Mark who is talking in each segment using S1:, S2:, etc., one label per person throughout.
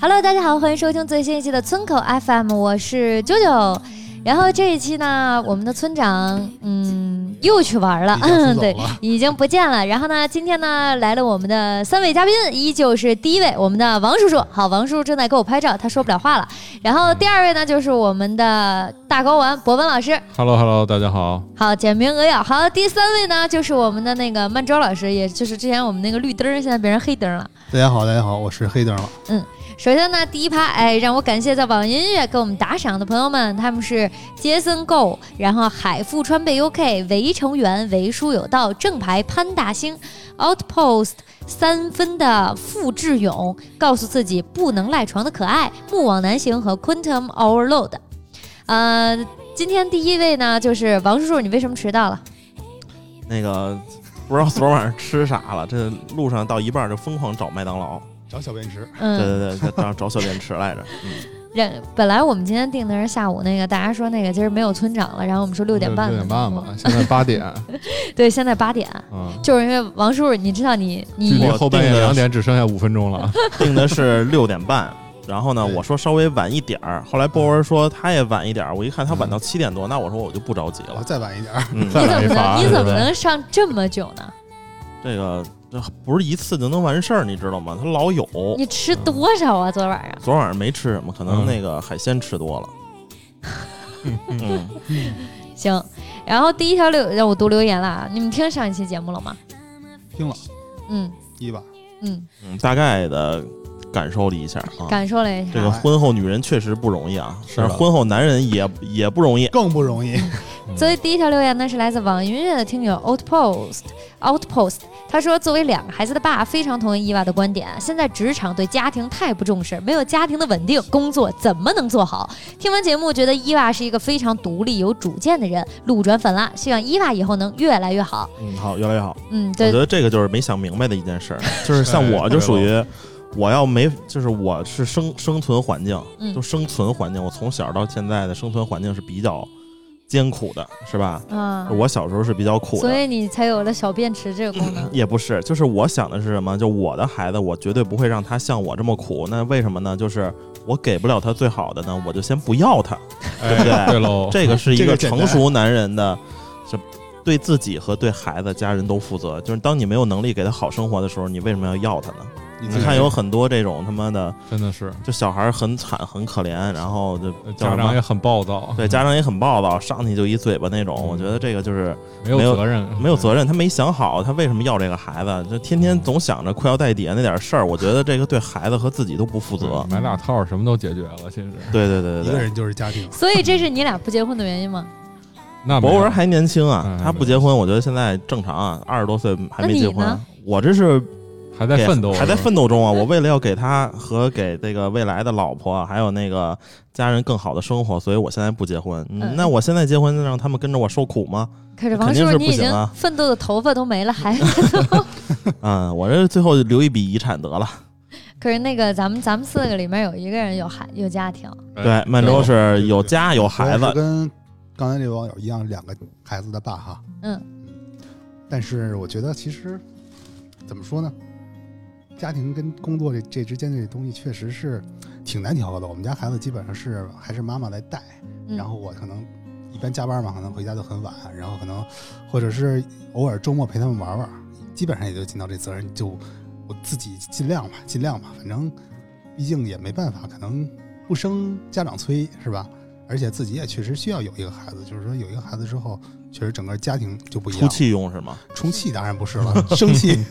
S1: Hello，大家好，欢迎收听最新一期的村口 FM，我是九九。然后这一期呢，我们的村长，嗯，又去玩了，
S2: 已经出走
S1: 对
S2: 了，
S1: 已经不见了。然后呢，今天呢，来了我们的三位嘉宾，依旧是第一位我们的王叔叔，好，王叔叔正在给我拍照，他说不了话了。然后第二位呢，就是我们的大睾丸博文老师，
S3: h e l l o h e l l o 大家好。
S1: 好，简明扼要。好，第三位呢，就是我们的那个曼周老师，也就是之前我们那个绿灯儿，现在变成黑灯了。
S4: 大家好，大家好，我是黑灯了。
S1: 首先呢，第一趴，哎，让我感谢在网易音乐给我们打赏的朋友们，他们是杰森 Go，然后海富川贝 UK、韦成元、韦书有道、正牌潘大星、Outpost 三分的付志勇，告诉自己不能赖床的可爱、木往南行和 Quantum Overload。呃，今天第一位呢，就是王叔叔，你为什么迟到了？
S5: 那个不知道昨晚上吃啥了，这路上到一半就疯狂找麦当劳，
S4: 找小便池，
S1: 嗯，
S5: 对对对，找找小便池来 着。嗯，
S1: 人本来我们今天定的是下午那个，大家说那个今儿没有村长了，然后我们说六点半，
S3: 六点半吧，啊现在八 点，
S1: 对，现在八点，
S3: 嗯，
S1: 就是因为王叔叔，你知道你
S3: 距离
S1: 你
S5: 我
S3: 后半夜
S5: 定的
S3: 两点只剩下五分钟了。
S5: 定的是六 点半，然后呢，
S4: 对
S5: 我说稍微晚一点儿，后来
S3: 嗯
S5: 波文说他也晚一点儿，我一看他晚到七点多，那我说我就不着急
S4: 我
S5: 了。
S4: 啊再晚一点儿，
S5: 嗯，
S3: 再
S1: 你
S3: 来
S1: 怎
S3: 一
S1: 么
S3: 发
S1: 能你
S4: 啊
S3: 对
S1: 怎么
S3: 不对
S1: 能上这么久呢？
S5: 这个这不是一次就能完事儿，你知道吗？他老有。
S1: 你吃多少啊？昨晚上
S5: 昨晚上没吃什么，可
S3: 嗯
S5: 能那个海鲜吃多了。嗯，
S1: 行，然后第一条留让我读留言啦，你们听上一期节目了吗？
S4: 听了
S1: 嗯
S4: 一吧，
S1: 嗯，
S5: 嗯大概的感受了一下啊。
S1: 感受了一
S5: 这
S1: 下。
S5: 个婚后女人确实不容易啊，
S3: 是的
S5: 但是婚后男人也也不容易。
S4: 更不容易。
S1: 所以第一条留言呢是来自网易云音乐的听友 Outpost Outpost，他说作为两个孩子的爸，非常同意伊娃的观点，现在职场对家庭太不重视，没有家庭的稳定，工作怎么能做好？听完节目，觉得伊娃是一个非常独立、有主见的人，路转粉啦，希望伊娃以后能越来越好。
S5: 嗯，好，越来越好。
S1: 嗯，
S5: 我
S1: 对
S5: 觉，得这个就是没想明白的一件事 儿，就是像我就属于，我要没就是我是生生存环境，
S1: 嗯
S5: 就生存环境，我从小到现在的生存环境是比较艰苦的，是吧？
S1: 啊，
S5: 我小时候是比较苦
S1: 所
S5: 的，
S1: 以你才有了小便池这个功能。
S5: 也不是，就是我想的是什么？就我的孩子，我绝对不会让他像我这么苦。那为什么呢？就是我给不了他最好的呢，我就先不要他，对不 对？
S3: 对喽，
S5: 这个是一
S4: 这个
S5: 个
S4: 简
S5: 成
S4: 单
S5: 熟男人的，就对自己和对孩子、家人都负责。就是当你没有能力给他好生活的时候，你为什么要要他呢？
S4: 你
S5: 你看有很多这种他妈的，
S3: 真的是
S5: 就小孩儿很惨很可怜，然后就叫
S3: 家
S5: 什
S3: 长
S5: 么
S3: 也？很暴躁，
S5: 对，家长也很暴躁，上去就一嘴巴那种。
S3: 嗯
S5: 我觉得这个就是
S3: 没有
S5: 没有
S3: 责任，
S5: 没有责任，他没想好他为什么要这个孩子，就天天总想着裤腰带底下那点事儿。我觉得这个对孩子和自己都不负责
S3: 对。买俩套儿什么都解决了，其实
S5: 对对对
S4: 一
S5: 对
S4: 个
S5: 对，
S4: 人就是家庭，
S1: 所以这是你俩不结婚的原因吗？
S3: 那没有
S5: 博文还年轻啊
S3: 嗯，
S5: 他不结婚，我觉得现在正常啊，二十多岁还没结
S1: 那
S5: 婚
S1: 你呢
S5: 啊。我这是
S3: 还在
S5: 给
S3: 奋斗，
S5: 还在奋斗中啊！我为了要给他和给这个未来的老婆还有那个家人更好的生活，所以我现在不结婚。嗯
S1: 嗯
S5: 那我现在结婚，让他们跟着我受苦吗？
S1: 可是王
S5: 肯
S1: 叔叔，
S5: 定是
S1: 你
S5: 不
S1: 已
S5: 行
S1: 经
S5: 啊
S1: 奋斗的头发都没了， 还
S5: 嗯，我这最后留一笔遗产得了。
S1: 可是那个咱们咱们四个里面有一个人有孩有家庭，
S5: 对，曼州是有家有
S4: 我
S5: 孩
S4: 是
S5: 子，
S4: 跟刚才这位网友一样，两个孩子的爸哈。
S1: 嗯
S4: 但是我觉得其实怎么说呢，家庭跟工作这这之间这东西确实是挺难调和的。我们家孩子基本上是还是妈妈来带，
S1: 嗯，
S4: 然后我可能一般加班嘛，可能回家就很晚，然后可能或者是偶尔周末陪他们玩玩，基本上也就尽到这责任，就我自己尽量吧，尽量吧，反正毕竟也没办法，可能不生家长催是吧？而且自己也确实需要有一个孩子，就是说有一个孩子之后，确实整个家庭就不一样。
S5: 出，气用是吗？
S4: 充气当然不 是了，生气，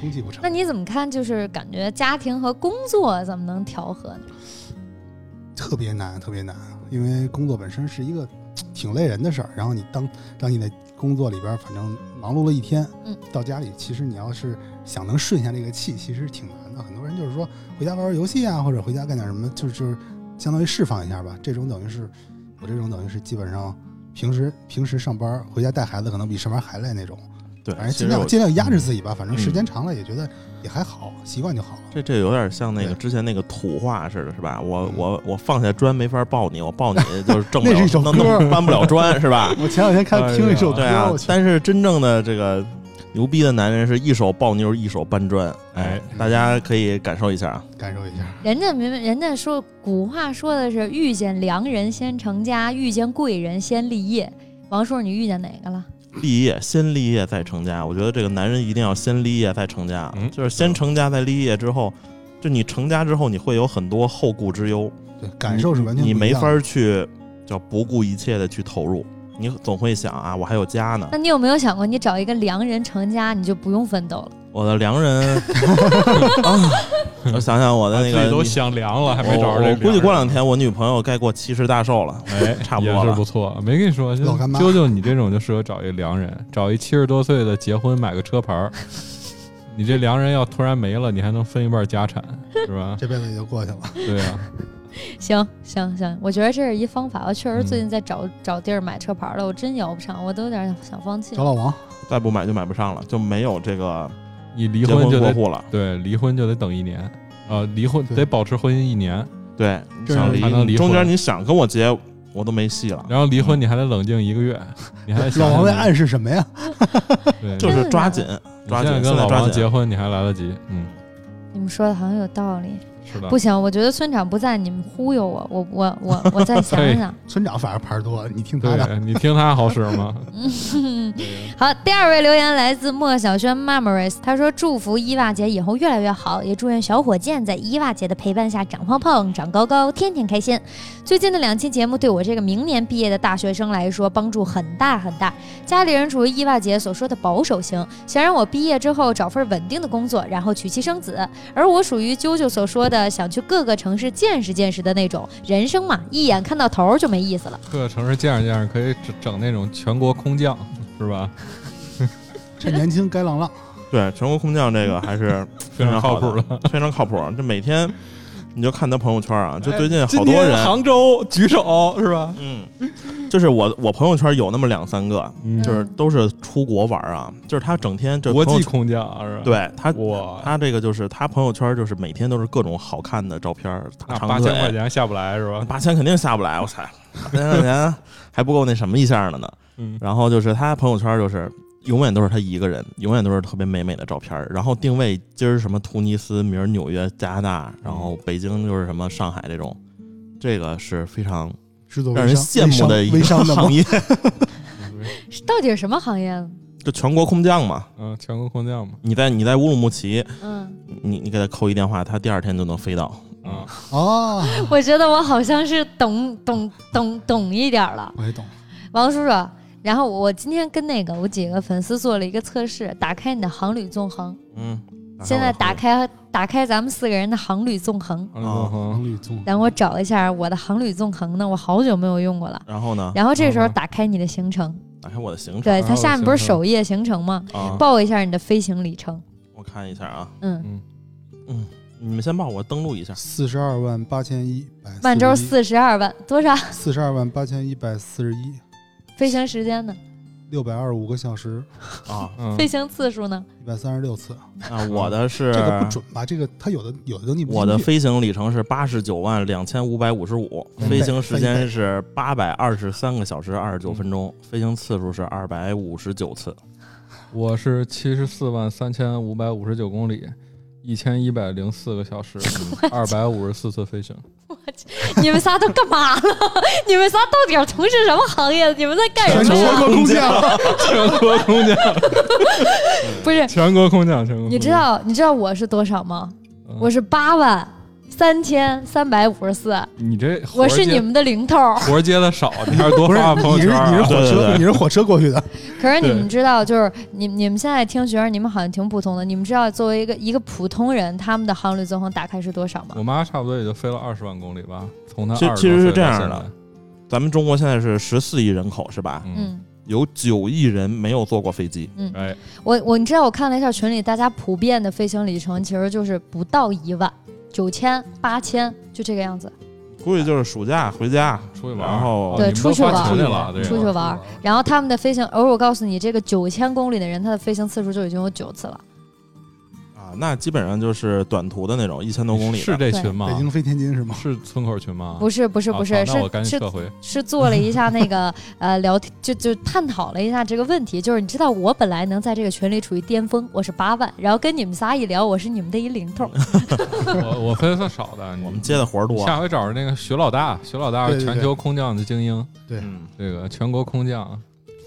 S4: 充气不成
S1: 那。你怎么看？就是感觉家庭和工作怎么能调和呢？
S4: 特别难，特别难，因为工作本身是一个挺累人的事儿。然后你当当你在工作里边儿，反正忙碌了一天，
S1: 嗯，
S4: 到家里，其实你要是想能顺下这个气，其实挺难的。很多人就是说回家玩玩游戏啊，或者回家干点什么，就是就是相当于释放一下吧。这种等于是我这种等于是基本上平时平时上班儿回家带孩子，可能比上班还累那种。
S5: 对，
S4: 反正
S5: 其
S4: 尽
S5: 实我
S4: 量尽量压制自己吧，反正时间
S5: 嗯
S4: 长了也觉得也还好，习惯就好了。
S5: 这这有点像那个
S4: 对
S5: 之前那个土话似的，是吧？我
S4: 嗯
S5: 我我放下砖没法抱你，我抱你就是挣不
S4: 那
S5: 了
S4: 是一首，
S5: 弄弄搬不了砖是吧？
S4: 我前两天看
S3: 哎呀
S4: 听了一首歌，
S5: 对啊
S4: 我，去
S5: 但是真正的这个牛逼的男人是一手抱妞，一手搬砖。
S3: 哎，
S5: 大家可以感受一下啊。
S4: 感受一下。
S1: 人家明明人家说古话说的是遇见良人先成家，遇见贵人先立业。王叔，你遇见哪个了？
S5: 立业，先立业再成家。我觉得这个男人一定要先立业再成家，
S3: 嗯
S5: 就是先成家再立业之后，就你成家之后你会有很多后顾之忧，
S4: 对，感受是完全
S5: 你
S4: 不一
S5: 没
S4: 样
S5: 法
S4: 的
S5: 儿去叫不顾一切的去投入，你总会想啊，我还有家呢
S1: 那，你有没有想过，你找一个良人成家，你就不用奋斗了？
S5: 我的 良人啊，我想想我的那
S3: 自己
S5: 个
S3: 都
S5: 你。
S3: 想凉了，还没
S5: 我
S3: 找着这
S5: 我
S3: 个
S5: 估计过两
S3: 人，
S5: 天我女朋友该过七十大寿了，
S3: 哎，
S5: 差不多了
S3: 也是不错。没跟你说，就
S4: 老干妈
S3: 啾啾，你这种就适合找一良人，找一七十多岁的结婚买个车牌儿。你这良人要突然没了，你还能分一半家产，是吧？
S4: 这辈子也就过去了。
S3: 对啊，
S1: 行行行，我觉得这是一方法。我确实
S3: 嗯
S1: 最近在找、找地儿买车牌了，我真摇不上，我都有点想放弃
S4: 找。老王，
S5: 再不买就买不上了，就没有这个
S3: 你离
S5: 结
S3: 婚就
S5: 过
S3: 得
S5: 户了。
S3: 对，离婚就得等一年啊、离婚
S4: 对
S3: 得保持婚姻一年，
S5: 对，
S4: 这
S5: 想
S4: 样
S5: 离
S3: 才能离
S5: 中间
S3: 婚
S5: 你想跟我结，我都没戏了。嗯
S3: 然后离婚你还得冷静一个月，你
S5: 哎
S3: 还得想
S4: 老王在
S3: 想你
S4: 暗示什么呀？
S3: 对，
S5: 就
S1: 真
S5: 是
S1: 的
S5: 抓
S1: 假
S5: 紧
S1: 的，
S3: 你
S5: 抓
S3: 现在跟
S5: 紧，现在
S3: 老
S5: 抓
S3: 王结
S5: 紧。
S3: 婚你还来得及，嗯，
S1: 你们说的好像有道理。
S3: 是的
S1: 不，行，我觉得村长不在，你们忽悠我，我我我我再想
S3: 嘿
S1: 想。
S4: 村长反而牌儿多，你听他的。
S3: 对你听他好使吗？
S1: 好，第二位留言来自莫小轩 Memories，他说祝福伊娃姐以后越来越好，也祝愿小火箭在伊娃姐的陪伴下长胖胖、长高高，天天开心。最近的两期节目对我这个明年毕业的大学生来说帮助很大很大。家里人处于伊娃姐所说的保守型，想让我毕业之后找份稳定的工作，然后娶妻生子；而我属于啾啾所说的想去各个城市见识见识的那种。人生嘛，一眼看到头儿就没意思了。
S3: 各个城市见识见识，可以整整那种全国空降，是吧？
S4: 趁年轻该浪浪，
S5: 对，全国空降这个还是
S3: 非常靠
S5: 好
S3: 谱
S5: 的
S3: 了。，
S5: 非常靠谱。这每天你就看他朋友圈啊，就最近
S3: 哎今
S5: 好多
S3: 天
S5: 人，
S3: 杭州举手是吧？
S5: 嗯，就是我我朋友圈有那么两三个，
S3: 嗯
S5: 就是都是出国玩啊，就是他整天这
S3: 国
S5: 朋友
S3: 际
S5: 圈
S3: 空降是吧？，
S5: 对他。
S3: 哇，
S5: 他这个就是他朋友圈就是每天都是各种好看的照片儿，
S3: 那
S5: 大
S3: 八
S5: 长
S3: 千块
S5: 腿，
S3: 钱下不来是吧？
S5: 八千肯定下不来，我操，八千块钱还不够那什么一下的呢。
S3: 嗯，
S5: 然后就是他朋友圈就是永远都是他一个人，永远都是特别美美的照片儿。然后定位今儿什么突尼斯，明儿纽约、加拿大，然后北京就是什么上海这种，这个是非常
S4: 制作
S5: 让
S4: 微
S5: 人羡
S4: 商
S5: 慕的一
S4: 微
S5: 个
S4: 商微商的
S5: 行
S4: 梦。
S5: 业，
S1: 到底是什么行业呢？
S5: 就全国空降嘛。
S3: 嗯，全国空降嘛，
S5: 你在你在乌鲁木齐，
S1: 嗯。
S5: 你你给他扣一电话，他第二天就能飞到。
S3: 啊，
S4: 哦，
S1: 我觉得我好像是懂懂懂懂一点儿了，
S4: 我也懂。
S1: 王叔叔。然后我今天跟那个我几个粉丝做了一个测试，打开你的航旅纵横，
S5: 嗯，
S1: 现在打开打开咱们四个人的航旅纵横，
S3: 嗯嗯
S5: 哦
S4: 王律宗，
S1: 让我找一下我的航旅纵横呢，我好久没有用过了。
S5: 然后呢，
S1: 然后这时候
S3: 好吧
S1: 打开你的行程，
S5: 啊打开我的行程
S1: 对，它
S3: 哦
S1: 下面不是
S3: 行
S1: 首页行程吗？
S5: 啊，
S1: 报一下你的飞行里程，
S5: 我看一下啊，
S1: 嗯，
S3: 嗯，
S5: 你们先帮我登录一下。
S4: 四十二万八千一百，
S1: 满洲四十二万多少？
S4: 四十二万八千一百四十一，
S1: 飞行时间呢？
S4: 六百二十五个小时，
S5: 啊，
S3: 嗯
S1: 飞行次数呢？
S4: 一百三十六次。
S5: 那我的是啊
S4: 这个不准吧？这个他有的有的都你不进
S5: 我的
S4: 去
S5: 飞行里程是八十九万两千五百五十五，
S4: 嗯
S5: 飞行时间是八百二十三个小时二十九分钟，飞行次数是二百五十九次。
S3: 我是七十四万三千五百五十九公里，一千一百零四个小 时，二百五十四次飞行。
S1: 你们仨都干嘛了？你们仨到底是从事什么行业的？你们在干什么呀？
S4: 国空降，
S3: 全国空降，
S1: 不是，
S3: 嗯全国空降，全国空降。
S1: 你知道你知道我是多少吗？
S3: 嗯
S1: 我是八万三千三百五十四，
S3: 你这活
S1: 我是
S3: 接
S1: 你们的 零头。
S3: 活接的少，你还是多
S4: 不是
S3: 发发朋友
S4: 你是
S3: 圈啊
S4: 你是火
S5: 对对
S4: 车
S5: 对
S4: 你是火车过去的，
S1: 可是你们知道，就是你你们现在听学生，你们好像挺普通的。你们知道作为一个一个普通人，他们的航旅纵横打开是多少吗？
S3: 我妈差不多也就飞了二十万公里吧，从她
S5: 其
S3: 20
S5: 其实
S3: 多
S5: 是
S3: 岁
S5: 这
S3: 到
S5: 样
S3: 现
S5: 的
S3: 在，
S5: 咱们中国现在是十四亿人口，是吧？
S3: 嗯，
S1: 嗯，
S5: 有九亿人没有坐过飞机，
S3: 哎，
S1: 我我你知道，我看了一下群里大家普遍的飞行里程，其实就是不到一万，九千、八千，就这个样子。
S5: 估计就是暑假回家。
S3: 出去玩儿，
S5: 然后
S3: 哦
S1: 对
S3: 你们都
S1: 出去
S3: 花
S1: 玩儿
S3: 钱去了，对啊
S1: 出去玩儿，然后他们的飞行，而我告诉你，这个九千公里的人，他的飞行次数就已经有九次了。
S5: 啊，那基本上就是短途的那种，一千多公里的
S3: 是这群吗
S4: 北？京飞天津是吗？
S3: 是村口群吗？
S1: 不
S3: 是，
S1: 是不是不是，
S3: 啊那我赶
S1: 是
S3: 紧
S1: 是
S3: 撤回。
S1: 是做了一下那个呃聊天，就就探讨了一下这个问题。就是你知道，我本来能在这个群里处于巅峰，我是八万，然后跟你们仨一聊，我是你们的一零头。
S3: 我我飞的少的，
S5: 我
S3: 我
S5: 们接的活儿多。嗯
S3: 下回找着那个徐老大，徐老大
S4: 啊对
S3: 是
S4: 对对
S3: 全球空降的精英，
S5: 嗯，
S3: 这个全国空降，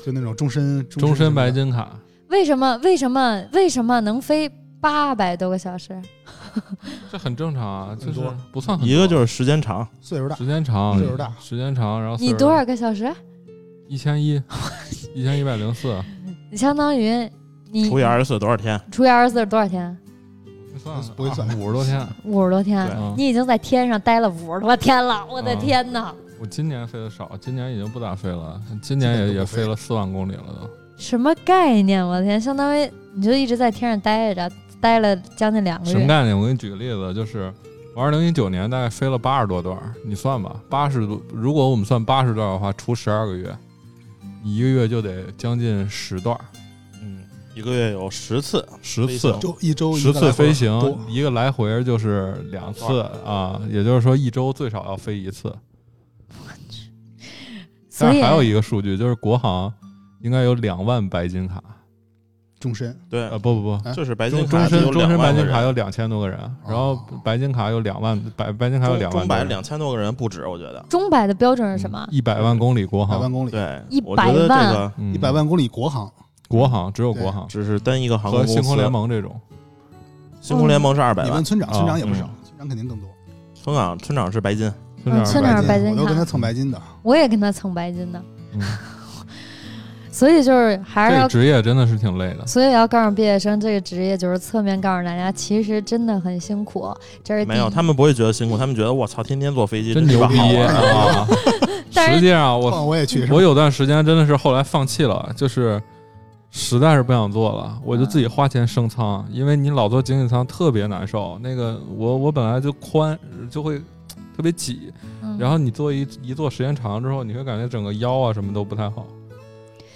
S4: 就那种终身
S3: 终身白
S4: 什么的
S3: 金卡，
S1: 为什么为什么为什么能飞八百多个小时？
S3: 这很正常啊，就
S4: 很
S3: 是
S4: 多
S3: 不算很
S5: 一个
S3: 多
S5: 就是时间长，
S4: 岁数大，
S3: 时间长，
S4: 岁数大
S3: 时间长，然后
S1: 你多少个小时？啊
S3: 一千 一，一千一百零四，
S1: 你相当于
S3: 嗯
S1: 你
S5: 除以二十四多少天？
S1: 除以二十四是多少天？
S3: 不算啊
S4: 不会算
S3: 五十多天。
S1: 五十多天
S5: 对。
S3: 嗯
S1: 你已经在天上待了五十多天了，我的
S3: 嗯
S1: 天哪！
S3: 我今年飞的少，今年已经不咋飞了，今年也也飞了四万公里了都。
S1: 什么概念？我的天，相当于你就一直在天上待着，待了将近两个
S3: 什么
S1: 月。
S3: 概念？我给你举个例子，就是我二零一九年大概飞了八十多段儿，你算吧，八十多，如果我们算八十段儿的话，除十二个月，你一个月就得将近十段儿，
S5: 嗯，一个月有十次，
S3: 十
S5: 飞
S3: 次
S5: 行
S4: 周一周一
S3: 十
S4: 个
S3: 次
S4: 来回
S3: 飞行
S4: 多，
S3: 一个来回就是两次啊，也就是说一周最少要飞一次。
S1: 所
S3: 但
S1: 以
S3: 是还有一个数据就是国航应该有两万白金卡，
S4: 终身
S5: 对
S3: 呃，，不不
S4: 哎
S3: 不，
S5: 就是白金
S3: 终终
S5: 卡就
S3: 身
S5: 有
S3: 终
S5: 两
S3: 身白
S5: 万个
S3: 金卡
S5: 人，
S3: 有两千多个人，然后
S4: 哦
S3: 白金卡有两万白白金卡有
S5: 中
S3: 两万多
S5: 中白
S3: 人，
S5: 两千多个人不止，我觉得。
S1: 中百的标准是什么？
S3: 一百万公里国
S4: 百
S3: 航
S4: 万，公里，
S5: 啊对，
S1: 一
S5: 我
S1: 百
S5: 觉得这
S1: 万
S5: 个
S3: 嗯
S4: 一百万公里国航，
S3: 国航只有国航
S5: 只是单一个航空
S3: 和
S5: 公司，
S3: 星空联，盟这种，
S5: 星空联盟是二百
S4: 你
S5: 万
S4: 问，村长，
S3: 啊
S4: 村长也不
S5: 嗯
S4: 少，村长肯定更多。
S5: 村长村长是白金，
S3: 就这样
S1: 村
S3: 白
S1: 长白金
S4: 我都
S1: 卡
S4: 跟他蹭白金的，
S1: 我也跟他蹭白金的，
S3: 嗯
S1: 所以就是还是
S3: 这个
S1: 要，
S3: 职业真的是挺累的。
S1: 所以要告诉毕业生这个职业，就是侧面告诉大家，其实真的很辛苦。这是第
S5: 没有，
S1: 一
S5: 他们不会觉得辛苦，他们觉得我操，天天坐飞机
S3: 真
S5: 是
S3: 牛
S5: 吧
S3: 逼
S5: 好玩
S3: 啊！
S1: 但是
S3: 实际上，我
S4: 哦我也去，是吧
S3: 我有段时间真的是后来放弃了，就是实在是不想做了，我就自己花钱升舱，因为你老坐经济舱特别难受。那个我我本来就宽，就会特别挤，
S1: 嗯
S3: 然后你坐一一坐时间长之后，你会感觉整个腰啊什么都不太好。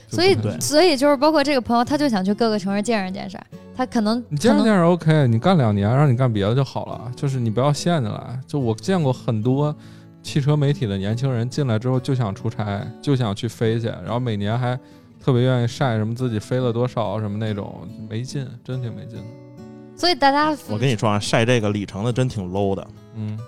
S3: 就
S1: 所以
S3: 不太行
S1: 所以就是包括这个朋友，他就想去各个城市见识见识，他可能
S3: 你
S1: 可
S3: 见着
S1: 能
S3: 见着 OK，你干两年，让你干别的就好了，就是你不要陷进来。就我见过很多汽车媒体的年轻人进来之后就想出差，就想去飞去，然后每年还特别愿意晒什么自己飞了多少什么那种，没劲，真挺没劲的。
S1: 所以大家
S5: 我跟你说啊，晒这个里程的真挺 low 的。
S3: 嗯，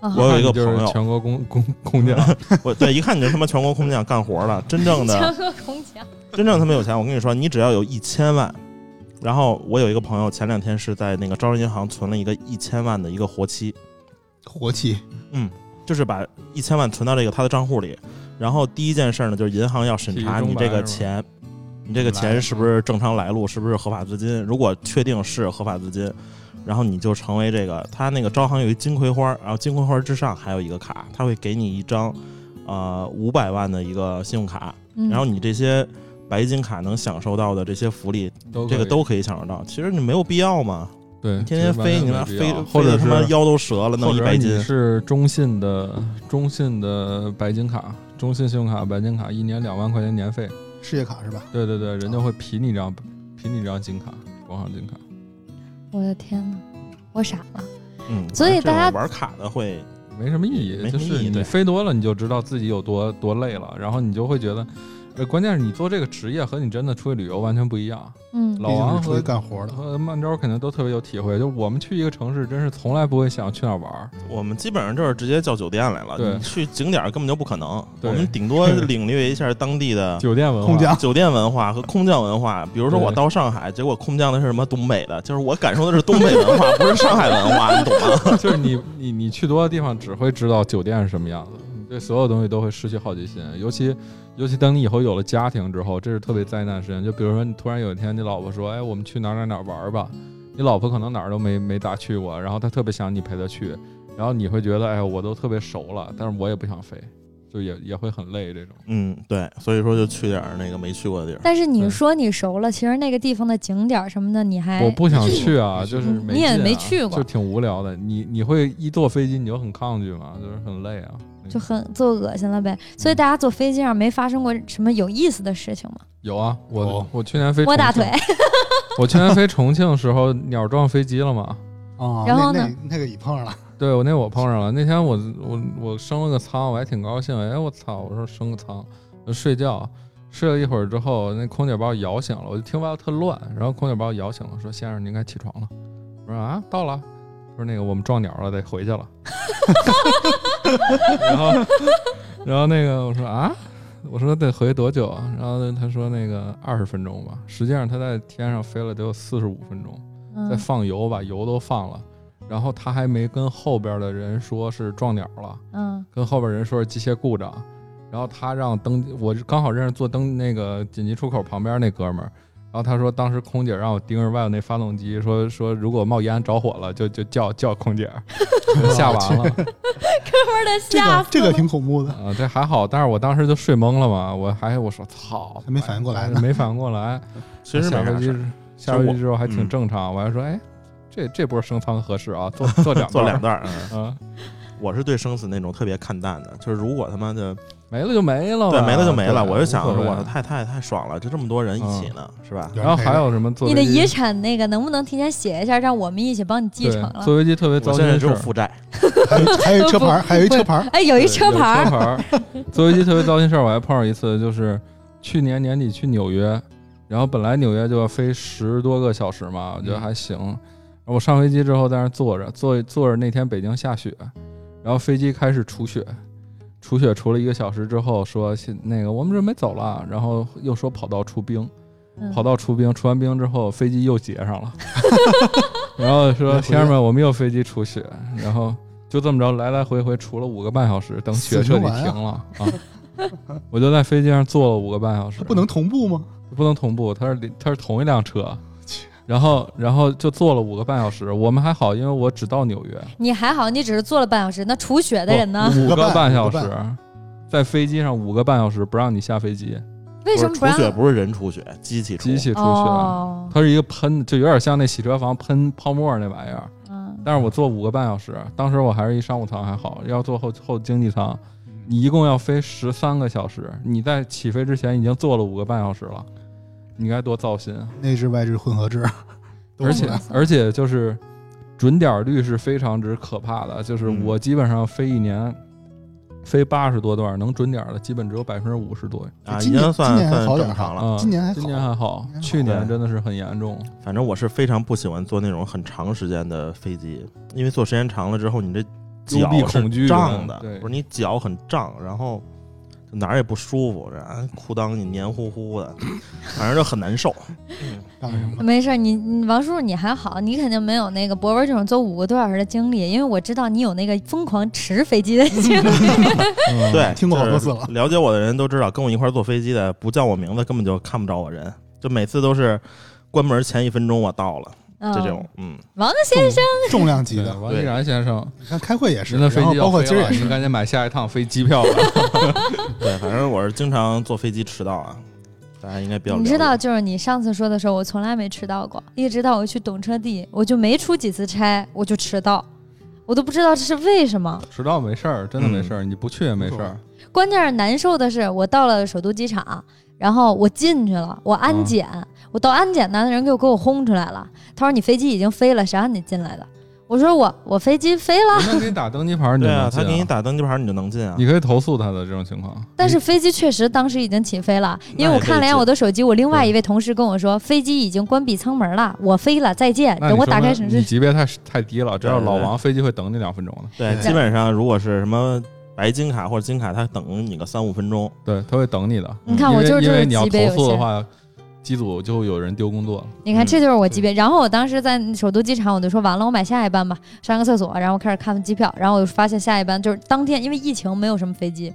S1: 啊
S5: 我有一个
S3: 看你
S5: 朋
S3: 就是
S5: 友
S3: 全国空空空 降，
S5: 我对，一看你就他妈全国空降干活了。真 正的
S1: 全国空降，
S5: 真正他妈有钱，我跟你说，你只要有一千万。然后我有一个朋友，前两天是在那个招商银行存了一个一千万的一个活期，
S4: 活气
S5: 就是把一千万存到这个他的账户里。然后第一件事呢，就是银行要审查
S3: 体育
S5: 你
S3: 中白
S5: 这个
S3: 是吧
S5: 钱，你这个
S4: 来
S5: 钱是不是正常来路，是不是合法资金？如果确定是合法资金，然后你就成为这个他那个招行有一金葵花，然后金葵花之上还有一个卡，他会给你一张呃五百万的一个信用卡，
S1: 嗯
S5: 然后你这些白金卡能享受到的这些福利，
S3: 都
S5: 这个
S3: 可以
S5: 都可以享受到。其实你没有必要嘛，
S3: 对，
S5: 你天天
S3: 其实完全
S5: 飞，你
S3: 没
S5: 那
S3: 必
S5: 飞
S3: 要或
S5: 飞
S3: 者
S5: 得
S3: 是
S5: 他妈腰都折了，弄
S3: 或
S5: 一
S3: 者
S5: 白
S3: 你
S5: 金。
S3: 是中信的中信的白金卡，中信信用卡白金卡，一年两万块钱年费。
S4: 事业卡是吧？
S3: 对对对，人家会评你一张，评你一张金卡，国行金卡。
S1: 我的天哪，我傻了。
S5: 嗯，
S1: 所以
S5: 这种
S1: 大家
S5: 玩卡的会
S3: 没什么意义，
S5: 没
S3: 就
S5: 什么意义
S3: 是你
S5: 对
S3: 飞多了，你就知道自己有多多累了，然后你就会觉得，呃，关键是你做这个职业和你真的出去旅游完全不一样。
S1: 嗯
S3: 老王
S4: 毕竟是出
S3: 和
S4: 去干活的，
S3: 和曼周肯定都特别有体会，就我们去一个城市，真是从来不会想去哪儿玩儿。
S5: 我们基本上就是直接叫酒店来了，
S3: 对
S5: 你去景点儿根本就不可能。
S3: 对
S5: 我们顶多领略一下当地的
S3: 酒店文化，
S4: 空降
S5: 酒店文化和空降文化。比如说我
S3: 对
S5: 到上海，结果空降的是什么东北的，就是我感受的是东北文化，不是上海文化，你懂吗？
S3: 就是你 你你去多的地方，只会知道酒店是什么样子，你对所有东西都会失去好奇心。尤其尤其等你以后有了家庭之后，这是特别灾难的事情。就比如说，你突然有一天，你老婆说：“哎，我们去哪儿哪儿哪儿玩儿吧。”你老婆可能哪儿都没没咋去过，然后她特别想你陪她去，然后你会觉得：“哎，我都特别熟了，但是我也不想飞，就也也会很累。”这种
S5: 嗯，对，所以说就去点儿那个没去过的地儿。
S1: 但是你
S3: 对
S1: 说你熟了，其实那个地方的景点儿什么的，你还
S3: 我不想去啊，就是
S1: 嗯
S3: 没
S1: 你也
S3: 劲啊
S1: 没去过
S3: 就挺无聊的。你你会一坐飞机你就很抗拒嘛，就是很累啊。
S1: 就很做恶心了呗。所以
S3: 嗯
S1: 大家坐飞机上没发生过什么有意思的事情吗？
S3: 有啊，我、
S4: 有
S3: 我去年飞
S1: 摸大
S3: 重庆
S1: 腿，
S3: 我去年飞重庆的时候，鸟撞飞机了嘛？嗯
S4: 啊，
S1: 然后
S4: 那
S1: 呢
S4: 那那个你碰上了，
S3: 对我那我碰上了。那天我我我升了个舱，我还挺高兴。哎，我操！我说升个舱，我就睡觉，睡了一会儿之后，那空姐把我摇醒了。我就听外头特乱，然后空姐把我摇醒了，说：“先生，您该起床了。”我说：“啊，到了。”说那个我们撞鸟了，得回去了。然后，然后那个我说啊，我说得回多久啊？然后他说那个二十分钟吧。实际上他在天上飞了得有四十五分钟。在
S1: 嗯，
S3: 放油，把油都放了，然后他还没跟后边的人说是撞鸟了，
S1: 嗯，
S3: 跟后边人说是机械故障，然后他让登，我刚好认识坐登那个紧急出口旁边那哥们儿，然后他说当时空姐让我盯着外头那发动机，说说如果冒烟着火了就就叫叫空 姐儿，吓完了
S1: 哥们儿的
S4: 这
S1: 吓
S4: 个
S1: 死
S4: 这个
S1: 了
S4: 挺恐怖的，
S3: 啊、这还好，但是我当时就睡懵了嘛，我还我说操，哎
S4: 还没反应过来呢
S3: 没反应过 来，
S5: 其实
S3: 下飞
S5: 没啥
S3: 机
S5: 事
S3: 之
S5: 儿，
S3: 下飞机之后还挺正常，我还说哎。这这波升舱合适啊，坐 坐两
S5: 做
S3: 段儿
S5: 两段儿。嗯
S3: 啊，
S5: 我是对生死那种特别看淡的，就是如果他妈的
S3: 没了就没了吧，
S5: 对没了就没了，
S3: 对
S5: 我就想着
S3: 无所谓嗯
S5: 我太太太爽了，就这么多人一起呢，是吧？
S4: 有 人
S3: 然后
S4: 陪着
S3: 还有什么坐
S1: 你的
S3: 飞机
S1: 遗产那个能不能提前写一下，让我们一起帮你继
S3: 对
S1: 承啊了？
S3: 坐飞机特别糟
S5: 我
S3: 心
S5: 现在
S3: 的
S5: 只
S3: 事
S5: 有
S3: 儿，
S5: 负债，
S4: 还有还有一 车牌儿，还有一车牌儿，
S1: 哎，有一
S3: 对
S1: 车
S3: 有
S1: 牌儿，
S3: 儿。 坐飞机特别糟心事儿，我还碰上一次，就是去年年底去纽约，然后本来纽约就要飞十多个小时嘛，我
S5: 嗯
S3: 觉得还行。然后我上飞机之后在那儿坐着，坐坐着那天北京下雪，然后飞机开始除雪。除雪除了一个小时之后，说现那个我们准备走了，然后又说跑道出冰，
S1: 嗯
S3: 跑道出兵，出完兵之后飞机又结上了，然后说先生们，我们又飞机除雪，然后就这么着来来回回除了五个半小时，等雪彻底停了啊。我就在飞机上坐了五个半小时，
S4: 不能同步吗？
S3: 不能同步，它是它是同一辆车，然后然后就坐了五个半小时。我们还好，因为我只到纽约，
S1: 你还好，你只是坐了半小时，那除雪的人呢？
S3: 五
S4: 五个半
S3: 半小
S4: 五
S3: 时
S4: 个，
S3: 在飞机上五个半小时不让你下飞机，
S1: 为什么
S5: 不是
S1: 不
S5: 除
S1: 让？
S5: 雪不是人出血，机器出
S3: 机器出雪。
S1: 哦，
S3: 它是一个喷，就有点像那洗车房喷泡沫那玩意儿。
S1: 嗯，
S3: 但是我坐五个半小时，当时我还是一商务舱还好，要坐后后经济舱，你一共要飞十三个小时，你在起飞之前已经坐了五个半小时了，你该多糟心啊！
S4: 内置外置混合制，
S3: 而且
S4: 啊
S3: 而且就是准点儿率是非常之可怕的，就是
S5: 嗯
S3: 我基本上飞一年。飞八十多段儿能准点儿的，基本只有百分之五十多
S5: 啊，已
S4: 今年
S5: 经算
S4: 今年还
S5: 算
S4: 好点
S5: 正常了。
S3: 啊。
S4: 今年还好
S3: 今年还好
S4: 今年还，好
S3: 去年
S5: 对
S3: 真的是很严重。
S5: 反正我是非常不喜欢坐那种很长时间的飞机，因为坐时间长了之后，你这
S3: 幽
S5: 脚
S3: 闭恐惧
S5: 是胀的
S3: 的对，
S5: 不是你脚很胀，然后就哪儿也不舒服，然后裤裆你黏糊糊的，反正就很难受。
S3: 嗯
S4: 干了什么？
S1: 没事儿，你你王叔叔你还好，你肯定没有那个博文这种坐五个多小时的经历，因为我知道你有那个疯狂持飞机的经历。
S3: 嗯
S5: 对，
S4: 听过好多次了
S5: 就是了解我的人都知道，跟我一块儿坐飞机的，不叫我名字根本就看不着我人，就每次都是关门前一分钟我到了，
S1: 嗯，
S5: 就这种，嗯，
S1: 王 先生，
S4: 重量级
S3: 对，
S4: 的，
S3: 王一然先生，
S4: 你看开会也是，
S3: 您的飞
S4: 然后
S3: 机要
S4: 包括
S3: 飞
S4: 今儿
S3: 了
S4: 也
S3: 您
S4: 是，
S3: 赶紧买下一趟飞机票吧。
S5: 对，反正我是经常坐飞机迟到啊，大家应该比较
S1: 你知
S5: 了
S1: 道，
S5: 解
S1: 就是你上次说的时候，我从来没迟到过，一直到我去懂车帝，我就没出几次差，我就迟到，我都不知道这是为什么。
S3: 迟到没事儿，真的没事
S4: 嗯
S3: 儿，你不去也没事儿。
S1: 关键是难受的是，我到了首都机场，然后我进去了，我
S3: 嗯
S1: 安检，我到安检那的人给我给我轰出来了，他说你飞机已经飞了，谁让你进来的？我说我我飞机飞了，
S3: 那给你打登机牌，你
S5: 对
S3: 就能
S5: 啊，
S3: 进
S5: 他给你，打登机牌你就能进啊。
S3: 你可以投诉他的这种情况。
S1: 但是飞机确实当时已经起飞了，因为我看了一眼我的手机，我另外一位同事跟我说飞机已经关闭舱门了，我飞了，再见。
S3: 那
S1: 哎等
S3: 你
S1: 我
S3: 说
S1: 打开
S3: 明
S1: 手
S3: 你
S1: 机，
S3: 级别太太低了，只要
S5: 对对
S3: 老
S5: 对
S3: 王飞机会等你两分钟的，
S5: 对，
S4: 对
S5: 基本上如果是什么白金卡或者金卡，他等你个三五分钟。
S3: 对，他会等你的。嗯
S1: 你看我
S3: 因
S1: 就
S3: 为
S1: 是
S3: 因
S1: 这
S3: 为
S1: 种
S3: 你要
S1: 级别
S3: 投
S1: 有
S3: 诉的
S1: 钱。
S3: 话，机组就会有人丢工作了。
S1: 你看
S5: 嗯
S1: 这就是我级别。然后我当时在首都机场，我就说完了，我买下一班吧，上个厕所，然后开始看机票，然后我就发现下一班就是当天，因为疫情没有什么飞机。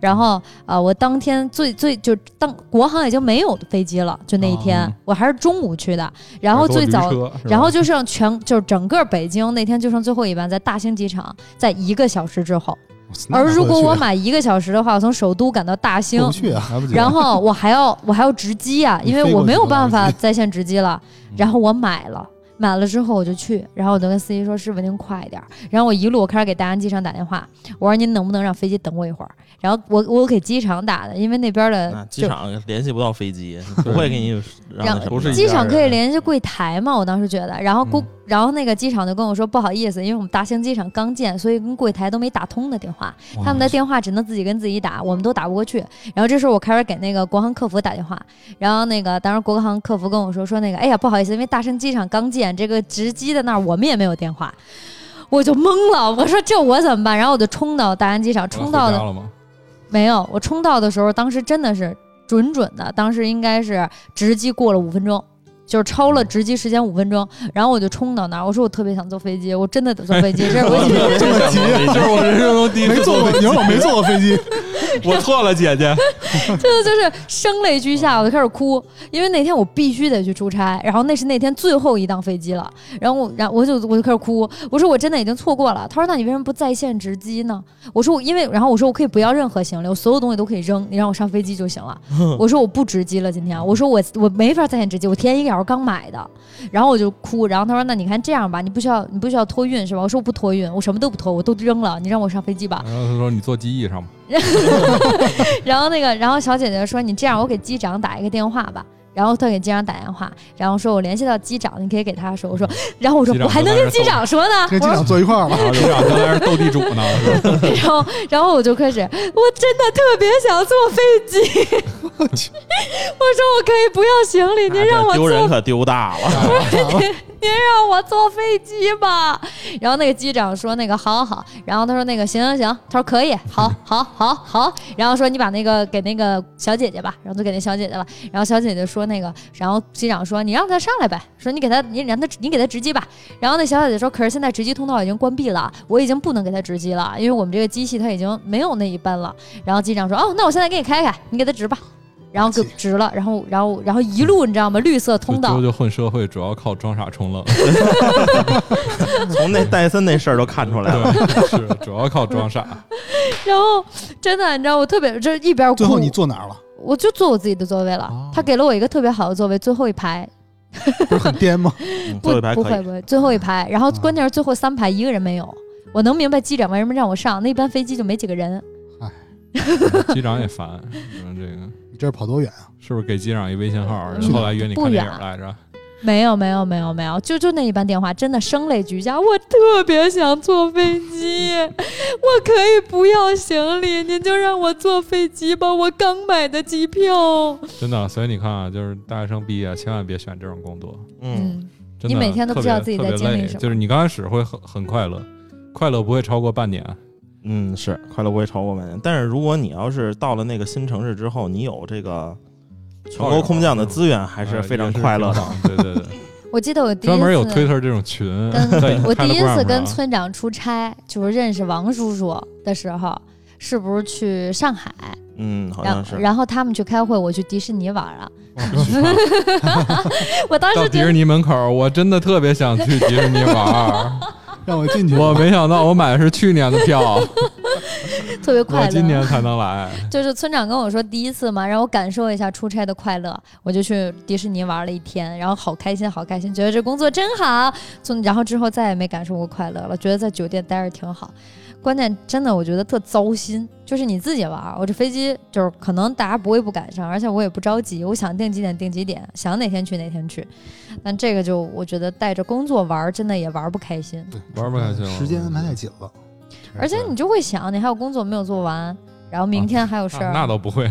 S1: 然后，呃，我当天最最就当国航已经没有飞机了，就那一天，
S3: 哦
S1: 我还是中午去的。然后
S3: 还是
S1: 最
S3: 坐
S1: 早
S3: 驴车是吧
S1: 然后就剩全就是整个北京那天就剩最后一班在大兴机场，在一个小时之后。 而如果我买一个小时的话，我从首都赶到大兴
S4: 啊
S3: 哦
S4: 过不，去啊，
S3: 来不及了。
S1: 然后我还要我还要值机 啊，
S4: 你
S1: 因为
S4: 飞过
S1: 我
S4: 去
S1: 没有
S4: 多少
S1: 办法
S4: 次
S1: 在线值机了。
S3: 嗯
S1: 然后我买了。买了之后我就去，然后我就跟司机说：“师傅您快一点儿。”然后我一路我开始给大安机场打电话，我说：“您能不能让飞机等我一会儿？”然后我我给机场打的，因为那边
S5: 那
S1: 的
S5: 啊机
S1: 就
S5: 场联系不到飞 机，不会给你让
S1: 呃让
S5: 那什
S3: 不
S5: 么
S3: 是
S5: 的
S3: 一
S1: 机场可以
S3: 人
S1: 联系柜台嘛？我当时觉得，然后公、
S3: 嗯
S1: 然后那个机场就跟我说不好意思，因为我们大兴机场刚建，所以跟柜台都没打通的电话，他们的电话只能自己跟自己打，我们都打不过去。然后这时候我开始给那个国航客服打电话，然后那个当时国航客服跟我说说那个哎呀不好意思，因为大兴机场刚建，这个值机的那儿我们也没有电话。我就懵了，我说这我怎么办？然后我就冲到大安机场，冲到
S3: 回
S1: 的
S3: 家了吗？
S1: 没有，我冲到的时候，当时真的是准准的，当时应该是值机过了五分钟。就是超了值机时间五分钟，然后我就冲到那儿，我说我特别想坐飞机，我真的得坐飞机，这是我
S4: 这么急，
S5: 这是我人生中第一
S4: 没
S5: 次
S4: 坐过，
S5: 飞
S4: 你
S5: 机
S4: 说我没坐过 飞机，
S5: 我错了，姐 姐。
S1: 真的就是声泪俱下，我就开始哭，因为那天我必须得去出差，然后那是那天最后一趟飞机了，然后我，然后我就我就开始哭，我说我真的已经错过了。他说那你为什么不在线值机呢？我说我因为，然后我说我可以不要任何行李，我所有东西都可以扔，你让我上飞机就行了。我说我不值机了，今天我说我我没法在线值机，我提前一个小时刚买的，然后我就哭，然后他说那你看这样吧，你不需要你不需要托运是吧？我说我不托运，我什么都不托，我都扔了，你让我上飞机吧。
S3: 然后他说你坐机翼上吧。
S1: 然后那个，然后小姐姐说：“你这样，我给机长打一个电话吧。”然后她给机长打电话，然后说：“我联系到机长，你可以给他说。”我 说：“然后我说
S3: 机长
S1: 我还能跟机长说呢。”
S4: 跟
S1: 我
S4: 机
S1: 说
S4: 长坐一块 儿吧。
S3: 然后机长在那儿斗地主呢，是吧？
S1: 然后 然后我就开始，我真的特别想坐飞机。 我
S4: 去
S1: 说我可以不要行李，您让我
S5: 哎丢
S1: 坐
S5: 人可丢大了。
S1: 让我坐飞机吧。然后那个机长说那个好好好，然后他说那个行行行，他说可以，好好好好，然后说你把那个给那个小姐姐吧，然后就给那小姐姐了。然后小姐姐说那个，然后机长说你让她上来呗，说你给她你让她你给她值机吧。然后那小姐姐说可是现在值机通道已经关闭了，我已经不能给她值机了，因为我们这个机器它已经没有那一班了。然后机长说哦，那我现在给你开开，你给她值吧。然后给值了，然后然后然后一路你知道吗？绿色通道
S3: 就，就混社会主要靠装傻充愣，啊
S5: 从那戴森那事儿都看出来了。
S3: 对，是主要靠装傻。
S1: 然后真的，你知道我特别就是一边哭，
S4: 最后你坐哪儿了？
S1: 我就坐我自己的座位了。
S4: 哦
S1: 他给了我一个特别好的座位，最后一排，
S4: 不是很颠吗？
S5: 嗯
S1: 不
S5: 最后一排
S1: 不
S5: 可
S1: 会
S5: 以。
S1: 不会，最后一排。然后
S4: 嗯
S1: 关键是最后三排一个人没有，我能明白机长为什么让我上，那班飞机就没几个人。
S3: 机长也烦，你说这个
S4: 你这是跑多远啊？
S3: 是不是给机长一微信号？
S1: 嗯
S3: 人后来约你
S1: 不
S3: 看
S1: 远
S3: 电影来着，
S1: 没有没有没有没有，就就那一班电话，真的声泪俱下。我特别想坐飞机，我可以不要行李，您就让我坐飞机吧，我刚买的机票。
S5: 嗯
S3: 真的。所以你看啊，就是大学生毕业千万别选这种工作，
S5: 嗯，
S1: 嗯，
S3: 真的
S1: 你每天都不知道自己在
S3: 特别
S1: 经历
S3: 特别累
S1: 什么
S3: 就是你刚开始会很很快乐，快乐不会超过半年。
S5: 嗯，是快乐不会超过半年。但是如果你要是到了那个新城市之后，你有这个全国空降的资源，
S3: 啊
S5: 还是非常快乐
S3: 的。对
S5: 的。
S3: 对 对，
S1: 我记得我第一
S3: 专
S1: 次
S3: 门有 Twitter 这种 群，在
S1: 跟我第一次
S3: Telegram
S1: 跟
S3: 上
S1: 村长出差，就是认识王叔叔的时候，是不是去上海？
S5: 嗯，好
S1: 然
S5: 像
S1: 后
S5: 是。
S1: 然后他们去开会，我去迪士尼玩了。
S3: 哦
S1: 我当
S3: 啊到
S1: 时
S3: 迪
S1: 觉
S3: 士
S1: 得，
S3: 尼门口，我真的特别想去 迪士尼玩儿，
S4: 让我进去。
S3: 我没想到我买的是去年的票，
S1: 特别 快
S3: 我
S1: 乐。
S3: 今年才能来，
S1: 就是村长跟我说第一次嘛，让我感受一下出差的快乐，我就去迪士尼玩了一天，然后好开心，好开心，觉得这工作真好。从然后之后再也没感受过快乐了，觉得在酒店待着挺好。关键真的，我觉得特糟心，就是你自己玩儿，我这飞机就是可能大家不会不赶上，而且我也不着急，我想定几点定几点，想哪天去哪天去。但这个就我觉得带着工作玩儿，真的也玩儿不开心。
S4: 对，
S3: 玩不开心了
S4: 时间安排太紧了，
S1: 而且你就会想，你还有工作没有做完，然后明天还有事儿、
S3: 啊那那倒不会，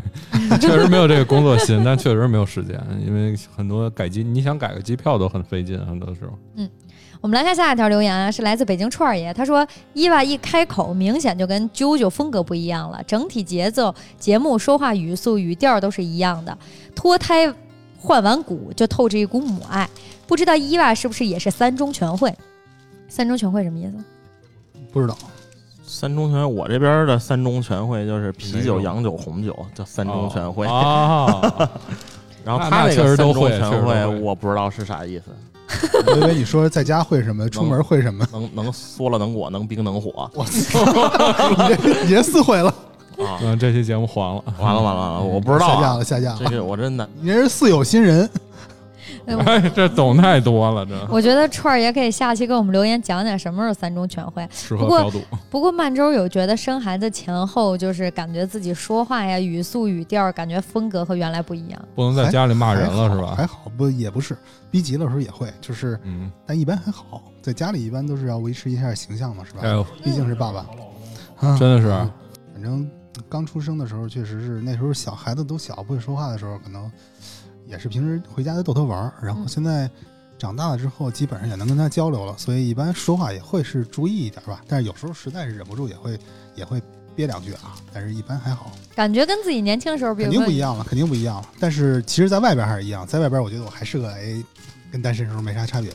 S3: 确实没有这个工作心，但确实没有时间，因为很多改机，你想改个机票都很费劲，很多时候。
S1: 我们来看下一条留言啊，是来自北京串儿爷，他说：“伊娃一开口，明显就跟啾啾风格不一样了，整体节奏、节目、说话语速、语调都是一样的，脱胎换完骨就透着一股母爱。不知道伊娃是不是也是三中全会？三中全会什么意 思？
S4: 不知道
S5: 三中全，我这边的三中全会就是
S3: 哪
S5: 啤酒、
S3: 种
S5: 洋酒、红酒，叫三中
S3: 哦
S5: 全会。
S3: 啊，
S5: 然后
S3: 那
S5: 他
S3: 那
S5: 那
S3: 确
S5: 个
S3: 实
S5: 三
S3: 都
S5: 中
S3: 会确实
S5: 全
S3: 都
S5: 会，
S3: 会
S5: 我不知道是啥意思，
S4: 我以为你说在家会什么，出门会什 么，
S5: 能能缩了能裹，能冰能火
S4: 我操，你这你这撕毁了，
S5: 啊！
S3: 嗯，这期节目黄了。
S5: 完了完了完了，
S3: 嗯
S5: 我不知道
S4: 下架
S5: 啊，
S4: 了下架
S5: 这
S4: 了，
S5: 个我真的
S4: 你这是四有新人，
S1: 嗯
S3: 哎，这懂太多了，这
S1: 我觉得串儿爷可以下期给我们留言讲讲什么是三中全会。
S3: 适
S1: 不
S3: 合
S1: 过
S3: 小赌。
S1: 不过曼周有觉得生孩子前后，就是感觉自己说话呀、语速、语调，感觉风格和原来不一样。
S3: 不能在家里骂人了是
S4: 还
S1: 哎
S3: 吧？
S4: 好不也不是，逼急了时候也会，就是
S3: 嗯，
S4: 但一般还好，在家里一般都是要维持一下形象嘛，是吧？
S3: 哎呦，
S4: 毕竟是爸爸，啊
S3: 真的是
S1: 嗯
S4: 反正刚出生的时候，确实是那时候小孩子都小，不会说话的时候，可能也是平时回家就逗他玩儿。然后
S1: 嗯
S4: 现在长大了之后，基本上也能跟他交流了，所以一般说话也会是注意一点吧。但是有时候实在是忍不住，也会也会憋两句啊。但是一般还好，
S1: 感觉跟自己年轻时候比
S4: 肯定
S1: 如
S4: 不
S1: 说
S4: 一样了，肯定不一样了。但是其实，在外边还是一样，在外边我觉得我还是个 A，跟单身时候没啥差别。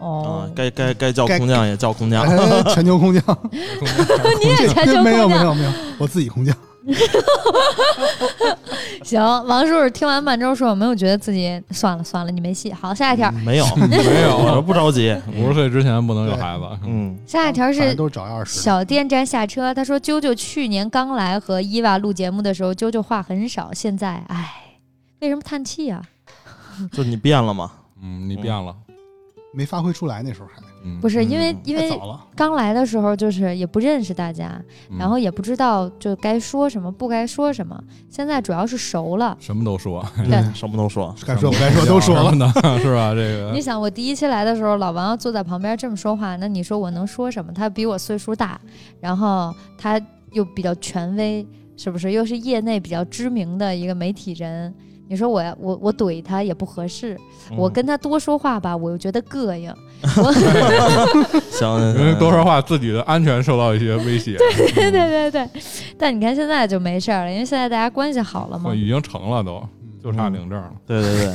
S1: 哦
S5: 啊，，该该该叫
S4: 该
S5: 空降也叫 空降，
S4: 哎 全球空降，
S1: 你也全球
S4: 没有
S1: 空
S4: 没
S1: 降。
S4: 有没有，我自己空降。
S1: 行，王叔叔听完曼周说，有没有觉得自己算了算了，你没戏。好，下一条，
S4: 嗯
S5: 没有
S3: 没有
S5: 我不着急，
S1: 嗯
S3: 五十岁之前不能有孩子。
S5: 嗯，
S1: 下一条
S4: 反正
S1: 是
S4: 都是找钥匙的。
S1: 小电站下车，他说啾啾去年刚来和伊娃录节目的时候，啾啾话很少，现在唉，为什么叹气啊？
S5: 就你变了嘛，
S3: 嗯，你变了。
S4: 没发挥出来，那时候还
S3: 嗯，
S1: 不
S3: 是，
S1: 是因为
S5: 嗯
S1: 因
S4: 太
S1: 为
S4: 早了。嗯
S1: 刚来的时候就是也不认识大家，
S3: 嗯
S1: 然后也不知道就该说什么不该说什么，现在主要是熟了。
S3: 什么都说，
S1: 对
S5: 什么都说，
S4: 该说不该说都说了。
S3: 呢， 是吧？这个
S1: 你想，我第一期来的时候，老王要坐在旁边这么说话，那你说我能说什么？他比我岁数大，然后他又比较权威，是不是？又是业内比较知名的一个媒体人，你说我要我我怼他也不合适， 我
S5: 嗯
S1: 跟他多说话吧，我又觉得膈应。 我
S5: 行
S3: 因为多少话自己的安全受到一些威胁，
S1: 对对对对，但你看现在就没事儿了，因为现在大家关系好了嘛
S3: 我。已经成了都，就差领证了。
S5: 对对对，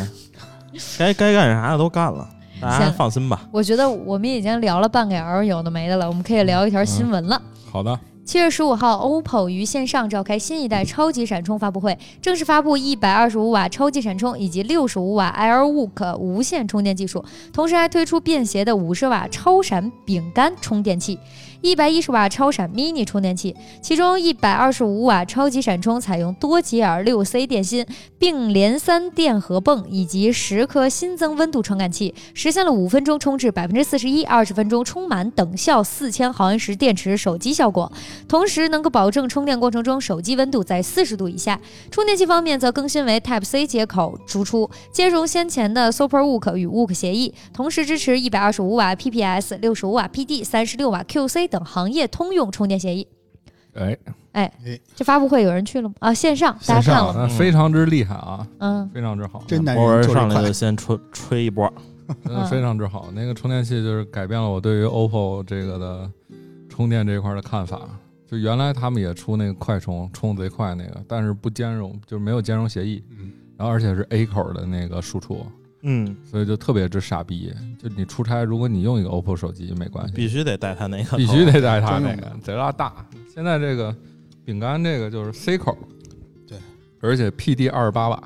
S5: 该该干啥的都干了，大家
S1: 行
S5: 放心吧。
S1: 我觉得我们已经聊了半个小时有的没的了，我们可以聊一条新闻了。
S3: 好的，
S1: 七月十五号，OPPO 于线上召开新一代超级闪充发布会，正式发布一百二十五瓦超级闪充以及六十五瓦 AirWalk 无线充电技术，同时还推出便携的五十瓦超闪饼干充电器、一百一十瓦超闪 mini 充电器，其中一百二十五瓦超级闪充采用多吉尔六 C 电芯，并联三电荷泵以及十颗新增温度传感器，实现了五分钟充至百分之四十一、二十分钟充满等效四千毫安时电池手机效果。同时能够保证充电过程中手机温度在四十度以下。充电器方面则更新为 Type C 接口输出，兼容先前的 SuperWOOC 与 WOOC 协议，同时支持一百二十五瓦 PPS、六十五瓦 PD、三十六瓦 QC 等行业通用充电协议。
S3: 哎，
S1: 这发布会有人去了吗？啊，线上大
S3: 线
S1: 家看了
S3: 上
S1: 吗？
S3: 那非常之厉害啊，
S1: 嗯，
S3: 非常之好，
S4: 这男
S5: 博文
S4: 人就是
S5: 上来
S4: 快
S5: 就，先吹吹一波，
S3: 真的非常之好。那个充电器就是改变了我对于 OPPO 这个的充电这一块的看法。就原来他们也出那个快充，充贼快那个，但是不兼容，就是没有兼容协议，
S4: 嗯，
S3: 然后而且是 A 口的那个输出，
S5: 嗯，
S3: 所以就特别之傻逼。就你出差，如果你用一个 OPPO 手机没关系，
S5: 必须得带他那个，
S3: 必须得带它那
S4: 专用
S3: 个
S4: 的，
S3: 贼拉大。现在这个饼干这个就是 C 口，
S4: 对，
S3: 而且 PD 二十八瓦，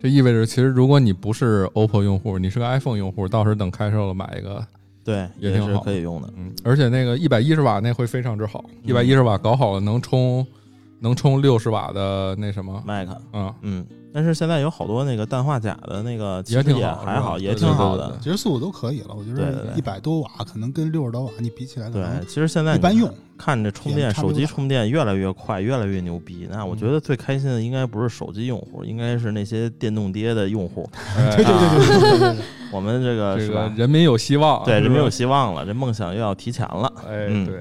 S3: 这意味着其实如果你不是 OPPO 用户，你是个 iPhone 用户，到时候等开售了买一个
S5: 对，
S3: 也
S5: 也
S3: 挺
S5: 是
S3: 好
S5: 可以用的。
S3: 嗯，而且那个一百一十瓦那会非常之好，一百一十瓦搞好了能充能充六十瓦的那什 么，
S5: Mac，
S3: 嗯，
S5: 嗯，但是现在有好多那个氮化钾的那个，其
S3: 也
S5: 实
S3: 挺
S5: 也
S3: 好是
S5: 还
S3: 吧
S5: 好，也
S3: 对
S5: 挺
S3: 对
S5: 好
S3: 对对
S5: 的。
S4: 其实速度都可以了，我觉
S5: 对对
S4: 得
S5: 对
S4: 一百多瓦可能跟六十多瓦你比起来，可能
S5: 对，
S3: 嗯
S5: 其实现在
S4: 一般
S5: 你
S4: 用。
S5: 看着充
S4: 也
S5: 电，
S4: 差
S5: 手
S4: 不多
S5: 机
S4: 大
S5: 充电越来越快，越来越牛逼。那我
S3: 嗯
S5: 觉得最开心的应该不是手机用户，应该是那些电动爹的用户。
S3: 哎啊
S4: 对对对对对对对对，
S5: 我们这个
S3: 这
S5: 是
S3: 个
S5: 吧？
S3: 人民有希望，
S5: 对，
S3: 是
S5: 人
S3: 吧
S5: 民有希望了，这梦想又要提前了。
S3: 哎，
S5: 嗯
S3: 对，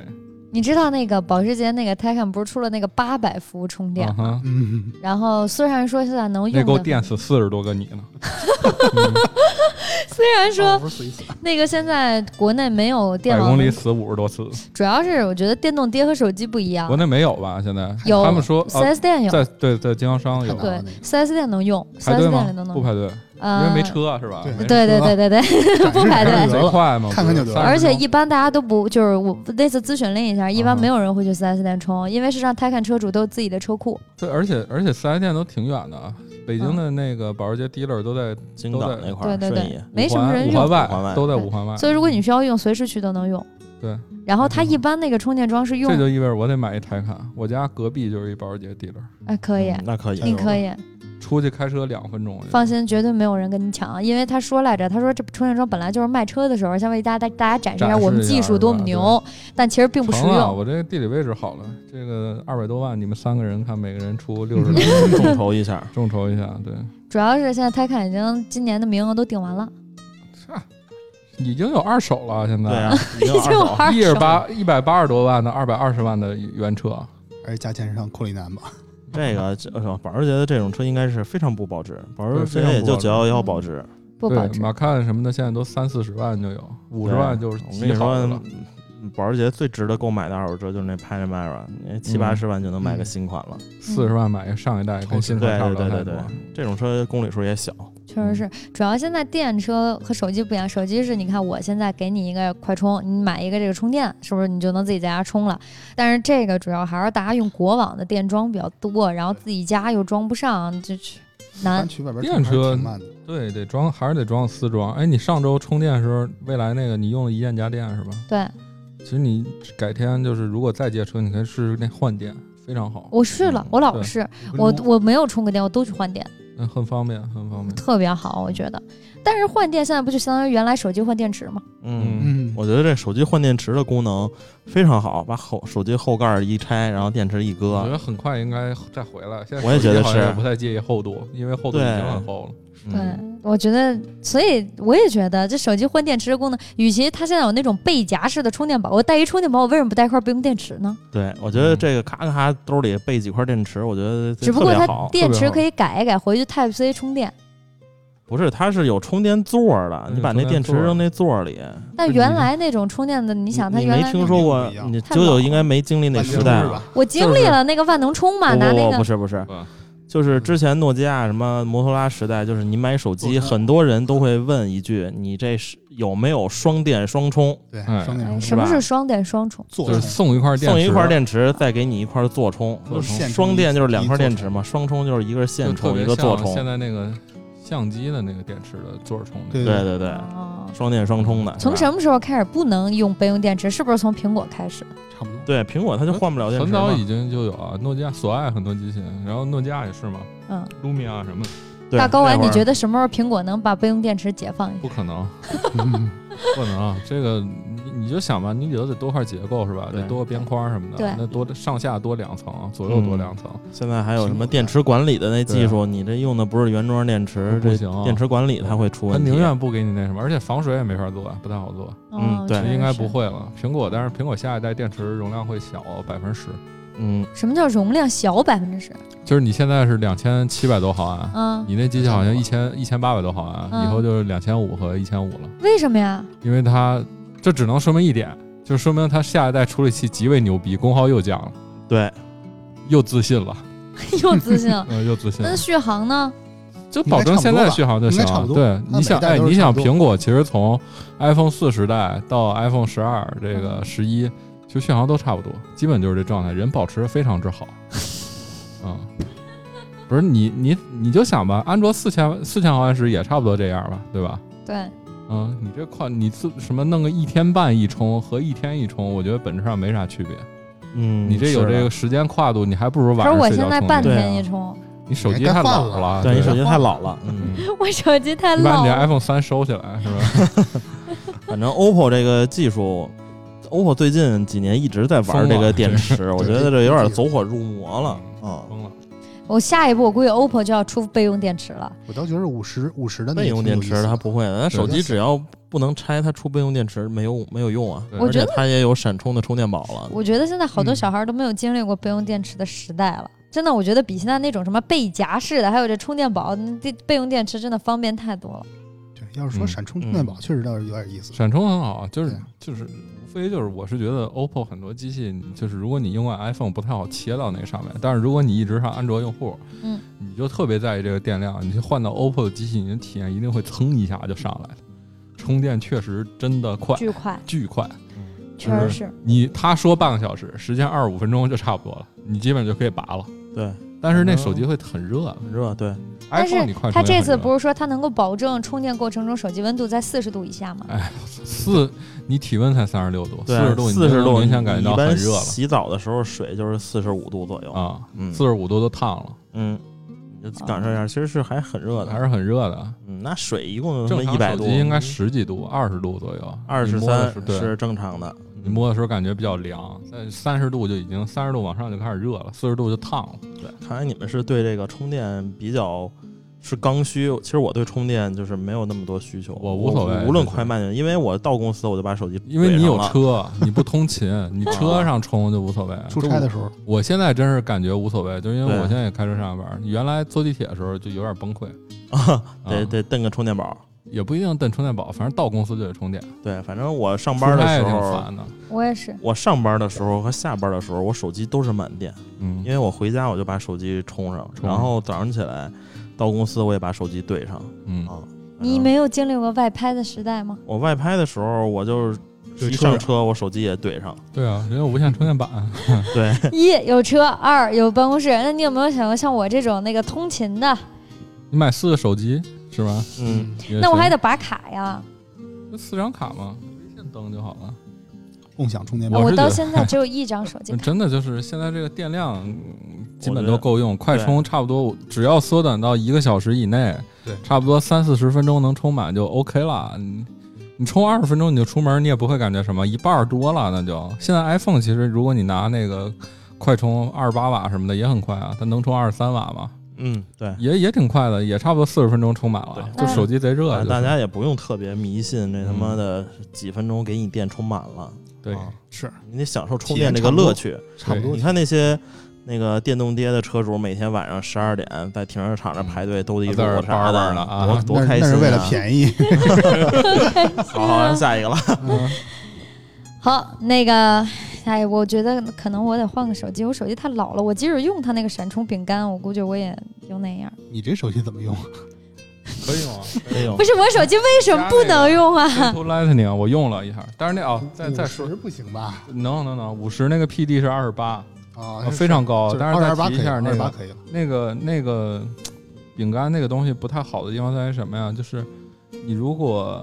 S1: 你知道那个保时捷那个 Taycan 不是出了那个八百伏充电
S3: 啊
S1: 吗？
S3: 哈，
S4: 嗯，
S1: 然后虽然说现在能
S3: 那
S1: 用
S3: 够
S1: 的，
S3: 电死四十多个你呢。嗯
S1: 虽然说
S4: 不是随意
S1: 那个现在国内没有电
S3: 百
S1: 网
S3: 公里
S1: 问题，
S3: 死五十多次，
S1: 主要是我觉得电动爹和手机不一样
S3: 国，内没有吧？现在
S1: 啊有
S3: 他们说啊，
S1: 4S 店有，
S3: 在对在经销商有
S4: 看到
S1: 对
S4: 了那
S1: ，4S 店能用
S3: 排队
S1: ，4S 店
S3: 吗
S1: 里都？能
S3: 不
S1: 用，
S3: 排队，因
S1: 呃
S3: 为没。车啊是吧？
S4: 对
S3: 没
S1: 对对
S4: 车
S1: 对对对，
S4: 个
S1: 不排队
S4: 展示展示
S3: 贼
S4: 得了
S3: 快嘛，
S4: 看看就得了
S3: 30
S1: 而且
S3: 分钟
S1: 一般大家都不就是我那次咨询了一下，一般
S3: 嗯
S1: 没有人会去 4S 店充，因为是让 Taycan 车主都有自己的车库。
S3: 对，而且而且四 S 店都挺远的，啊，北京
S1: 嗯
S3: 的那个保时捷 dealer 都在
S5: 京
S3: 都
S5: 港
S3: 在
S5: 那块儿
S1: 对对
S5: 顺义，
S1: 没什么
S3: 五环
S1: 人
S3: 五
S1: 用嗯
S3: 环外
S5: 五环外
S3: 都在五环外，
S1: 所以如果你需要用，随时去都能用。
S3: 对。
S1: 然后它一般那个充电桩是用
S3: 这，就意味着我得买一台卡，我家隔壁就是一保时捷 dealer，
S1: 哎，可以
S5: 嗯，那可以，
S1: 你可以
S3: 出去开车两分钟，
S1: 放心，绝对没有人跟你抢，啊因为他说来着，他说这充电桩本来就是卖车的时候，想为大家大家展示一下
S3: 展示
S1: 我们
S3: 一下
S1: 技术多么
S3: 是吧
S1: 牛，但其实并不实
S3: 成了，
S1: 用。
S3: 我这个地理位置好了，这个二百多万，你们三个人看每个人出六十
S4: 嗯
S3: 来 万，
S5: 众筹一下。
S3: 众筹一下，对，
S1: 主要是现在 Taycan 已经今年的名额都定完了，
S3: 已经有二手了，现
S5: 对
S3: 在
S5: 啊，已 经
S1: 已经有
S5: 二手了
S1: 二
S3: 一十
S1: 手了。
S3: 八一百八十多万的二百二十万的原车，
S4: 还哎是加钱上库里南吧，
S5: 这个这呃保时捷的这种车应该是非常不保值，保时捷
S3: 对非常
S5: 也
S3: 不
S5: 就
S3: 保值
S5: 九幺
S1: 嗯
S5: 幺保值。
S1: 不保值
S3: 对，。马看什么的现在都三四十万就有，五十
S5: 对
S3: 万就是
S5: 我跟你
S3: 极好的
S5: 说嗯
S3: 了。，
S5: 保时捷最值得购买的二手车就是那 Panamera，那七八十万就能买个
S3: 嗯
S5: 新款了。
S3: 四十万买个上一代跟新款
S5: 对
S3: 差不
S5: 对
S3: 了
S5: 对
S3: 太
S5: 对
S3: 多
S5: 对，，这种车公里数也小。
S1: 确实
S3: 嗯
S1: 是，主要现在电车和手机不一样，手机是你看我现在给你一个快充，你买一个这个充电，是不是你就能自己在家充了？但是这个主要还是大家用国网的电桩比较多，然后自己家又装不上，这是
S3: 嗯
S1: 难
S4: 湾。区外边
S3: 电车
S4: 挺慢的，
S3: 对得装还是得装私装。哎，你上周充电的时候，未来那个你用了一键家电是吧？
S1: 对
S3: 其实你改天就是如果再借车，你可以试试那换电，非常好，
S1: 我试了
S5: 嗯，
S1: 我老
S3: 对
S1: 试，
S4: 五分
S1: 我
S4: 钟
S1: 我没有充过电，我都去换电，
S3: 嗯，很方便，很方便。
S1: 特别好，我觉得。但是换电现在不就相当于原来手机换电池吗？
S5: 嗯
S4: 嗯，
S5: 我觉得这手机换电池的功能非常好，把后手机后盖一拆，然后电池一
S3: 我觉
S5: 搁，
S3: 得很快应该再回来。现在
S5: 我也觉得
S3: 手机好像
S5: 是
S3: 也不太介意厚度，因为厚度已经
S5: 对
S3: 很厚了。
S1: 对
S5: 嗯，，
S1: 我觉得，所以我也觉得这手机换电池的功能，与其它现在有那种背夹式的充电宝，我带一充电宝，我为什么不带一块备用电池呢？
S5: 对，我觉
S3: 嗯
S5: 得这个咔咔兜里备几块电池，我觉得
S1: 只
S5: 这
S1: 不
S5: 特
S1: 过
S5: 别
S1: 它
S5: 好。
S1: 电
S3: 特别
S1: 池
S3: 好
S1: 可以改一改，回去 Type C 充电。
S5: 不是，它是有充电座儿的，
S3: 嗯
S5: 你把那电池扔那座儿里。
S1: 但原来那种充电的，你想它
S5: 你
S1: 原
S5: 没
S1: 来
S5: 听说过
S4: 肯定不一？样
S5: 你
S1: 太
S5: 九
S1: 老
S5: 九
S1: 了
S5: 应该没经历那时代
S4: 万
S3: 是
S4: 是
S5: 啊。
S4: 吧？
S1: 我经历了那个万能充嘛，
S5: 不
S1: 啊拿
S5: 不
S1: 那
S5: 哦不，不
S1: 个嗯
S5: 是不是，
S3: 吧
S5: 就是之前诺基亚什么摩托拉时代，就是你买手机，很多人都会问一句：你这是有没有双电双充？
S4: 对
S3: 哎，
S4: 双电
S1: 哎
S4: 充
S1: 什么
S5: 吧
S1: 是双电双充？
S4: 坐
S3: 就是
S4: 充
S3: 送一块电池，
S5: 送一块电池，再给你一块座充。
S4: 都是现充
S5: 双电就是两块电池
S4: 一座充
S5: 嘛，双充就是一个是
S3: 就
S5: 线
S3: 特
S5: 充，一
S3: 别
S5: 个座
S3: 像
S5: 充。
S3: 现在那个相机的那个电池的座儿充的。
S4: 对
S5: 对对对，
S1: 哦，
S5: 双电双充的。
S1: 从
S5: 是吧
S1: 什么时候开始不能用备用电池？是不是从苹果开始？
S4: 差不多，
S5: 对苹果它就换不了电
S3: 很
S5: 池
S3: 早
S5: 嘛
S3: 已。经就有啊，诺基亚索爱很多机型，然后诺基亚也是嘛，
S1: 嗯，
S3: 卢米亚什么的，
S5: 对
S1: 大睾丸，你觉
S5: 得？
S1: 得什么时候苹果能把备用电池解放一下？
S3: 不可 能，
S4: 嗯
S3: 不可能，啊这个你你就想吧，你里头得多块结构是吧？
S5: 对
S3: 得多个边框什么
S1: 对
S3: 的，那多上下多两层，左右多
S5: 嗯
S3: 两层，
S5: 现在还有什么电池管理的那技术？你这用的不是原装电池，
S3: 不
S5: 这
S3: 行啊
S5: 电池管理它会出
S3: 他
S5: 问题啊
S3: 宁。愿不给你那什么，而且防水也没法做，不太好做，
S5: 嗯
S1: 哦
S5: 对
S1: 确实
S3: 应该
S1: 是
S3: 不会了。苹果，但是苹果下一代电池容量会小百分之十，
S5: 嗯，
S1: 什么叫容量小百分之十？
S3: 就是你现在是两千七百多毫安。
S1: 嗯，
S3: 你那机器好像一千一千八百多毫安，
S1: 嗯
S3: 以后就是两千五和一千五了，
S1: 为什么呀？
S3: 因为它这只能说明一点，就说明它下一代处理器极为牛逼，功耗又降了，
S5: 对，
S3: 又自信了，
S1: 又 自信了。
S3: 嗯、又自信了
S1: 那，续航呢？
S3: 就保证现在续航就行
S4: 应该差
S3: 了
S4: 不。多
S3: 对，
S4: 那
S3: 你想，
S4: 每代
S3: 哎，
S4: 都是
S3: 你
S4: 差
S3: 想
S4: 不多
S3: 苹果其实从 iPhone 四时代到 iPhone 十二这个
S1: 嗯
S3: 十一，其实续航都差不多，基本就是这状态，人保持得非常之好。嗯，不是你你你就想吧，安卓四千四千毫安时也差不多这样吧，对吧？
S1: 对，
S3: 嗯，你这快你自什么弄个一天半一冲和一天一冲，我觉得本质上没啥区别。
S5: 嗯，
S3: 你这有
S5: 是的
S3: 这个时间跨度，你还不如晚
S1: 可是
S3: 上
S1: 我
S3: 睡
S1: 现
S3: 觉
S1: 在
S3: 充
S1: 半
S3: 电
S5: 对啊
S1: 天一充，
S3: 你手机
S4: 该
S3: 太
S4: 换
S3: 老
S4: 了
S3: 了，
S5: 对你手
S3: 吧
S5: 机太老了，嗯，
S3: 嗯
S1: 我手机太
S3: 你把
S1: 老
S3: 你这
S1: 了。
S3: iPhone 三收起来是 吧？
S5: 反正 OPPO 这个技术，OPPO 最近几年一直在玩这个 电池，我觉得这有点走火入魔了啊。
S3: 疯了，
S1: 我下一步我估计 OPPO 就要出备用电池了。
S4: 我倒觉得五十五十的那个
S5: 备用
S4: 挺有
S5: 电
S4: 意
S5: 池
S4: 思的
S5: 它不会的，它手机只要不能拆，它出备用电池没用没有用啊。
S3: 对
S1: 我
S5: 而
S1: 觉
S5: 且
S1: 得，
S5: 它也有闪充的充电宝了，
S1: 我觉得现在好多
S3: 嗯
S1: 小孩都没有经历过备用电池的时代了。真的，我觉得比现在那种什么背夹式的，还有这充电宝，那这备用电池真的方便太多了。
S4: 对，要是说
S3: 嗯
S4: 闪充
S5: 嗯
S4: 充电宝，确实倒是有点意思。
S3: 闪充很好，啊就是
S4: 对
S3: 就是无非就是，我是觉得 OPPO 很多机器，就是如果你用惯 iPhone 不太好切到那个上面，但是如果你一直上安卓用户，
S1: 嗯，
S3: 你就特别在意这个电量，你就换到 OPPO 的机器，你的体验一定会蹭一下就上来了，充电确实真的快，
S1: 巨快，
S3: 巨快。
S1: 确
S3: 就
S1: 实
S3: 是
S1: 是。
S3: 你他说半个小时，实际上二十五分钟就差不多了，你基本就可以拔了。
S5: 对，
S3: 但是那手机会很热啊
S5: 很热，对，
S1: 哦但
S3: ，iPhone
S1: 是
S3: 你快充
S1: 它
S3: 也
S1: 这
S3: 很
S1: 次
S3: 热
S1: 不是说它能够保证充电过程中手机温度在四十度以下
S3: 哎
S1: 吗？
S3: 四，你体温才三十六度，四
S5: 对
S3: 十度，
S5: 四十度，
S3: 明显感觉
S5: 你
S3: 到很
S5: 一般
S3: 热了
S5: 洗澡的时候水就是四十五度左右，
S3: 啊，
S5: 嗯，
S3: 四十五度都烫了，
S5: 嗯，你
S1: 哦
S5: 就感受一下，其实是还很热的，
S3: 还是很热的。
S5: 嗯，那水一共
S3: 正
S5: 他妈一
S3: 常
S5: 百
S3: 手
S5: 度，
S3: 机应该十几度，二十度左右，
S5: 二
S3: 你
S5: 十
S3: 摸的
S5: 三
S3: 时候对，
S5: 是正常的，
S3: 你摸的时候感觉比较凉，但三十度就已经三十度往上就开始热了，四十度就烫了。
S5: 对，看来你们是对这个充电比较是刚需。其实我对充电就是没有那么多需求，
S3: 我无
S5: 我
S3: 所谓
S5: 无论
S3: 就是
S5: 快慢就，因为我到公司我就把手机
S3: 因为
S5: 怼
S3: 你
S5: 上
S3: 有
S5: 了，
S3: 车，你不通勤，你
S5: 啊
S3: 车上充就无所谓。
S4: 出
S3: 就
S4: 差
S3: 我
S4: 的时候，
S3: 我现在真是感觉无所谓，就因为
S5: 对
S3: 我现在也开车上下班。原来坐地铁的时候就有点崩溃，
S5: 啊、
S3: 啊
S5: 得得蹬个充电宝。
S3: 也不一定蹬充电宝，反正到公司就得充电。
S5: 对，反正我上
S3: 出
S5: 班的
S3: 差也
S5: 时
S3: 挺
S5: 候，
S3: 烦的，
S1: 我也是，
S5: 我上班的时候和下班的时候，我手机都是满电，
S3: 嗯
S5: 因，为我回家我就把手机充上，
S3: 充上
S5: 然后早上起来到公司我也把手机对上
S3: 嗯，
S5: 啊。
S1: 你
S5: 反正
S1: 没有经历过外拍的时代吗？
S5: 我外拍的时候，我就是
S4: 对
S5: 一
S4: 车
S5: 上
S4: 上
S5: 车我手机也对上，
S3: 对啊，人家无线充电板，
S5: 对，
S1: 一有车，二有办公室。那你有没有想过像我这种那个通勤的？
S3: 你买四个手机是吧？
S5: 嗯，
S3: 也
S1: 那我
S3: 行
S1: 还得拔卡呀。
S3: 就四张卡嘛，微信登就好了。
S4: 共享充电
S3: 我
S4: 宝
S3: 是
S1: 我
S3: 觉
S1: 到
S3: 得嗯
S1: 现在只有一张手机卡。
S3: 真的就是现在这个电量嗯基本
S5: 我觉
S3: 都
S5: 得
S3: 够用，快
S5: 对
S3: 充差不多，只要缩短到一个小时以内，
S4: 对
S3: 差不多三四十分钟能充满就 OK 了。你你充二十分钟你就出门，你也不会感觉什么，一半儿多了那就。现在 iPhone 其实如果你拿那个快充二十八瓦什么的也很快啊，它能充二十三瓦嘛，
S5: 嗯，对，
S3: 也也挺快的，也差不多四十分钟充满了，
S5: 对
S3: 就手机贼热
S5: 反
S3: 就是，
S5: 正大家也不用特别迷信，这他
S4: 嗯
S5: 妈的几分钟给你电充满了，
S3: 对
S5: 啊
S4: 是
S5: 你得享受充电这个乐趣。
S4: 差不多
S5: 你。看那些那个电动爹的车主，每天晚上十二点在停车场
S4: 嗯
S5: 那排队兜的一路
S3: 啊在那
S5: 我啥
S3: 叭叭
S5: 的
S3: 呢啊，
S5: 多多
S4: 那
S5: 开
S4: 是
S5: 心！
S4: 那是为了。便宜，
S5: 好，好，下一个了。
S1: 好，那个，哎，我觉得可能我得换个手机，我手机太老了。我即使用它那个闪充饼干，我估计我也就那样。
S4: 你这手机怎么用？
S3: 可以吗？
S5: 哎 呦
S1: 不，是我手机为什么不能用啊？
S3: Simple Lightning 我用了一下，但是那哦，再再说
S4: 50不行吧？
S3: 能能能，五十那个 PD 是二十八，哦
S4: 啊，
S3: 非常高。但是
S4: 二十
S3: 再
S4: 八
S3: 提
S4: 可
S3: 一
S4: 以，
S3: 下
S4: 二
S3: 那
S4: 十八
S3: 个
S4: 可以了。
S3: 那个那个饼干那个东西不太好的地方在于什么呀？就是你如果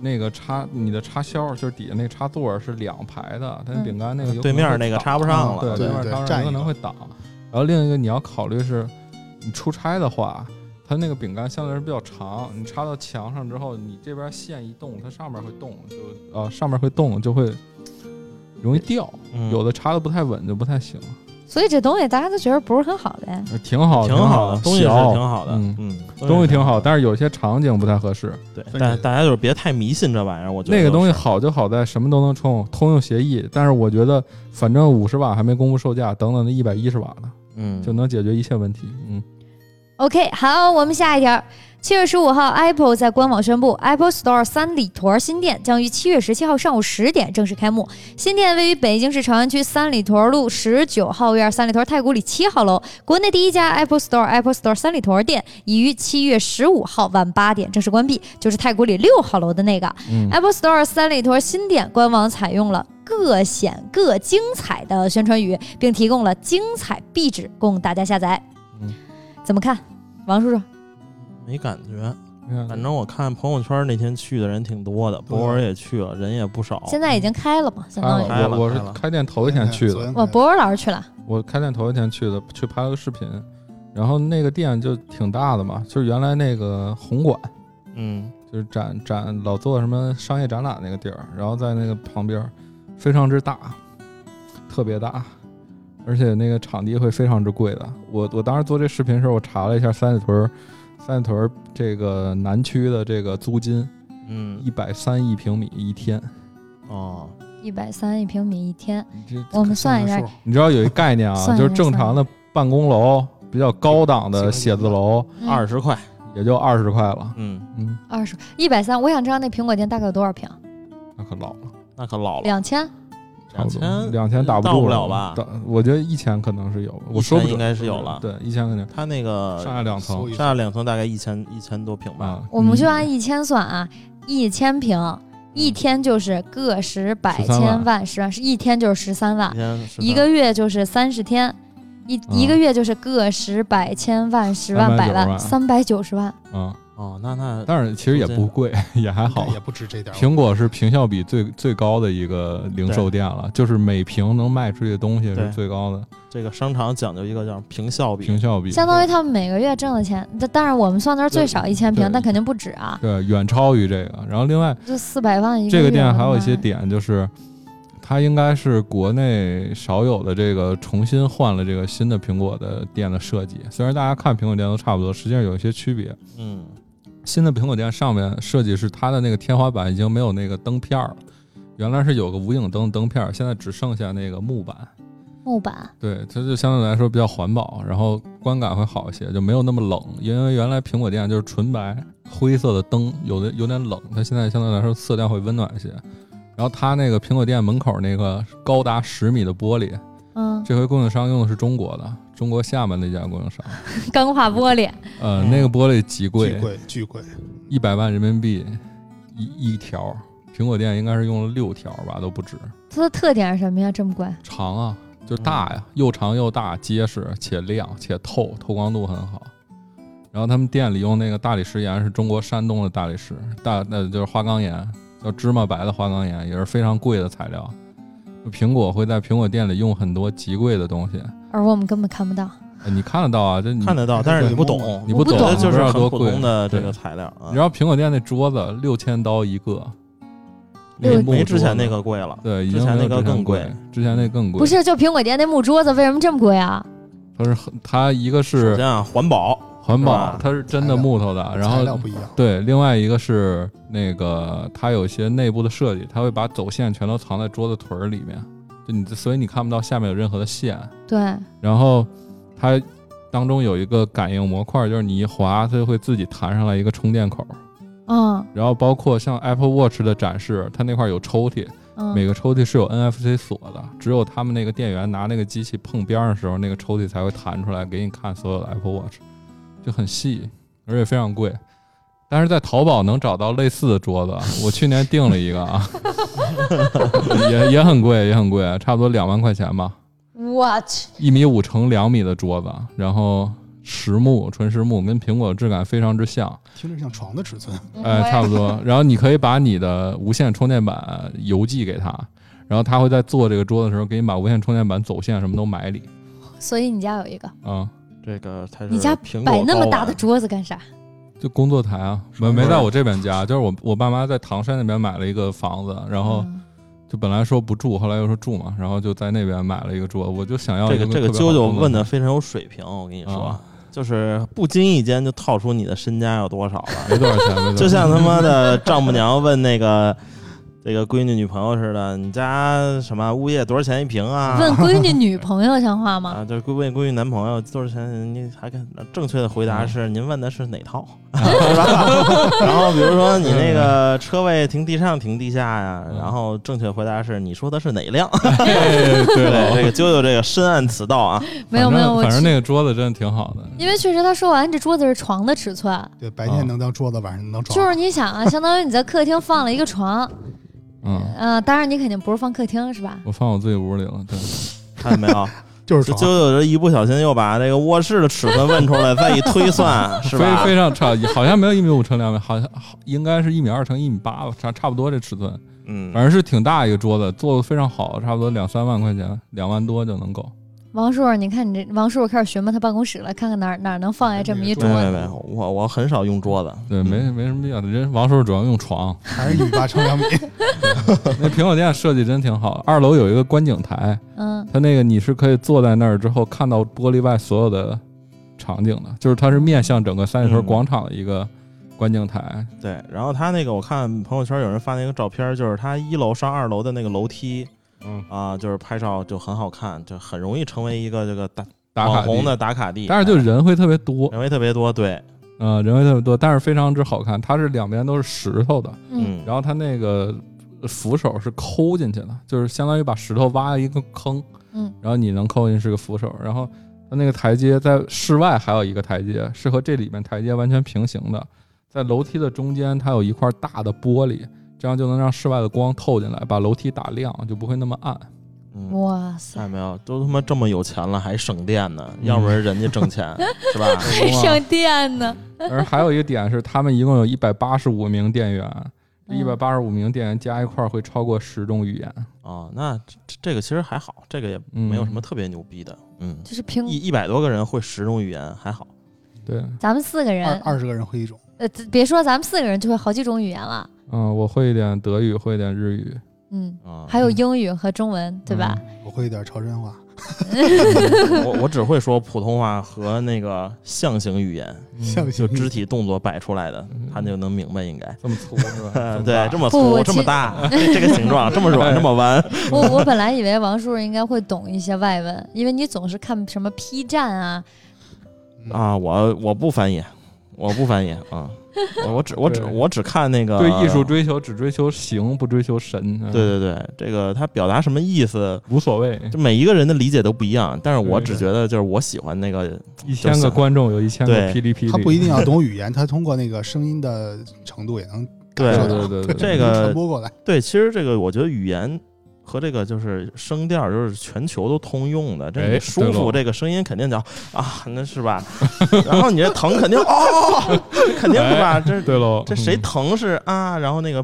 S3: 那个插你的插销，就是底下那插座是两排的，它那
S1: 嗯
S3: 饼干那个有可能会
S5: 对面那个
S3: 挡
S5: 插不上
S3: 对，
S5: 了。
S4: 嗯对
S3: 对面
S4: 对
S3: 插不上
S4: 占
S3: 有可
S4: 一
S3: 能
S4: 个
S3: 会挡。然后另一个你要考虑是，你出差的话。它那个饼干相对来说比较长，你插到墙上之后，你这边线一动，它上面会动，就呃上面会动就会容易掉，
S5: 嗯
S3: 有的插的不太稳就不太行。
S1: 所以这东西大家都觉得不是很好呗。
S3: 呃挺好，
S5: 嗯挺
S3: 好
S5: 好的，东西是挺
S3: 小
S5: 好的，
S3: 嗯，
S5: 嗯，
S3: 东西挺好，。但是有些场景不太合适。
S5: 对，
S4: 分
S5: 大
S4: 给
S5: 大家就是别太迷信这玩意儿，我觉得
S3: 那个东西
S5: 就是
S3: 好就好在什么都能充，通用协议。但是我觉得，反正五十瓦还没公布售价，等等那一百一十瓦的
S5: 嗯，
S3: 就能解决一切问题。嗯，
S1: OK，好，我们下一条。七月十五号，Apple 在官网宣布，Apple Store 三里屯新店将于七月十七号上午十点正式开幕。新店位于北京市朝阳区三里屯路十九号院三里屯太古里七号楼，国内第一家 Apple Store Apple Store 三里屯店已于七月十五号晚八点正式关闭，就是太古里六号楼的那个。
S3: 嗯
S1: Apple Store 三里屯新店官网采用了“各显各精彩”的宣传语，并提供了精彩壁纸供大家下载。
S3: 嗯
S1: 怎么看，王叔叔？
S5: 没感觉，
S3: 你看
S5: 反正我看朋友圈那天去的人挺多的，博文也去了，人也不少。
S1: 现在已经开了嘛，相
S3: 开
S1: 当于
S5: 哎开
S3: 了，
S5: 了
S3: 我我是
S5: 开了
S3: 开店头一
S4: 哎
S3: 天
S4: 嗯
S3: 去的，
S1: 我博文老师去了，
S3: 我开店头一天去的，去拍了个视频，然后那个店就挺大的嘛，就是原来那个红馆，
S5: 嗯，
S3: 就是展展老做什么商业展览那个地儿，然后在那个旁边儿非常之大，特别大，而且那个场地会非常之贵的。我我当时做这视频的时候，我查了一下三里屯儿，三里屯儿这个南区的这个租金
S5: 嗯
S3: 一百三一平米一天，
S5: 哦，
S1: 一百三一平米一天，
S3: 你这
S1: 我们算一下，
S3: 你知道有一概念啊，
S1: 算一
S3: 就
S1: 下
S3: 是正常的办公楼、比较高档的写字楼，
S1: 嗯
S5: 二十块，
S3: 也就二十块了。
S5: 嗯，
S3: 嗯，
S1: 二十一百三，我想知道那苹果店大概有多少平？
S3: 那可老了，
S5: 那可老了，
S1: 两千？
S3: 差不多
S5: 千
S3: 两千打不
S5: 到
S3: 住
S5: 不了吧？
S3: 到我觉得一千可能是有，我说不准
S5: 应该是有了呃
S3: 对，一千肯定
S5: 他那个
S3: 上下两层
S4: 所以
S5: 上下两层大概一千一千多平吧，
S3: 啊。
S1: 我们就
S3: 嗯
S1: 按一千算啊，一千平，一天就是个十百
S3: 13万
S1: 千万十万，是一天就是十三
S3: 啊
S1: 万
S5: 一，天是
S1: 一个月就是三十天，一
S3: 嗯
S1: 一个月就是个十百千万十万百万三百九十万，
S3: 嗯，
S5: 哦，那那
S3: 但是其实也不贵， 也还好。
S4: 也不止这点儿。
S3: 苹果是平效比最最高的一个零售店了，就是每平能卖出去的东西是
S5: 对
S3: 最高的，
S5: 这个商场讲究一个叫平效比
S3: 平，效比
S1: 相当于他们每个月挣的钱，但但是我们算的是最少一千
S3: 对
S1: 平，但肯定不止啊，
S3: 对远超于这个。然后另外
S1: 就四百万一个
S3: 这
S1: 月。
S3: 个店还有一些
S1: 我的妈呀，
S3: 点就是，它应该是国内少有的这个重新换了这个新的苹果的店的设计。虽然大家看苹果店都差不多，实际上有一些区别。
S5: 嗯，
S3: 新的苹果店上面设计是它的那个天花板已经没有那个灯片儿了，原来是有个无影灯灯片儿，现在只剩下那个木板。
S1: 木板
S3: 对，它就相对来说比较环保，然后观感会好一些，就没有那么冷。因为原来苹果店就是纯白灰色的灯，有的有点冷，它现在相对来说色调会温暖一些。然后它那个苹果店门口那个高达十米的玻璃，
S1: 嗯，
S3: 这回供应商用的是中国的，中国厦门那家供应商，
S1: 钢化玻璃，
S3: 呃，
S5: 嗯
S3: 那个玻璃极
S4: 巨
S3: 贵，
S4: 贵巨贵，
S3: 一百万人民币一一条，苹果店应该是用了六条吧，都不止。
S1: 它的特点是什么呀？这么贵？
S3: 长啊，就是大呀，又长又大，结实且亮且透，透光度很好。然后他们店里用那个大理石岩是中国山东的大理石，大那就是花岗岩，叫芝麻白的花岗岩，也是非常贵的材料。苹果会在苹果店里用很多极贵的东西，
S1: 而我们根本看不到。
S3: 呃你看得到啊，这你
S5: 看得到，但是你不懂，
S3: 你
S1: 我不
S3: 懂，
S1: 懂
S5: 这
S3: 你不
S5: 就
S3: 知
S5: 是
S3: 道
S5: 很
S3: 多
S5: 普
S3: 贵
S5: 通的这
S3: 对
S5: 个材料啊
S3: 你知，道苹果店那桌子六千刀一个，
S5: 没
S3: 木
S5: 没之前那
S3: 桌
S5: 个贵了
S3: 子，对，已
S5: 之
S3: 经
S5: 前
S3: 没有
S5: 那个
S3: 之前
S5: 更
S3: 贵
S5: 贵，
S3: 之前那更贵。
S1: 不，是，就苹果店那木桌子为什么这么贵啊？
S3: 它是很它一个
S5: 首
S3: 是
S5: 先啊，环保，
S3: 环
S5: 是
S3: 保
S5: 吧，
S3: 它是真的木头的，啊然
S4: 材料
S3: 后
S4: 不一样，
S3: 对，另外一个是那个它有一些内部的设计，它会把走线全都藏在桌子腿儿里面，就你所以你看不到下面有任何的线。
S1: 对，
S3: 然后它当中有一个感应模块，就是你一滑，它就会自己弹上来一个充电口。
S1: 嗯
S3: 然后包括像 Apple Watch 的展示，它那块儿有抽屉，
S1: 嗯，
S3: 每个抽屉是有 NFC 锁的，只有他们那个店员拿那个机器碰边儿的时候，那个抽屉才会弹出来给你看所有的 Apple Watch，就很细，而且非常贵。但是在淘宝能找到类似的桌子，啊我去年订了一个啊， 也也很贵，也很贵，差不多两万块钱吧，
S1: 我去，
S3: 一米五乘两米的桌子，啊然后实木纯实木，跟苹果质感非常之像。
S4: 听着像床的尺寸，
S3: 哎，差不 多。然后你可以把你的无线充电板邮寄给他，然后他会在做这个桌子的时候给你把无线充电板走线什么都埋里
S1: 所以你家有一个，
S3: 啊、
S5: 这个才是
S1: 你家
S5: 苹
S1: 摆
S5: 果啊
S1: 那么
S5: 高
S1: 大的
S5: 玩
S1: 桌子干啥？
S3: 就工作台啊，没
S5: 不是
S3: 没在我这边家，就是我我爸妈在唐山那边买了一个房子，然后
S1: 嗯
S3: 就本来说不住，后来又说住嘛，然后就在那边买了一个桌子，我就想要
S5: 这
S3: 一
S5: 个
S3: 特
S5: 这个
S3: 别好
S5: 啾啾
S3: 工作
S5: 问的
S3: 台
S5: 非常有水平，我跟你说
S3: 啊，
S5: 就是不经意间就套出你的身家有多少了。
S3: 没多少钱，没多少钱
S5: 就像他妈的丈母娘问那个这个闺女女朋友似的，你家什么物业多少钱一平啊？
S1: 问闺女女朋友像话吗？
S5: 啊，就是闺问闺女男朋友多少钱？你还看正确的回答是您问的是哪 套，是吧？ 然后比如说你那个车位停地上停地下呀，
S3: 嗯
S5: 然后正确回答是你说的是哪辆？
S3: 哎对
S5: 对，
S3: 了，
S5: 这个啾啾这个深谙此道啊，
S1: 没有
S3: 反
S1: 没有，
S3: 正
S1: 我
S3: 反正
S1: 去
S3: 那个桌子真的挺好的，
S1: 因为确实他说完这桌子是床的尺寸，
S4: 对，白
S3: 啊
S4: 天能当桌子，晚上能当床，
S1: 就是你想啊，相当于你在客厅放了一个床，
S3: 嗯，
S1: 呃，当然你肯定不是放客厅是吧？
S3: 我放我自己屋里了，对，
S5: 看见没有？
S4: 就是
S5: 就
S4: 床
S5: 就有人一不小心又把这个卧室的尺寸问出来，再一推 算，是
S3: 非
S5: 吧
S3: 非？常差，好像没有一米五乘两米，好像好应该是一米二乘一米八吧，差差不多这尺寸，
S5: 嗯，
S3: 反正是挺大一个桌子，做的非常好，差不多两三万块钱，两万多就能够。
S1: 王叔，你看你这王叔开始寻摸他办公室了，看看哪儿哪儿能放下这么一桌
S5: 没没
S1: 子。
S5: 没，我我很少用桌子，
S3: 对，
S5: 嗯
S3: 没没什么必要的。人王叔主要用床，
S4: 还是一米八乘两米，
S3: 那苹果店设计真挺好的。二楼有一个观景台，
S1: 嗯，
S3: 它那个你是可以坐在那儿之后看到玻璃外所有的场景的，就是它是面向整个三里屯
S5: 嗯
S3: 广场的一个观景台。
S5: 对，然后他那个我看朋友圈有人发那个照片，就是他一楼上二楼的那个楼梯
S3: 嗯，
S5: 啊、就是拍照就很好看，就很容易成为一个这个打
S3: 打
S5: 网
S3: 卡
S5: 红
S3: 地
S5: 的打卡地，嗯
S3: 但是就人会特别多，
S5: 人为特别多，对，
S3: 呃，人会特别多，但是非常之好看。它是两边都是石头的，
S1: 嗯
S5: 嗯，
S3: 然后它那个扶手是抠进去的，就是相当于把石头挖一个坑，
S1: 嗯，
S3: 然后你能抠进是个扶手，然后它那个台阶在室外还有一个台阶是和这里面台阶完全平行的，在楼梯的中间它有一块大的玻璃，这样就能让室外的光透进来，把楼梯打亮，就不会那么暗。
S5: 嗯，
S1: 哇塞
S5: 看，没有，都他妈这么有钱了还省电呢，
S3: 嗯
S5: 要不然人家挣 钱是吧？
S1: 还 省电呢。
S3: 而还有一个点是，他们一共有一百八十五名店员。
S1: 嗯
S3: 一百八十五名店员加一块儿会超过十种语言，
S5: 哦，那这这个其实还好，这个也
S3: 嗯
S5: 没有什么特别牛逼的，嗯，
S1: 就是苹
S5: 一一百多个人会十种语言还好，
S3: 对，
S1: 咱们四个
S4: 二
S1: 人，
S4: 二十个人会一种，
S1: 呃，别说咱们四个人就会好几种语言了，
S3: 嗯，我会一点德语，会一点日语，
S1: 嗯，
S5: 啊、
S1: 还有英语和中文，对吧？
S4: 我会一点潮汕话，
S5: 我我只会说普通话和那个象形语 言，
S3: 嗯？
S4: 像
S5: 就肢体动作摆出来的
S3: 嗯，
S5: 他就能明白应该。
S3: 这么粗 是吧？
S5: 对，这
S3: 么
S1: 不
S5: 么粗，
S1: 我
S5: 这么
S1: 其
S5: 大，这这个形状，这么 软，这么弯。
S3: 嗯
S1: 我我本来以为王叔应该会懂一些外文，因为你总是看什么 P 站啊，
S5: 啊，我我不翻译，我不翻译啊，我我只我只
S3: 对
S5: 我只看那个
S3: 大对艺术追求只追求形，不追求神。嗯
S5: 呃对对对，这个他表达什么意思，
S3: 无所谓。
S5: 就每一个人的理解都不一样。但是我
S3: 对
S5: 只
S3: 对
S5: 觉得就是我喜欢那个，
S3: 一千个观众有一千个
S5: 对
S3: 霹雳霹雳，
S4: 他不一定要懂语言，他通过那个声音的程度也能
S5: 对
S4: 感 受
S3: 对
S4: 到
S3: 对对对，
S5: 这
S4: 能传
S5: 个
S4: 播过来。
S5: 对，其实这个我觉得语言。和这个就是声调，就是全球都通用的，这
S3: 哎
S5: 你舒
S3: 对
S5: 服，
S3: 喽
S5: 这个声音肯定叫啊，那是吧？ 然后你这疼肯定哦，这肯定是吧？这
S3: 哎对喽，
S5: 这谁
S3: 嗯
S5: 疼是啊，然后那个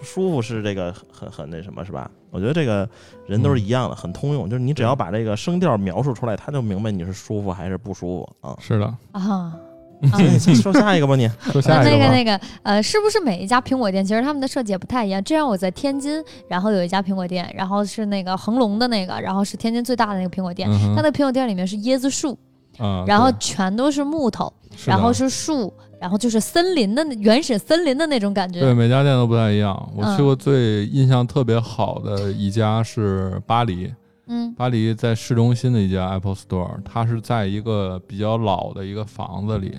S5: 舒服是这个很很那什么是吧？我觉得这个人
S3: 嗯
S5: 都是一样的，很通用，就是你只要把这个声调描述出来，他就明白你是舒服还是不舒服啊。
S3: 是的？
S1: 啊。 啊
S5: 嗯说下一个吧你，
S3: 说下一
S1: 那
S3: 吧。
S1: 个啊那个呃，是不是每一家苹果店其实他们的设计也不太一样？这让我在天津，然后有一家苹果店，然后是那个恒隆的那个，然后是天津最大的那个苹果店。
S3: 嗯哼
S1: 它的苹果店里面是椰子树，
S3: 啊，
S1: 然后
S3: 对
S1: 全都是木头，
S3: 是的
S1: 然后是树，然后就是森林的那原始森林的那种感
S3: 对
S1: 觉。
S3: 每家店都不太一样。我
S1: 嗯
S3: 去过最印象特别好的一家是巴黎，
S1: 嗯
S3: 巴黎在市中心的一家 Apple Store，它是在一个比较老的一个房子里，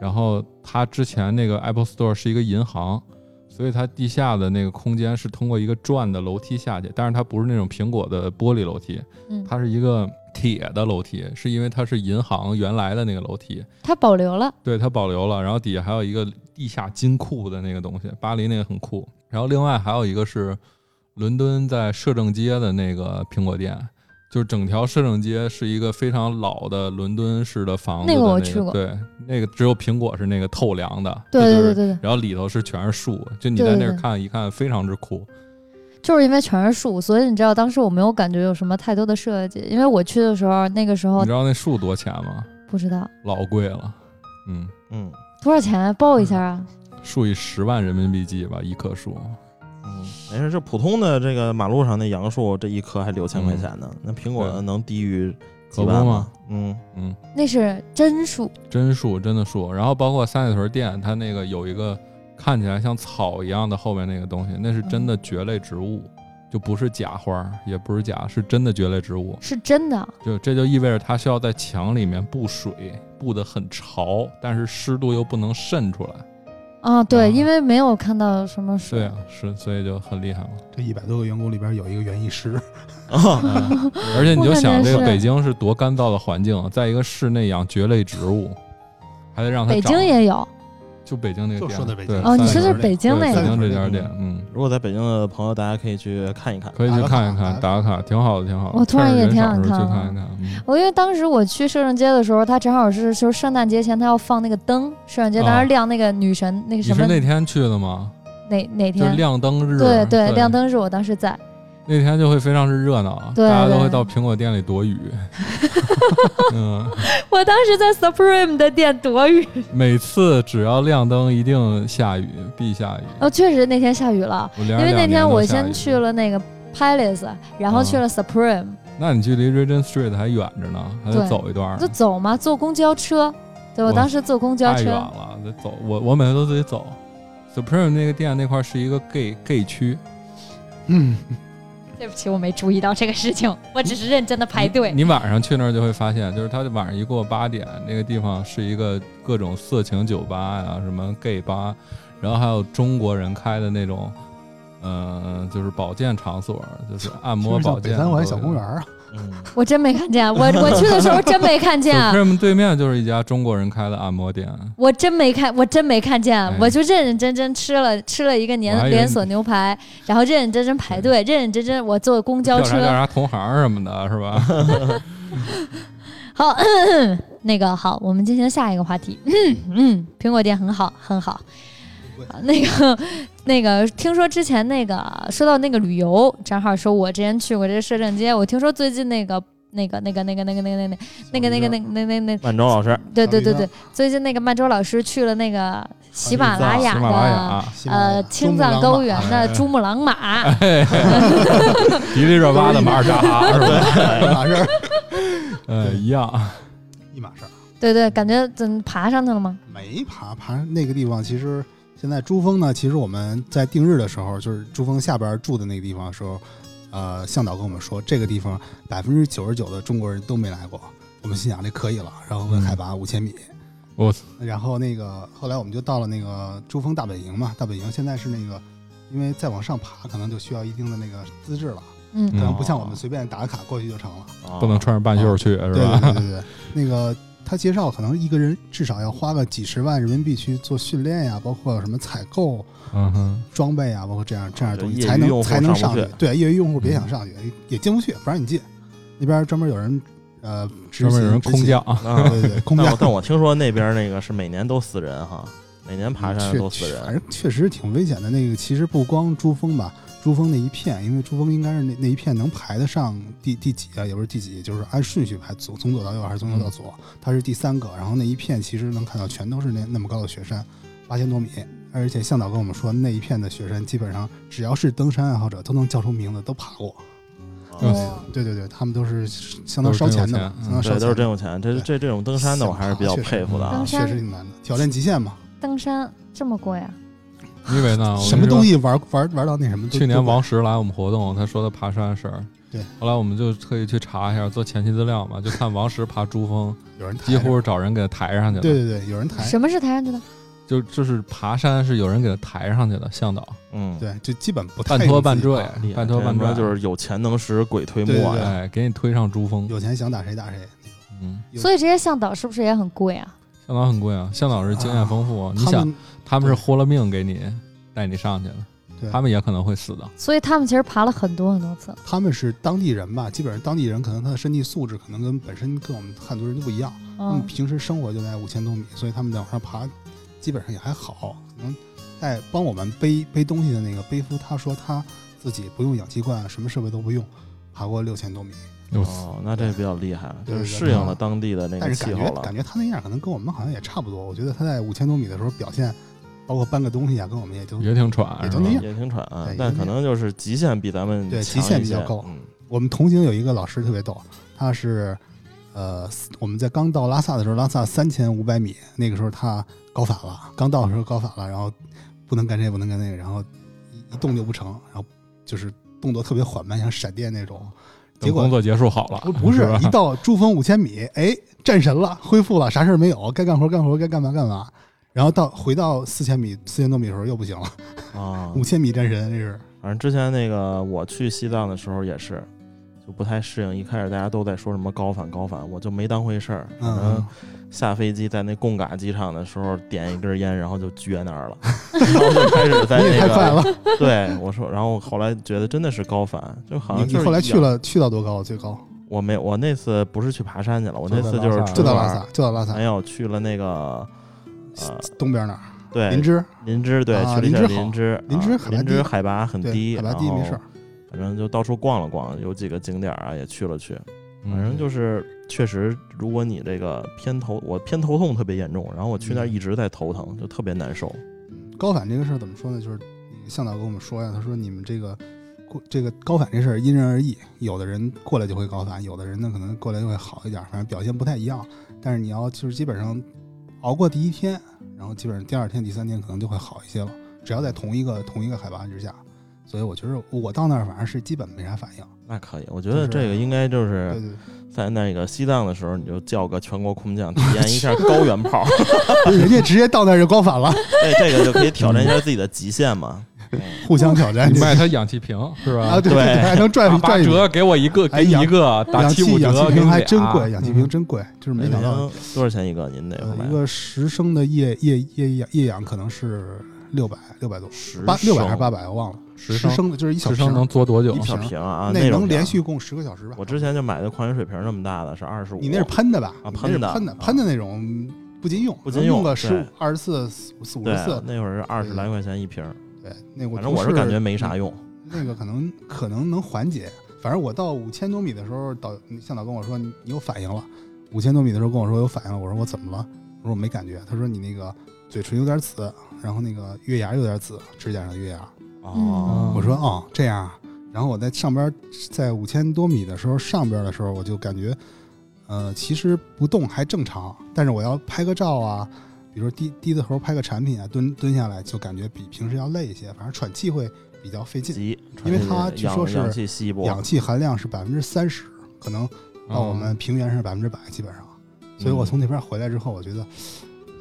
S3: 然后它之前那个 Apple Store 是一个银行，所以它地下的那个空间是通过一个转的楼梯下去，但是它不是那种苹果的玻璃楼梯，
S1: 嗯，
S3: 它是一个铁的楼梯，是因为它是银行原来的那个楼梯，
S1: 它保留了。
S3: 对，它保留了，然后底下还有一个地下金库的那个东西，巴黎那个很酷。然后另外还有一个是伦敦在摄政街的那个苹果店，就是整条摄政街是一个非常老的伦敦式的房子的、
S1: 那
S3: 那
S1: 个我去过
S3: 对，那个只有苹果是那个透凉的，
S1: 对
S3: 就
S1: 对
S3: 是
S1: 对对对，
S3: 然后里头是全是树，就你
S1: 对
S3: 在
S1: 对
S3: 那儿
S1: 对
S3: 看一看，非常之酷。
S1: 就是因为全是树，所以你知道当时我没有感觉有什么太多的设计，因为我去的时候那个时候
S3: 你知道那树多钱吗？
S1: 不知道
S3: 老贵了，嗯，
S5: 嗯
S1: 多少钱报一下啊。
S3: 数以十万人民币计吧，一棵树。
S5: 嗯，没事，这普通的这个马路上那杨树这一棵还六千块钱呢，那苹果
S3: 嗯对
S5: 能低于几
S3: 可不
S5: 万
S3: 嘛？
S5: 嗯，
S3: 嗯，
S1: 那是真树，
S3: 真树，真的树。然后包括三里屯店，它那个有一个看起来像草一样的后面那个东西，那是真
S4: 嗯
S3: 的蕨类植物，就不是假花儿，也不是假，是真的蕨类植物。
S1: 是真的。
S3: 就这就意味着它需要在墙里面布水，布得很潮，但是湿度又不能渗出来。
S1: 啊，
S3: 啊
S1: 对，因为没有看到什
S3: 对
S1: 么水。
S3: 啊，是，所以就很厉害嘛。
S4: 这一百多个员工里边有一个园 艺师，
S3: 嗯
S4: 啊
S3: 而且你就想，这
S1: 我感觉是
S3: 个北京是多啊干燥的环境，在一个室内养蕨类植物，还得让它
S1: 北
S3: 长
S1: 京也有，
S3: 就北京那个
S4: 就
S3: 店，
S4: 说的北京
S3: 对
S1: 哦，你
S3: 三
S1: 说
S3: 里
S1: 的
S3: 屯
S1: 是
S4: 是
S1: 北京
S3: 对北
S1: 那
S4: 三
S1: 个
S4: 里
S3: 京
S4: 屯
S3: 这
S4: 那
S3: 家
S4: 个
S3: 店，嗯，
S5: 如果在北京的朋友，大家可以去看一看。
S3: 可以去
S4: 打个
S3: 看一
S4: 卡
S3: 看，
S4: 打
S3: 打个卡，挺好的，挺好的。
S1: 我突然
S3: 趁着
S1: 也
S3: 人
S1: 挺
S3: 少的
S1: 想
S3: 时候去
S1: 看
S3: 看一看，嗯
S1: 我因为当时我去摄政街的时候，它正好是就是圣诞节前，它要放那个灯，圣诞节当
S3: 啊
S1: 时亮那个女神那个
S3: 你
S1: 什
S3: 是
S1: 么
S3: 那天去的吗？
S1: 哪哪
S3: 就
S1: 天？
S3: 亮灯日，
S1: 对
S3: 对，
S1: 亮。灯是我当时在，
S3: 那天就会非常是热闹，啊
S1: 对
S3: 大家都
S1: 对
S3: 会到苹果店里躲雨。嗯，
S1: 我当时在 Supreme 的店躲雨。
S3: 每次只要亮灯，一定下雨，必下雨。
S1: 哦，确实那天下雨了，
S3: 我
S1: 因
S3: 连着
S1: 为那
S3: 两
S1: 天
S3: 都
S1: 我
S3: 下
S1: 先
S3: 雨啊
S1: 去，了那个 Palace，然后去了 Supreme，、
S3: 那你距离 Regent Street 还远着呢，还得
S1: 对
S3: 走一段儿
S1: 就
S3: 呢，
S1: 走嘛，坐公交车。对，我
S3: 啊哇
S1: 当时坐公交
S3: 太远
S1: 车，
S3: 了，得走。我我每次都自己走。Supreme 那个店那块儿是一个 gay gay 区，
S4: 嗯，
S1: 对不起，我没注意到这个事情，我只是认真的排队。
S3: 你晚上去那儿就会发现，就是他晚上一过八点，那个地方是一个各种色情酒吧呀、什么 gay 吧，然后还有中国人开的那种，呃，就是保健场所，就是按摩
S4: 就是像
S3: 保
S4: 北
S3: 健。
S4: 三环小公园。啊，
S5: 嗯，
S1: 我真没看见，我我去的时候真没看见。
S3: Supreme 对面就是一家中国人开的按摩店，
S1: 我真没看，我真没看见，
S3: 哎
S1: 我就认认真真吃了吃了一个
S3: 我还
S1: 连
S3: 以为
S1: 连锁牛排，然后认认真真排队，认认真真我坐公交
S3: 调查调
S1: 车。
S3: 查同行什么的，是吧？
S1: 好，咳咳那个好，我们进行下一个话题。嗯嗯，苹果店很好，很好。啊那个，那个，听说之前那个说到那个旅游，正好说我之前去过这个摄政街，我听说最近那个那个那个那个那个那个那个那个那个那个那个那个
S5: 万州老师，
S1: 对对对
S4: 小鱼
S1: 对，最近那个曼州老师去了那个喜马拉
S3: 啊喜
S1: 雅
S3: 马拉
S1: 的
S3: 雅，
S4: 喜马拉雅
S1: 呃，青藏高原的珠穆朗玛，
S3: 迪丽热巴的马尔扎 哈，是吧？
S4: 一码 事儿，
S3: 呃，一样。
S4: 一码事儿，
S1: 对对，感觉怎爬上去了吗？
S4: 没爬爬那个地方，其实。现在珠峰呢，其实我们在定日的时候，就是呃珠峰下边住的那个地方的时候，呃，向导跟我们说，这个地方百分之九十九的中国人都没来过。我们心想这可以了，然后问海拔五千米，
S3: 我操
S4: 然后那个后来我们就到了那个珠峰大本营嘛，大本营现在是那个，因为再往上爬可能就需要一定的那个资质了，
S1: 嗯，
S4: 可能
S3: 嗯
S4: 不像我们随便打个卡过去就成了。
S5: 啊
S3: 不能穿着半袖去，
S4: 对
S3: 是吧？
S4: 对对对对，那个他介绍可能一个人至少要花个几十万人民币去做训练呀，包括什么采购
S3: 嗯哼，
S4: 装备啊，包括这样这样的东西
S5: 就业余
S4: 才
S5: 用
S4: 能
S5: 户
S4: 才能
S5: 上
S4: 上
S5: 不去
S4: 去。对，业余用户别想上去，也进不去，不让你进。那边专门有人呃，
S3: 上面有人
S4: 执
S3: 空
S4: 勤
S3: 降，
S5: 啊
S4: 对对对，空
S5: 但
S4: 降
S5: 我。但我听说那边那个是每年都死人哈，每年爬山
S4: 确
S5: 都死
S4: 反
S5: 人。
S4: 正确实挺危险的。那个其实不光珠峰吧，珠峰那一片，因为珠峰应该是那那一片能排得上第第几啊，也不是第几，就是按顺序排，从从左到右还是从右到左，它是第三个。然后那一片其实能看到全都是那那么高的雪山，八千多米。而且向导跟我们说，那一片的雪山基本上只要是登山爱好者都能叫出名字，都爬过。
S5: 啊
S3: 嗯
S1: 哦
S4: 对对对，他们都是相当烧钱的嘛，
S3: 都是真有钱
S4: 相当烧钱
S5: 对，都
S4: 的。
S5: 是真有钱。这
S4: 对
S5: 这这种登山的，我还是比较佩服的
S1: 登
S5: 啊。
S1: 山
S4: 确实挺难的，挑战极限嘛。
S1: 登山这么贵啊？
S3: 你以为呢？啊我跟你说
S4: 什么东？西玩玩玩到那什么都？
S3: 去
S4: 都
S3: 年
S4: 玩
S3: 王石来我们活动，他说他爬山的事儿。
S4: 对，
S3: 后来我们就特意去查一下，做前期资料 嘛，就看王石爬珠峰，
S4: 有人抬
S3: 几乎
S4: 着
S3: 是找人给他抬上去的。
S4: 对，对对，有人抬。
S1: 什么是抬上去的？
S3: 就就是爬山是有人给他抬上去的，向导
S5: 嗯，
S4: 对，就基本不太
S3: 半拖
S4: 用
S3: 半
S4: 自己
S3: 坠
S4: 跑，
S5: 厉害
S3: 半拖
S5: 这
S3: 半
S5: 他妈
S3: 拽，
S5: 就是有钱能使鬼推
S4: 对
S5: 磨
S4: 对
S5: 呀。
S3: 哎，给你推上珠峰。
S4: 有钱想打谁打谁。
S3: 嗯，
S4: 有
S1: 所以这些向导是不是也很贵啊？
S3: 向导很贵啊，向导是经验丰富，你
S4: 啊他
S3: 想
S4: 们
S3: 他们是豁了命给你带你上去的，
S4: 对
S3: 他们也可能会死的。
S1: 所以他们其实爬了很多很多次。
S4: 他们是当地人吧，基本上当地人可能他的身体素质可能跟本身跟我们汉族人都不一样，他
S1: 嗯
S4: 们，平时生活就在五千多米，所以他们在往上爬，基本上也还好。可能在帮我们背背东西的那个背夫，他说他自己不用氧气罐，啊什么设备都不用，爬过六千多米，
S3: 有
S5: 哦，那这比较厉害，
S4: 对
S5: 就是
S4: 对
S5: 适
S4: 对
S5: 应了当地的那
S4: 但是
S5: 个气
S4: 感
S5: 候
S4: 觉
S5: 了
S4: 感。觉他那样可能跟我们好像也差不多。我觉得他在五千多米的时候表现，包括搬个东西啊，跟我们也就
S3: 也挺喘，
S4: 也
S3: 是
S4: 就
S3: 吧
S4: 那样
S5: 也挺喘啊
S4: 对，
S5: 但
S4: 也
S5: 可能就是极限比咱们
S4: 哎对
S5: 强
S4: 极限
S5: 一
S4: 比较
S5: 些
S4: 高
S5: 嗯
S4: 我们同行有一个老师特别逗，他是，呃，我们在刚到拉萨的时候，拉萨三千五百米，那个时候他高反了，刚到的时候高反了，然后不能干这不能干那个，然后一一动就不成，然后就是动作特别缓慢，像闪电那种。
S3: 等
S4: 结果
S3: 工作结束好了，
S4: 不不
S3: 是
S4: 是
S3: 吧
S4: 一到珠峰五千米，哎，战神了，恢复了，啥事儿没有，该干活干活，该干嘛干嘛。然后到回到四千米、四千多米的时候又不行了，
S5: 啊
S4: 五，千米战神这是。
S5: 反正之前那个我去西藏的时候也是，就不太适应。一开始大家都在说什么高反高反，我就没当回事儿。
S4: 嗯，
S5: 下飞机在那贡嘎机场的时候，点一根烟，然后就撅那 儿了，然后就开始在
S4: 你也
S5: 那
S4: 太快
S5: 哎个
S4: 了。
S5: 对我说，然后后来觉得真的是高反，就好
S4: 你
S5: 像
S4: 你
S5: 啊就是
S4: 后来去
S5: 一样，
S4: 了去到多高？最高
S5: 我没我那次不是去爬山去了，我那次就是
S4: 就到
S5: 纯
S4: 拉
S5: 玩
S4: 萨，，就到拉萨
S5: 没有去了那个呃
S4: 东边那儿，
S5: 对
S4: 林芝，
S5: 林芝对，
S4: 啊
S5: 去了一下
S4: 林芝好
S5: 林芝，
S4: 林芝海拔低
S5: 啊林芝哦海拔很
S4: 对
S5: 低，
S4: 海拔低
S5: 然后
S4: 没事儿。
S5: 反正就到处逛了逛，有几个景点儿啊也去了去，
S3: 嗯
S5: 反正就是确实，如果你这个偏头，我偏头痛特别严重，然后我去那
S4: 嗯
S5: 儿一直在头疼，就特别难受。
S4: 高反这个事儿怎么说呢？就是那个向导跟我们说呀，他说你们这个过这个高反这事儿因人而异，有的人过来就会高反，有的人呢可能过来就会好一点，反正表现不太一样。但是你要就是基本上熬过第一天，然后基本上第二天、第三天可能就会好一些了，只要在同一个同一个海拔之下。所以我觉得我到那儿反正是基本没啥反应。
S5: 那可以，我觉
S4: 就是
S5: 得
S4: 啊
S5: 这个应该就
S4: 对
S5: 是
S4: 对
S5: 在那个西藏的时候，你就叫个全国空降，体验一下高原 炮，
S4: 对，人家直接到那儿就高反了，
S5: 这这个就可以挑战一下自己的极限嘛。
S4: 互相挑战
S3: 你卖他氧气瓶是
S4: 啊，
S3: 吧？
S4: 对对，
S5: 对
S4: 还能
S3: 打
S4: 赚
S3: 啊八
S4: 赚一笔。
S3: 折给我一个，
S4: 哎
S3: 给你
S4: 氧
S3: 一个，打
S4: 氧
S3: 七
S4: 气
S3: 五
S4: 氧
S3: 折
S4: 气
S3: 给
S4: 瓶
S3: 你
S4: 还
S3: 俩
S4: 真
S5: 啊
S4: 贵，氧气瓶
S3: 嗯
S4: 真贵，就是 没
S5: 每
S4: 想
S5: 天
S4: 到。
S5: 多少钱一哎个？您那会
S4: 呃，
S5: 儿
S4: 一
S5: 买
S4: 个十升的液液液氧液氧可能是六百六百多，
S5: 十
S4: 八六百还是
S5: 升
S4: 八百，我忘了。
S3: 十
S4: 十
S3: 升
S4: 升的就是一小
S3: 十
S4: 瓶
S3: 升
S4: 儿
S3: 能，嘬多久
S4: 一？
S5: 小
S4: 瓶
S5: 瓶啊，
S4: 那
S5: 种
S4: 能连
S5: 瓶
S4: 续供十个小时吧？
S5: 我之前就买的矿泉水瓶那么大的，是二十五。
S4: 你那是喷的吧？你
S5: 啊
S4: 那
S5: 喷
S4: 是
S5: 的
S4: 喷的
S5: 啊
S4: 喷的那种不禁用，
S5: 不禁
S4: 能
S5: 用
S4: 个
S5: 对
S4: 十五二十四四五
S5: 对
S4: 十四，，
S5: 那会儿是二十来块钱一瓶儿，
S4: 对，那我
S5: 反正
S4: 不
S5: 我是感觉没啥用。
S4: 那个可能可能能缓解。反正我到五千多米的时候，导向导跟我说你你有反应了。五千多米的时候跟我说有反应了，我说我怎么了？我说我没感觉。他说你那个嘴唇有点紫，然后那个月牙有点紫，指甲上的月牙。
S5: 啊
S1: 嗯
S4: 我说哦这样啊。然后我在上边，在五千多米的时候上边的时候，我就感觉，呃，其实不动还正常，但是我要拍个照啊，比如说低低的头拍个产品啊，蹲蹲下来就感觉比平时要累一些，反正喘气会比较费劲。
S5: 急，
S4: 因为它
S5: 它
S4: 据说是
S5: 氧气稀薄，
S4: 氧气含量是百分之三十，可能到
S3: 哦
S4: 我们平原是百分之百，基本上。所以我从那边回来之后，我觉得，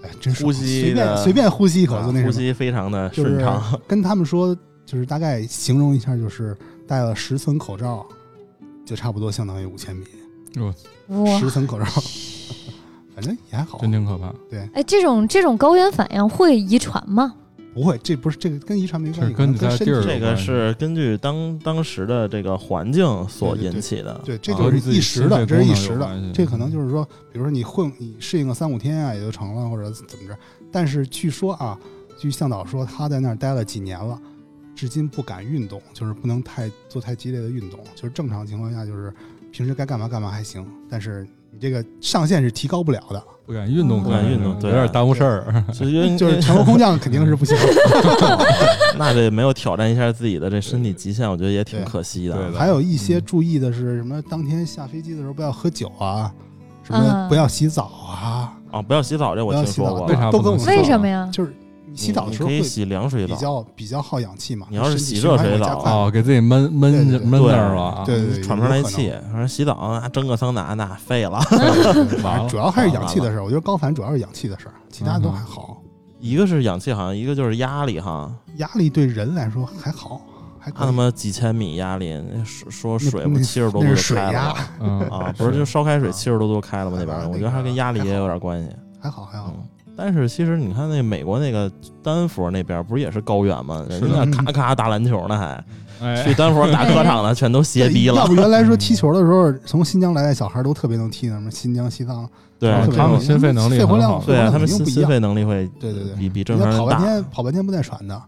S4: 哎，真爽
S5: 呼吸
S4: 随便
S5: 的
S4: 随便呼吸一口
S5: 啊
S4: 就那
S5: 呼
S4: 什么。
S5: 吸非常的
S4: 就是
S5: 顺畅。
S4: 跟他们说，就是大概形容一下，就是戴了十层口罩，就差不多相当于五千米，
S5: 嗯
S1: 哇，
S4: 十层口罩，反正也还好
S3: 嗯真，挺可怕，
S1: 哎，这种这种高原反应会遗传吗？
S4: 不会，这不是这个跟遗传没关系，
S3: 这跟你
S4: 可能
S3: 在
S4: 身
S3: 地儿
S4: 体
S3: 有
S5: 这个是根据当当时的这个环境所引起的。
S4: 对，这
S3: 啊
S4: 就
S3: 跟
S4: 是
S3: 自己
S4: 一时
S3: 心
S4: 的，
S3: 肺
S4: 这是
S3: 功
S4: 一
S3: 能有
S4: 时的
S3: 关系，
S4: 这可能就是说，比如说你混，你适应个三五天啊，也就成了，或者怎么着。但是据说啊，据向导说，他在那儿待了几年了，至今不敢运动，就是不能太做太激烈的运动，就是正常情况下就是平时该干嘛干嘛还行，但是你这个上限是提高不了的，
S3: 不敢运动，
S1: 不
S5: 敢
S3: 可能
S5: 运动
S3: 有
S5: 对啊
S3: 点耽误事儿。
S5: 就因 为
S4: 就是全国空降肯定是不行。
S5: 那这没有挑战一下自己的这身体极限，我觉得也挺
S4: 对
S5: 可惜
S3: 对
S5: 的。
S3: 的
S4: 还有一些
S3: 嗯
S4: 注意的是什么？当天下飞机的时候不要喝酒啊，什么
S1: 啊
S4: 不要洗澡啊，
S5: 啊，不要洗澡，这我
S4: 不要
S5: 听
S4: 洗
S5: 说
S4: 澡，
S5: 过
S3: 为。啥
S4: 都
S3: 不
S4: 跟我
S3: 能洗
S4: 们说
S1: 为什么呀？
S4: 就是你洗澡的时候
S5: 你
S4: 会
S5: 可以洗凉水
S4: 比
S5: 澡，
S4: 较比较耗氧气嘛。
S5: 你要是
S4: 身体
S5: 洗
S4: 循
S5: 热
S4: 环
S5: 水
S4: 会加
S5: 澡啊
S4: 快
S3: 哦，给自己闷闷
S4: 对对对
S3: 闷那儿了啊！
S4: 对对对，
S5: 喘不上来气
S4: 有，
S5: 反正洗澡啊，蒸个桑拿那废了。
S4: 可能。
S3: 完了
S4: 主要还是氧气
S5: 啊
S4: 的事儿，我觉得高反主要是氧气的事儿，其他
S5: 嗯
S4: 都还好。
S5: 一个是氧气好像，一个就是压力哈。
S4: 压力对人来说还好，还可
S5: 他
S4: 以
S5: 他妈几千米压力，那说说
S4: 那
S5: 水
S4: 那
S5: 不七十多
S4: 那
S5: 度
S4: 是
S5: 就
S4: 水
S5: 开了
S4: 压
S5: 吗
S3: 嗯
S5: 啊，不是就烧开水七十多度开了吗？那边
S4: 啊
S5: 儿我觉得还跟压力也有点关系。
S4: 还好还好。
S5: 嗯，但是其实你看那美国那个丹佛那边儿不是也是高原吗？人
S4: 是的
S5: 家那咔咔打篮球呢还，去
S3: 哎，
S5: 丹佛打客 场的全都歇逼
S4: 哎要
S5: 了。
S4: 不原来说 踢球的时候，从新疆来的小孩都特别能踢呢，什么新疆、西藏，
S5: 对
S4: 特别
S3: 他们
S4: 能
S3: 心肺能力
S4: 肺活
S3: 很
S4: 量
S3: 好
S4: 肺
S5: 对
S4: 活
S5: 啊，
S4: 量
S5: 他们
S4: 肯定
S5: 心
S4: 不一
S5: 心
S4: 样。
S5: 肺能力会
S4: 对对对，
S5: 比比正
S4: 人
S5: 常
S4: 家跑半
S5: 人大。
S4: 天跑半天不带喘 的，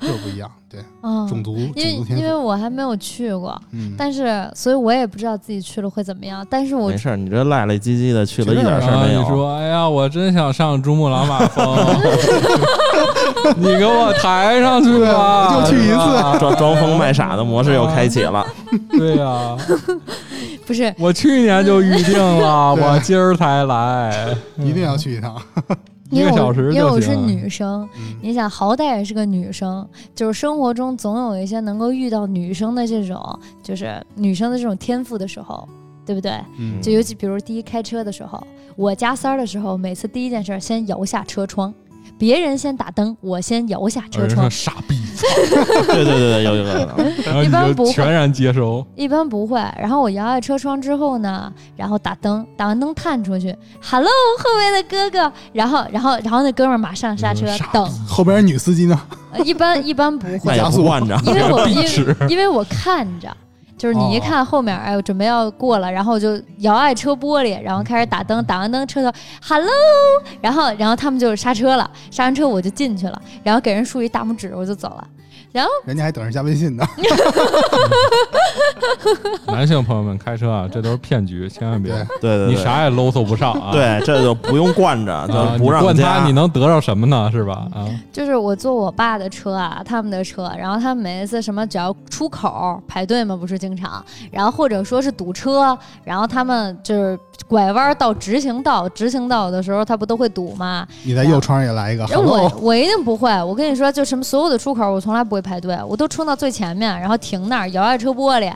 S4: 就是不一样。对，
S1: 啊，
S4: 种族
S1: 因为
S4: 种族
S1: 因
S4: 天
S1: 为
S4: 赋。
S1: 我还没有去过，
S4: 嗯，
S1: 但是所以我也不知道自己去了会怎么样。但是我
S5: 没事儿，你这赖赖唧唧的去了一点事
S3: 然
S5: 儿
S3: 后
S5: 没
S4: 啊
S3: 你
S5: 有。啊
S3: 说：“哎呀，我真想上珠穆朗玛 峰，你给我抬上去吧，
S4: 对我就去一次
S3: 是吧啊
S5: 装装疯卖傻的模式又开启了，
S3: 对呀、
S1: 不是
S3: 我去年就预定了，
S4: 对
S3: 我今儿才来，
S4: 一定要去一趟。
S3: 一
S1: 因为
S3: 个小
S1: 我
S3: 时就行。
S1: 因为我是女生，
S4: 嗯
S1: 你想好歹也是个女生，就是生活中总有一些能够遇到女生的这种，就是女生的这种天赋的时候，对不对？
S4: 嗯
S1: 就尤其比如第一开车的时候，我加塞儿的时候，每次第一件事儿先摇下车窗，别人先打灯，我先摇下
S3: 有
S1: 车
S3: 人说
S1: 窗。
S3: 哎 傻逼，
S4: 操！
S5: 对对对对，有有有有，
S3: 然后
S1: 一般
S3: 你
S1: 不
S3: 就
S1: 会
S3: 全然接收，
S1: 一般不会。然后我摇下车窗之后呢，然后打灯，打完灯探出去，Hello，后面的哥哥。然后，然后，然后那哥们儿马上刹车
S3: 嗯傻
S1: 等。
S4: 后边女司机呢？
S1: 呃一般一般 不
S5: 那
S1: 会
S5: 也，不
S4: 啊
S5: 惯着。
S1: 因为我因
S3: 壁
S1: 为
S3: 纸哦
S1: 因为我看着，就是你一看后面，哎，我准备要过了，然后我就摇爱车玻璃，然后开始打灯，打完灯车头，hello，然后然后他们就刹车了，刹完车我就进去了，然后给人竖一大拇指，我就走了。
S4: 人家还等着加微信呢。
S3: 男性朋友们开车 啊，这都是骗局，千万别，
S4: 对
S5: 对对对，
S3: 你啥也搂凑不上啊。
S5: 对，这就不用惯 着，
S3: 啊，
S5: 就
S3: 你
S5: 不让
S3: 惯
S5: 加
S3: 他，你能得到什么呢？是吧？啊，
S1: 就是我坐我爸的车啊，他们的车，然后他们每一次什么只要出口排队嘛，不是经常，然后或者说是堵车，然后他们就是拐弯到直行道，直行道的时候他不都会堵吗？
S4: 你在右窗也来一个
S1: 然后哎我
S4: ，hello，
S1: 我一定不会，我跟你说，就什么所有的出口，我从来不会排队，我都冲到最前面，然后停那儿，摇下车玻璃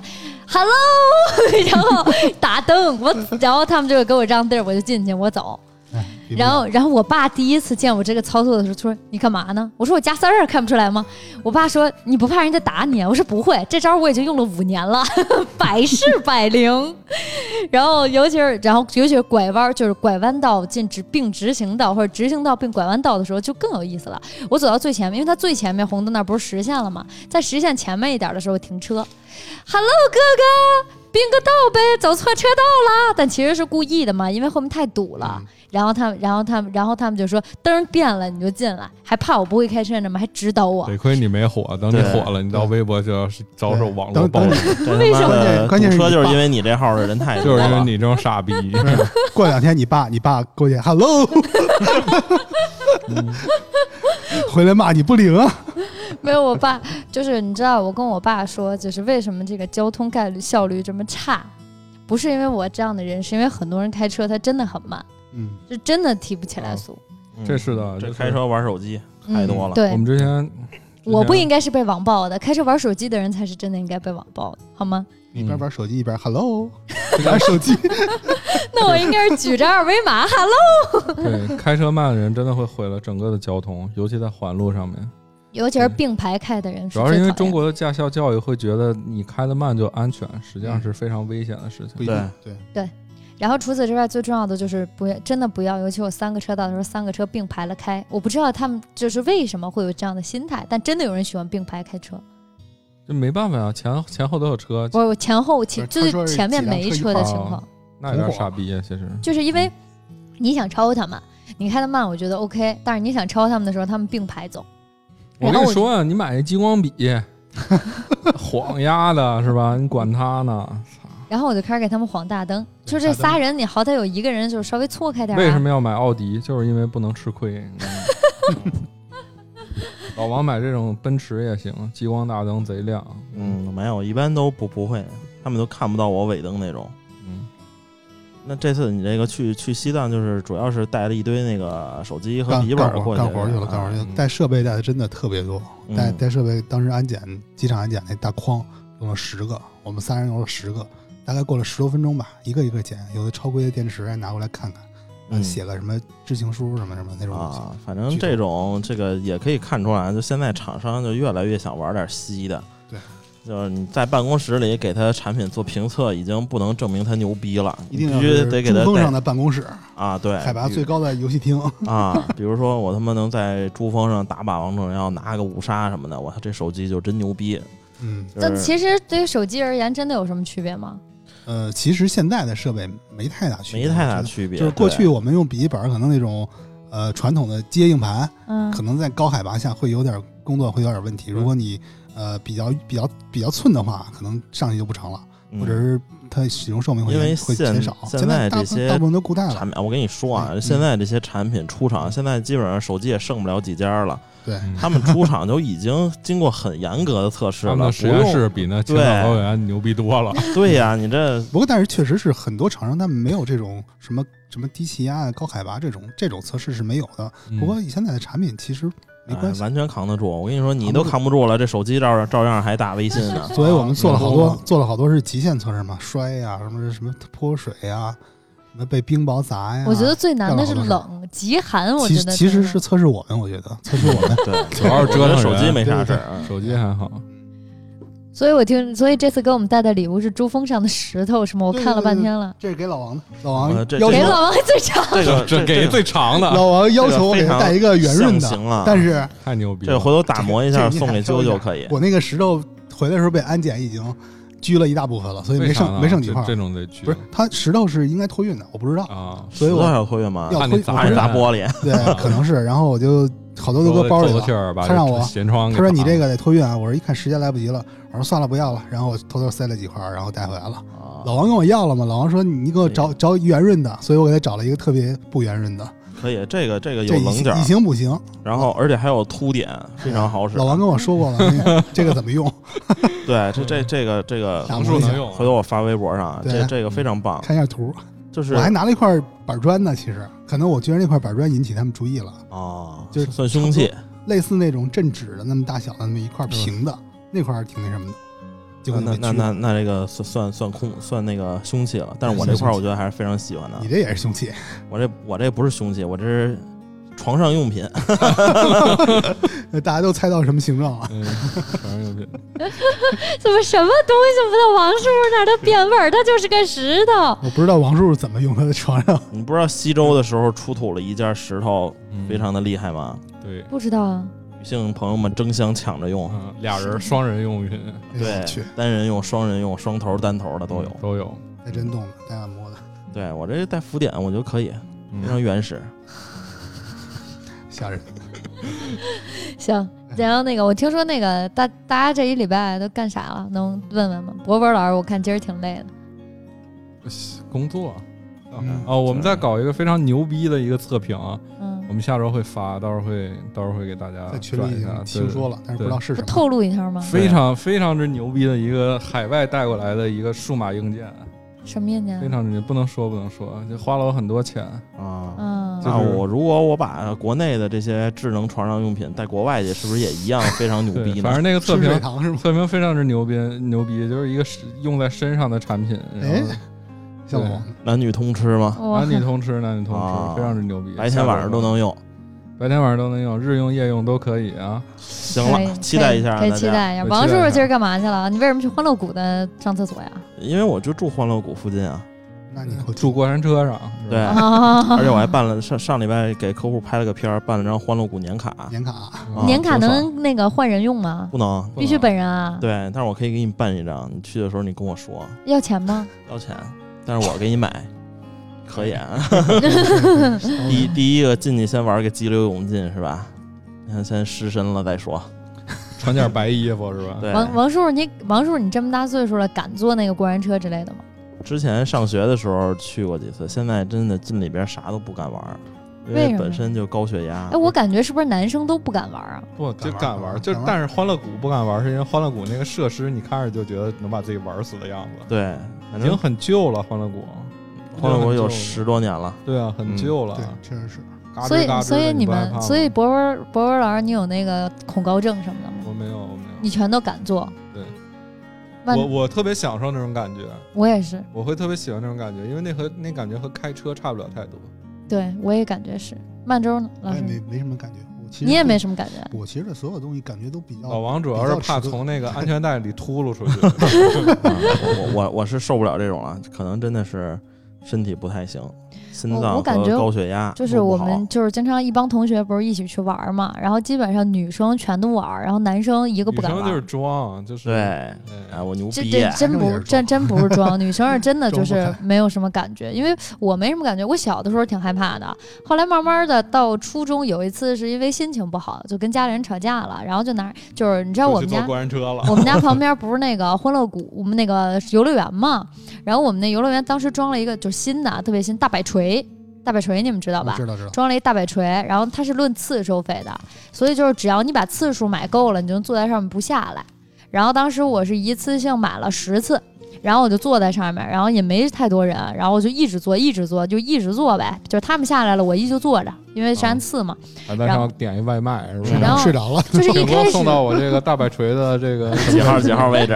S1: ，hello，然 后打灯，我然后他们就给我让地儿，我就进去，我走。
S4: 哎比不
S1: 然
S4: 了
S1: 后然后我爸第一次见我这个操作的时候，他说你干嘛呢？我说我加塞儿啊看不出来吗？我爸说你不怕人家打你啊？我说不会，这招我已经用了五年了， 百试百灵。 然后尤其是然后尤其是拐弯，就是拐弯道进直并直行道或者直行道并拐弯道的时候就更有意思了。我走到最前面，因为它最前面红灯那儿不是实线了吗？在实线前面一点的时候停车，Hello 哥哥。并个道呗，走错车道啦！但其实是故意的嘛，因为后面太堵了。然后他们，然后他们，然后他们就说灯变了，你就进来，还怕我不会开车呢吗？还指导我，
S3: 得亏你没火，等你
S5: 对
S3: 火了，你到微博就要是遭受网络
S4: 等
S3: 暴
S4: 等
S3: 力，
S5: 这他妈的
S4: 关键是
S5: 堵车
S4: 你
S5: 就是
S4: 爸
S5: 因为你这号的人太
S3: 就
S5: 多
S3: 是因为
S5: 了。
S3: 你这种傻 逼。
S4: 嗯过两天你爸你爸过去，hello，回来骂你不灵啊！
S1: 没有，我爸就是你知道，我跟我爸说，就是为什么这个交通概率效率这么差，不是因为我这样的人，是因为很多人开车他真的很慢，
S4: 嗯，
S1: 就真的提不起来
S3: 啊
S1: 速。
S5: 嗯
S3: 这是的
S5: 这
S3: 就是
S5: 开车玩手机
S1: 嗯
S5: 太多了
S1: 对
S3: 我，们之 前，
S1: 我不
S3: 之前
S1: 应该是被网暴的，开车玩手机的人才是真的应该被网暴的，好吗？
S4: 一边玩手机一边 hello，玩手机，
S1: 那我应该是举着二维码，hello。
S3: 对开车慢的人真的会毁了整个的交通，尤其在环路上面。
S1: 尤其是并排开的人，
S3: 主要是因为中。国的驾校教育会觉得你开的慢就安全，实际上
S1: 嗯
S3: 是非常危险的事情。
S4: 不一定对，
S1: 然后除此之外，最重要的就是不要真的不要，尤其有三个车道的时候，三个车并排了开。我不知道他们就是为什么会有这样的心态，但真的有人喜欢并排开车。
S3: 这没办法啊，前前后都有车，
S1: 不是我前后前
S4: 不是
S1: 就
S4: 他说
S1: 是
S4: 是
S1: 前面
S4: 几辆
S1: 没
S4: 车一
S1: 车的
S3: 块儿
S1: 情
S3: 啊
S1: 况，
S3: 那有点傻逼啊，其实。
S1: 就是因
S4: 嗯
S1: 为你想超他们，你开的慢，我觉得 OK，但是你想超他们的时候，他们并排走。
S3: 我
S1: 然
S3: 跟
S1: 后
S3: 你
S1: 我就
S3: 说啊，你买一激光笔，晃丫的是吧？你管他呢？
S1: 然后我就开始给他们晃大灯，就这
S4: 大灯
S1: 仨人，你好歹有一个人就是稍微错开点、啊。
S3: 为什么要买奥迪？就是因为不能吃亏。 嗯老王买这种奔驰也行，激光大灯贼亮。
S5: 嗯，没有，一般都不不会，他们都看不到我尾灯那种。
S3: 嗯，
S5: 那这次你这个去去西藏，就是主要是带了一堆那个手机和
S4: 干
S5: 笔记
S4: 干
S5: 本
S4: 活
S5: 过去，
S4: 干活去了，干活去了
S3: 嗯，
S4: 带设备带的真的特别多，
S5: 嗯
S4: 带带设备当时安检机场安检那大筐用了十个，我们三人用了十个，大概过了十多分钟吧，一个一个捡，有的超规的电池还拿过来看看，
S5: 嗯
S4: 呃写个什么知情书什么什么那种东西。
S5: 啊，反正这种这个也可以看出来，就现在厂商就越来越想玩点稀的。
S4: 对，
S5: 就是你在办公室里给他产品做评测，已经不能证明他牛逼了，
S4: 一定
S5: 你
S4: 要
S5: 必须
S4: 是
S5: 得给
S4: 珠
S5: 他
S4: 峰上
S5: 带
S4: 的办公室，
S5: 啊，对，
S4: 海拔最高的游戏 厅，
S5: 啊，比如说我他妈能在珠峰上打把王者荣耀，拿个五杀什么的，我这手机就真牛逼。
S4: 嗯，
S5: 就
S1: 但
S5: 是
S1: 其实对于手机而言，真的有什么区别吗？
S4: 呃，其实现在的设备没太大区别，
S5: 没太大
S4: 真的
S5: 区别，
S4: 就是过去
S5: 对
S4: 我们用笔记本，可能那种呃传统的接硬盘，
S1: 嗯
S4: 可能在高海拔下会有点工作会有点问题。
S5: 嗯
S4: 如果你呃比较比较比较寸的话，可能上去就不成了，
S5: 嗯
S4: 或者是它使用寿命会
S5: 因为
S4: 会
S5: 现
S4: 减少。
S5: 现
S4: 在
S5: 在
S4: 大
S5: 这些
S4: 大部分都固态了，
S5: 产品，我跟你说啊，
S4: 嗯
S5: 现在这些产品出厂，现在基本上手机也剩不了几家了。
S3: 嗯
S4: 对，
S5: 他们出厂就已经经过很严格的测试
S3: 他
S5: 了，
S3: 们的
S5: 不
S3: 实验
S5: 用
S3: 室比那青藏高原牛逼多了。
S5: 对呀、你这
S4: 不过但是确实是很多厂商他们没有这种什么什么低气压啊、高海拔这种这种测试是没有的。
S3: 嗯
S5: 嗯
S4: 不过现在的产品其实没关
S5: 哎
S4: 系，
S5: 完全扛得住。我跟你说，你
S4: 扛
S5: 都
S4: 不住
S5: 扛不住了，这手机照样照样还打微信 呢。。
S4: 所以我们做了好
S3: 能
S4: 多
S3: 够吗
S4: 做了好多是极限测试嘛，摔呀、什么什么泼水呀、么被冰雹砸呀。
S1: 我觉得最难的是
S4: 干了好
S1: 冷，极寒。我
S4: 其
S1: 觉
S4: 实
S1: 得
S4: 其实
S1: 真的
S4: 是测试我们，我觉得测试 我们
S5: 对，
S3: 主要是折
S5: 我觉得
S3: 腾
S5: 手
S3: 人
S5: 机没啥事儿，
S3: 手机还好，
S1: 所以我听，所以这次给我们带的礼物是珠峰上的石头，是吗？我
S4: 对
S1: 看了
S4: 对
S1: 半
S4: 对
S1: 天了，
S4: 这是给老王的，老王
S5: 呃这
S4: 要
S5: 对
S1: 给
S5: 对
S4: 求
S1: 老王最长。
S5: 这个
S3: 这给最长的，
S4: 老王要
S5: 这
S4: 求
S5: 个
S4: 我
S5: 非
S4: 给他
S5: 常
S4: 带一个圆润
S5: 象
S4: 的，
S5: 形了，
S4: 但是
S3: 太牛逼
S5: 这个
S3: 了。
S5: 回头打磨一下
S4: 这个
S5: 送给啾啾可以。
S4: 我那个石头回来的时候被安检已经拘了一大部分了，所以没
S3: 为啥呢
S4: 剩没剩几
S3: 这
S4: 块。
S3: 这种得去
S4: 不是，它石头是应该托运的，我不知道，
S3: 啊，
S4: 所以
S5: 多
S4: 我
S5: 少托运吗？
S4: 要
S3: 怕
S4: 推
S3: 你砸
S4: 我不啊
S5: 还是
S4: 知
S3: 人
S4: 道
S5: 砸玻璃？
S4: 对，可能是。然后我就好多都搁包里
S3: 透
S4: 了
S3: 气。儿把
S4: 他让我
S3: 舷窗给
S4: 他说：“你
S3: 砸
S4: 这
S3: 了
S4: 个得托运啊！”我说：“一看时间来不及了，我说算了，不要了。”然后我偷偷塞了几块，然后带回来了。
S5: 啊
S4: 老王跟我要了嘛，老王说：“你给我找找圆润的。”所以我给他找了一个特别不圆润的，
S5: 可以，这个这个有
S4: 这以
S5: 棱角
S4: 形，以形补形。
S5: 然后而且还有凸点，非常好使。
S4: 老王跟我说过了，那 个这个怎么用？
S5: 对，这这这个这个，
S4: 打
S3: 横
S4: 磨
S3: 竖
S4: 一下
S3: 能用啊，
S5: 回头我发微博上啊，
S4: 对
S5: 这这个非常棒，
S4: 看一下图。
S5: 就是
S4: 我还拿了一块板砖呢，其实可能我觉得那块板砖引起他们注意了，
S5: 啊，
S4: 就
S5: 算凶器，
S4: 类似那种镇纸的那么大小的那么一块平的，那块儿挺那什么的，结
S5: 那
S4: 果
S5: 啊那
S4: 被
S5: 嗯那
S4: 拘了
S5: 那那这个算算算空算那个凶器了。但是我这块儿我觉得还是非常喜欢的
S4: 你。这也是凶器，
S5: 我这我这不是凶器，我这是床上用品。
S4: 大家都猜到什么形状了？
S3: 嗯，反正有点
S1: 怎么什么东西不到王叔那儿，它变味儿，它就是个石头。
S4: 我不知道王叔是怎么用他的床上，
S5: 你不知道西周的时候出土了一件石头，
S3: 嗯
S5: 非常哦的厉害吗？
S3: 对，
S1: 不知道啊，
S5: 女性朋友们争相抢着用，
S3: 嗯，俩人双人用品
S4: 哎
S5: 对
S4: 呦去，
S5: 单人用、双人用、双头、单头的都有。
S3: 都有，
S4: 带震动的，带按摩的。
S5: 对我这带浮点，我觉得可以，非常
S3: 嗯，
S5: 原始。
S4: 吓人！
S1: 行。然后那个，我听说那个大大家这一礼拜都干啥了？能问问吗？博文老师，我看今儿挺累的。
S3: 工作。啊
S4: 嗯
S3: 哦，我们再搞一个非常牛逼的一个测评啊，我
S1: 嗯，
S3: 们下周会发，到时候会到时候会给大家
S4: 在群
S3: 啊转
S4: 里已
S3: 一下
S4: 经，听
S3: 对
S4: 说了，但是不知道是
S1: 不
S4: 什么。
S1: 透露一下吗？
S3: 非常非常之牛逼的一个海外带过来的一个数码硬件，
S1: 什么意
S5: 嗯
S1: 见？
S3: 非常之牛，不能说不能说，就花了我很多钱。
S5: 啊。
S1: 嗯，
S3: 就
S5: 那
S3: 是
S5: 我如果我把国内的这些智能床上用品带国外去，是不是也一样非常牛
S3: 对
S5: 逼，呢
S3: 反？正那个测
S4: 吃
S3: 评
S4: 水糖是吗？
S3: 测评非常之牛逼，牛逼就是一个是用在身上的产品，
S4: 哎
S3: 然后
S4: 像我
S5: 男女通吃吗？
S1: 哇
S3: 男女啊通吃，男女通
S5: 啊
S3: 吃，非常之牛逼，
S5: 白天晚上都能用。
S3: 白天晚上都能用，日用夜用都可以啊。
S5: 行
S1: 可以
S5: 了，期待一下
S1: 可以可
S5: 大
S1: 以期
S5: 家，
S1: 待一下。
S3: 可以
S1: 王
S3: 期
S1: 叔
S3: 待一下
S1: 叔今儿干嘛去了？你为什么去欢乐谷的上厕所呀？
S5: 因为我就住欢乐谷附近啊，
S4: 那你我
S3: 住过山车上，是 吧
S5: 对，
S1: 啊
S5: 而且我还办了上上礼拜给客户拍了个片儿，办了张欢乐谷年卡，
S4: 年卡，
S3: 嗯
S5: 啊
S1: 年卡
S5: 多少
S1: 能那个换人用吗？
S5: 不能。
S3: 不
S1: 必须
S3: 能
S1: 本人啊？
S5: 对，但是我可以给你办一张，你去的时候你跟我说
S1: 要钱吗？
S5: 要钱，但是我给你买，可以啊。第
S4: 第
S5: 一第一个进去先玩个激流勇进是吧？你看先湿身了再说。
S3: 穿件白衣服是吧？
S5: 对，
S1: 王王叔叔，你王叔叔，你这么大岁数了，敢坐那个过山车之类的
S3: 啊
S1: 吗？
S5: 之前上学的时候去过几次，现在真的进里边啥都不敢玩儿，因
S1: 为什
S5: 为
S1: 么
S5: 本身就高血压
S1: 哎，。我感觉是不是男生都不敢玩啊？
S3: 不就
S4: 敢
S3: 敢
S4: 玩
S3: 玩，就
S4: 敢玩
S3: 但是欢乐谷不敢玩，是因为欢乐谷那个设施，你看着就觉得能把自己玩死的样子，
S5: 对，
S3: 已
S5: 反
S3: 经
S5: 正
S3: 很旧了。欢乐谷，
S5: 欢乐谷有
S3: 很旧
S5: 十 多年了。
S3: 对啊，很
S5: 嗯
S3: 旧了
S4: 对，，确实是。
S3: 嘎吱
S1: 所以
S3: 嘎吱的
S1: 所以
S3: 你
S1: 你
S3: 不害怕
S1: 们
S3: 吗
S1: 所以博文博文老师，你有那个恐高症什么的吗？
S3: 我没有，我没
S1: 你
S3: 有，
S1: 全都敢坐？
S3: 对
S1: 万。
S3: 我我特别享受那种感觉，
S1: 我也是，
S3: 我会特别喜欢那种感觉，因为那和那感觉和开车差不了太多。
S1: 对我也感觉是。曼周呢，老
S3: 哎
S4: 我也
S1: 师，
S4: 没没什么感觉，我其实
S1: 你也
S4: 对
S1: 没什么感觉。
S4: 我其实对所有东西感觉都比
S3: 老
S4: 较
S3: 王主要是怕从那个安全带里秃噜出 去，
S5: 啊我我我是受不了这种了，可能真的是身体不太行，心
S1: 我
S5: 脏
S1: 我
S5: 和
S1: 感觉
S5: 高血压
S1: 就是
S5: 都不
S1: 我
S5: 好
S1: 们就是经常一帮同学不是一起去玩儿嘛，然后基本上女生全都玩儿，然后男生一个不
S3: 女
S1: 敢
S3: 生
S1: 玩
S3: 就是
S1: 儿。
S3: 装，就是
S5: 对，
S3: 哎
S5: 哎，我牛
S1: 这
S5: 逼，
S1: 这真
S4: 男生也
S1: 不
S4: 是
S1: 真真不是装，女生是真的就
S4: 装
S1: 是
S4: 不开
S1: 没有什么感觉，因为我没什么感觉。我小的时候挺害怕的，后来慢慢的到初中有一次是因为心情不好，就跟家人吵架了，然后就拿就是你知道
S3: 就
S1: 我
S3: 去
S1: 们
S3: 坐
S1: 家
S3: 过山车了。
S1: 我们家旁边不是那个欢乐谷，我们那个游乐园嘛。然后我们那游乐园当时装了一个就是新的啊，特别新大摆锤，大摆锤你们知道
S4: 我
S1: 吧？
S4: 知道知道。
S1: 装了一大摆锤，然后它是论次收费的，所以就是只要你把次数买够了，你就能坐在上面不下来。然后当时我是一次性买了十次，然后我就坐在上面，然后也没太多人，然后我就一直坐，一直坐，就一直坐呗，就是他们下来了，我依旧坐着，因为山刺嘛，
S3: 还在上点一外卖是
S1: 然
S3: 吧？
S1: 后
S4: 睡着了，
S1: 就是一
S3: 给我
S1: 开始
S3: 送到我这个大摆锤的这个
S5: 几号几号 位置？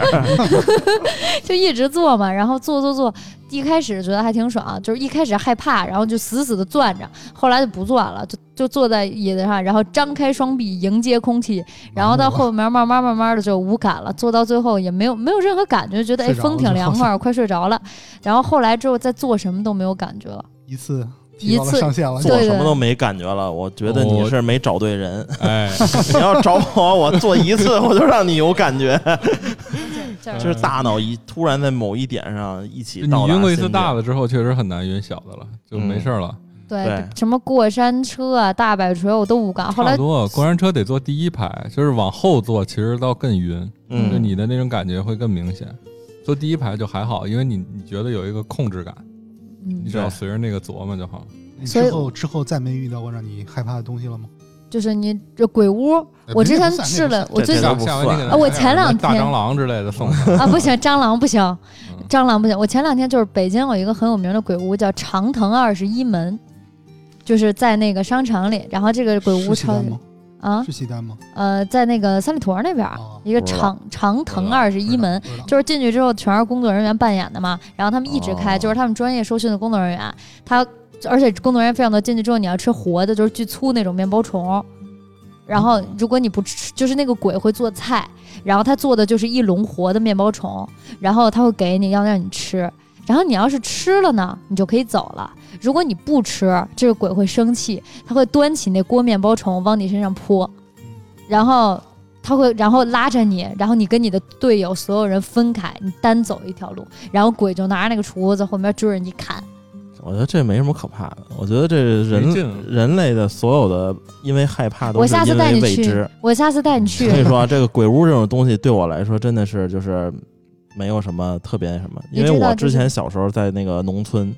S1: 就一直做嘛，然后做做做，一开始觉得还挺爽，就是一开始害怕，然后就死死的攥着，后来就不攥了，就就坐在椅子上，然后张开双臂迎接空气，然后到后面慢慢慢慢的就无感了，做到最后也没有没有任何感觉，觉得哎
S4: 睡着了
S1: 风挺凉快，我快睡着了，然后后来之后再做什么都没有感觉了，
S4: 一次提
S1: 一
S4: 高了
S1: 次
S4: 上限了，
S1: 对
S5: 做
S1: 对
S5: 什么都没感觉了，我觉得你是没找对人。
S3: 哎，
S5: 你要找我，我做一次我就让你有感觉，
S3: 嗯
S1: 就
S5: 就是大脑一突然在某一点上一起
S3: 你
S5: 到达
S3: 晕过一次
S5: 心境
S3: 大的之后，确实很难晕小的了，就没事儿了。
S5: 嗯
S1: 对
S5: 对
S1: 什么过山车啊、大摆锤我都无感，后
S3: 差不
S1: 来
S3: 多，过山车得坐第一排，就是往后坐，其实倒更晕，就
S5: 嗯，
S3: 你的那种感觉会更明显。坐第一排就还好，因为你你觉得有一个控制感，
S1: 嗯
S3: 你只要
S5: 对
S3: 随着那个琢磨就好了。
S4: 你
S1: 所以
S4: 之后之后再没遇到过让你害怕的东西了吗？
S1: 就是你这鬼屋，
S4: 哎
S1: 我之
S4: 那
S1: 前
S4: 不算
S1: 试了，我
S5: 这
S1: 最
S5: 这
S1: 近
S3: 下
S5: 个不
S3: 下回
S5: 算
S3: 你给
S1: 啊
S3: 他
S1: 我
S3: 买点
S1: 前两
S3: 什么大
S1: 天
S3: 蟑螂之类的送他。
S1: 啊不行，蟑螂不行。
S3: 嗯
S1: 蟑螂不行。我前两天就是北京有一个很有名的鬼屋，叫长藤二十一门，就是在那个商场里。然后这个鬼
S4: 是
S1: 屋
S4: 契
S1: 超
S4: 丹吗？
S1: 啊，
S4: 是契丹吗？
S1: 呃，在那个三里屯那边儿
S4: 哦
S1: 一个
S5: 不知道
S1: 长长藤二十一门，
S4: 不知道
S1: 就是进去之后全是工作人员扮演的嘛。然后他们一直开，
S5: 哦
S1: 就是他们专业受训的工作人员，他而且工作人员非常多。进去之后你要吃活的，就是巨粗那种面包虫。然后，如果你不吃，就是那个鬼会做菜，然后他做的就是一笼活的面包虫，然后他会给你要让你吃，然后你要是吃了呢，你就可以走了。如果你不吃，这个鬼会生气，他会端起那锅面包虫往你身上泼，然后他会然后拉着你，然后你跟你的队友所有人分开，你单走一条路，然后鬼就拿着那个厨子在后面追着你砍。
S5: 我觉得这没什么可怕的。我觉得这人
S3: 没劲
S5: 人类的所有的因为害怕都
S1: 我
S5: 是
S1: 下次
S5: 因
S1: 带
S5: 为
S1: 你
S5: 未
S1: 去
S5: 知。，
S1: 我下次带你去
S5: 所。 以说啊，这个鬼屋这种东西对我来说真的是就是没有什么特别什么，因为
S1: 你知道
S5: 我
S1: 就是
S5: 之前小时候在那个农村，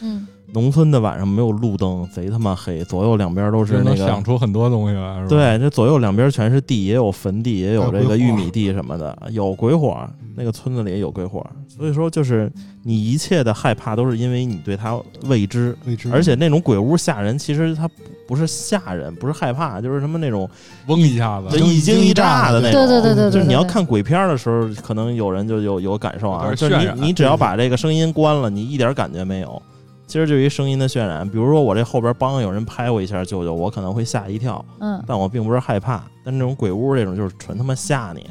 S1: 嗯，
S5: 农村的晚上没有路灯，贼他妈黑，左右两边都是
S3: 就
S5: 那
S3: 能
S5: 个
S3: 想。出很多东西来，是吧？，
S5: 对，这左右两边全是地，也有坟地，也有
S4: 还
S5: 这
S4: 有啊
S5: 个
S4: 鬼
S5: 玉
S4: 火
S5: 米地什么的，有鬼火
S4: 嗯。
S5: 那个村子里也有鬼火，所以说就是你一切的害怕都是因为你对它未知，
S4: 未知，
S5: 而且那种鬼屋吓人，其实它不不是吓人，不是害怕，就是什么那种
S3: 嗡一下子，
S4: 惊
S5: 一惊一乍的
S4: 对
S5: 那种。
S1: 对对对对对，
S5: 就是你要
S1: 对，
S5: 看鬼片儿的时候，可能有人就有有感受啊，
S3: 有点
S5: 就是
S3: 渲染
S5: 你你只要把这个声音关了，你一点感觉没有。其实就一声音的渲染，比如说我这后边帮有人拍我一下舅舅，我可能会吓一跳，
S1: 嗯，
S5: 但我并不是害怕。但这种鬼屋这种就是纯他妈吓 你，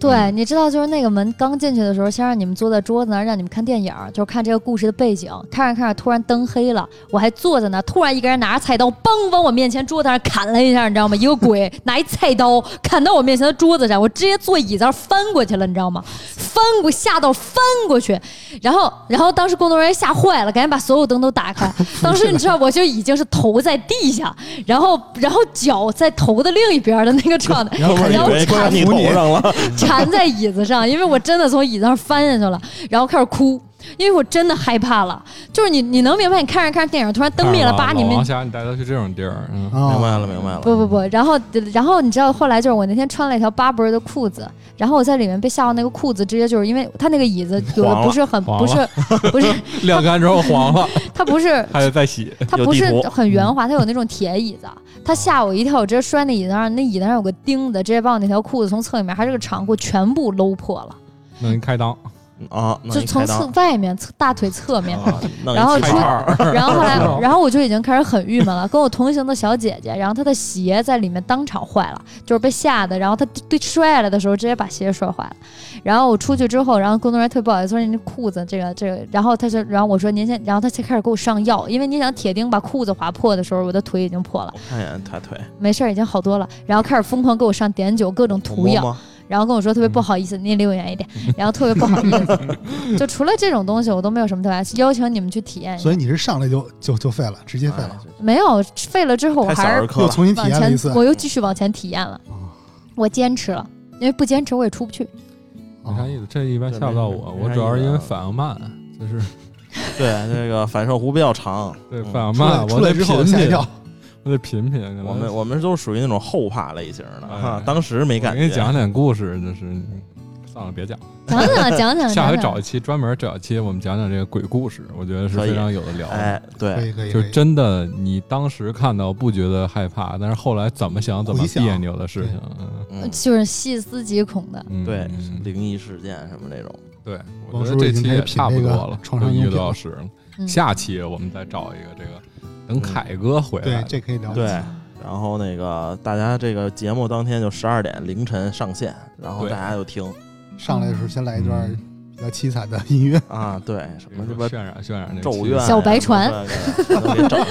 S1: 对，你知道，就是那个门刚进去的时候，先让你们坐在桌子那儿，让你们看电影儿，就是看这个故事的背景。看着看着，突然灯黑了，我还坐在那儿，突然一个人拿着菜刀，梆往我面前桌子上砍了一下，你知道吗？一个鬼拿一菜刀砍到我面前的桌子上，我直接坐椅子上翻过去了，你知道吗？翻过吓到翻过去，然后然后当时工作人员吓坏了，赶紧把所有灯都打开。当时你知道，我就已经是头在地下，然后然后脚在头的另一边儿的那个状 态，
S4: 然后
S5: 哥们儿
S1: 然
S5: 以
S1: 后
S5: 为
S1: 砍
S5: 砍你头上 了，
S1: 缠在椅子上，因为我真的从椅子上翻下去了，然后开始哭，因为我真的害怕了。就是你，你能明白？你看着看着电影，突然灯灭了，叭，你
S3: 啊老
S5: 啊
S1: 们
S3: 王侠，你带他去这种地儿，嗯，
S4: 啊
S5: 明白了，明白了。
S1: 不不不，然后然后你知道后来就是我那天穿了一条 Burberry 的裤子，然后我在里面被吓到，那个裤子直接就是因为它那个椅子有的
S5: 黄了
S1: 不是很
S3: 黄
S1: 不是不是
S3: 晾干之后黄 了，
S1: 它不是
S3: 还得再洗。
S1: 它
S5: 有
S1: 不
S5: 地
S1: 是
S5: 图
S1: 很圆 滑，它有那种铁椅子，它吓我一跳，我直接摔那椅子上，那椅子上有个钉子，直接把我那条裤子从侧里面还是个长裤全部搂破了，
S3: 那你开裆，
S5: 啊，那
S1: 就
S5: 你
S1: 从
S5: 开
S1: 侧
S5: 裆，
S1: 外面侧大腿侧面。
S5: 啊弄一
S1: 然后
S5: 气
S3: 开
S1: 出
S5: 泡
S3: 叉
S5: 儿
S3: 儿，，
S1: 然后后
S4: 嗯
S1: 来然后我就已经开始很郁闷了。跟我同行的小姐姐，然后她的鞋在里面当场坏了，就是被吓的。然后她对摔了的时候，直接把鞋摔坏了。然后我出去之后，然后工作人员特别不好意思说：“您这裤子这个这个。”然后她就，然后我说：“您先。”然后她就开始给我上药，因为你想铁钉把裤子划破的时候，我的腿已经破了
S5: 我，看一眼他腿，
S1: 没事儿，已经好多了。然后开始疯狂给我上碘酒，各种
S5: 我
S1: 涂
S5: 摸
S1: 药。
S5: 摸，
S1: 然后跟我说特别不好意思，你离我远一点，然后特别不好意思，就除了这种东西，我都没有什么特别邀请你们去体验一下
S4: 所以。你是上来就就就废了，直接废
S5: 哎
S4: 了，
S1: 没有废了之 后，我
S5: 太小
S1: 还是
S5: 儿科
S4: 又
S5: 了。
S4: 重新体
S1: 往
S4: 验了
S1: 前
S4: 一次，，哦
S1: 我又继续往前体验了，我坚持了，因为不坚持我也出不 去。
S4: 哦
S3: 你看意思，这一般吓不到我，
S5: 哦这没
S3: 我主要是因为
S5: 啊
S3: 反应慢，就是
S5: 嗯对，这个反射弧比较长。
S3: 对
S5: 嗯
S3: 反应
S4: 出来
S3: 慢，
S4: 出
S3: 我
S4: 来
S3: 得
S4: 之
S3: 品
S4: 后吓一
S3: 品，
S4: 跳，
S3: 我得品品。
S5: 我们我们都是属于那种后怕类型的
S3: 哎
S5: 哈，当时没
S3: 我
S5: 感
S3: 给
S5: 觉。
S3: 你讲点故事，就是算了，别讲了，
S1: 讲讲讲讲，
S3: 下回
S1: 讲讲
S3: 找一期专门找一期，我们讲讲这个鬼故事，我觉得是
S5: 可以
S3: 非常有的聊的。
S5: 哎，
S4: 可
S5: 对，
S4: 以可以，
S3: 就
S4: 可
S3: 是
S4: 以
S3: 真的，你当时看到不觉得害怕，但是后来怎么想怎么
S4: 回想
S3: 别扭的事情，嗯
S5: 嗯，
S1: 呃就是细思极恐的。
S3: 嗯，
S5: 对
S3: 嗯，
S5: 灵异事件什么这种，
S3: 对，我
S4: 王
S3: 觉
S4: 叔
S3: 得这
S4: 已经
S3: 期
S4: 开始
S3: 也
S4: 品
S3: 差不
S4: 这
S3: 多
S4: 个
S3: 了，
S4: 床
S3: 都
S4: 上
S3: 一
S4: 用
S3: 个
S4: 品
S3: 多小时了。
S1: 嗯
S3: 下期我们再找一个这个，等
S5: 嗯
S3: 凯哥回
S4: 对
S3: 来，
S4: 这可以聊。
S5: 对，然后那个大家这个节目当天就十二点凌晨上线，然后
S3: 对
S5: 大家就听
S4: 上来的时候先来一段
S3: 嗯
S4: 比较凄惨的音乐，
S5: 啊，对，什
S3: 比
S5: 么
S3: 如
S5: 什
S3: 说
S5: 么
S3: 渲染渲染那
S5: 咒
S3: 期
S5: 怨啊、
S1: 小白船
S5: 什么这个的都给整上。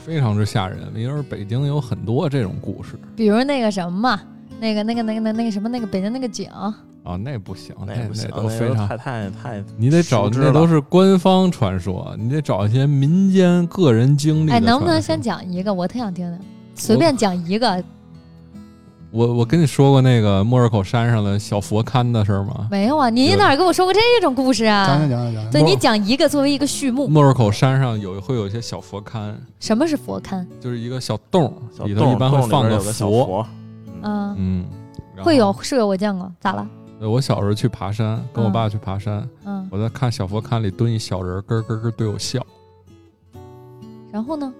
S3: 非常之吓人，因为北京有很多这种故事
S1: 比如那个什么嘛，那个那个那个那个那个什么那个北京那个景，
S3: 啊，那不行，
S5: 那
S3: 那
S5: 也不行，
S3: 都非
S5: 个
S3: 常嗯
S5: 太。太太，
S3: 你得找
S5: 熟知
S3: 那都
S5: 了
S3: 是官方传说，你得找一些民间个人经历。
S1: 哎，能不能先？讲一个？我特想听听，随便讲一个，
S3: 我我跟你说过那个莫尔口山上的小佛龛的事儿吗？
S1: 没有啊？您哪儿跟我说过这种故事
S4: 讲讲
S1: 啊？
S4: 讲讲
S1: 对
S4: 讲。
S1: 你讲一个作为一个序幕，
S3: 莫尔口山上有会有一些小佛龛，
S1: 什么是佛龛？
S3: 就是一个小洞儿，
S5: 小
S3: 里
S5: 洞
S3: 头一般
S5: 洞
S3: 会
S5: 里
S3: 放
S5: 边
S3: 个
S5: 有个小
S3: 佛，
S5: 佛，
S1: 嗯，
S3: 嗯，然后
S1: 会有是有我见过，咋了？
S3: 对我小时候去爬山，跟我
S1: 嗯
S3: 爸去爬山，
S1: 嗯，
S3: 我在看小佛龛里蹲一小人儿，咯咯咯对我笑，
S1: 然后呢？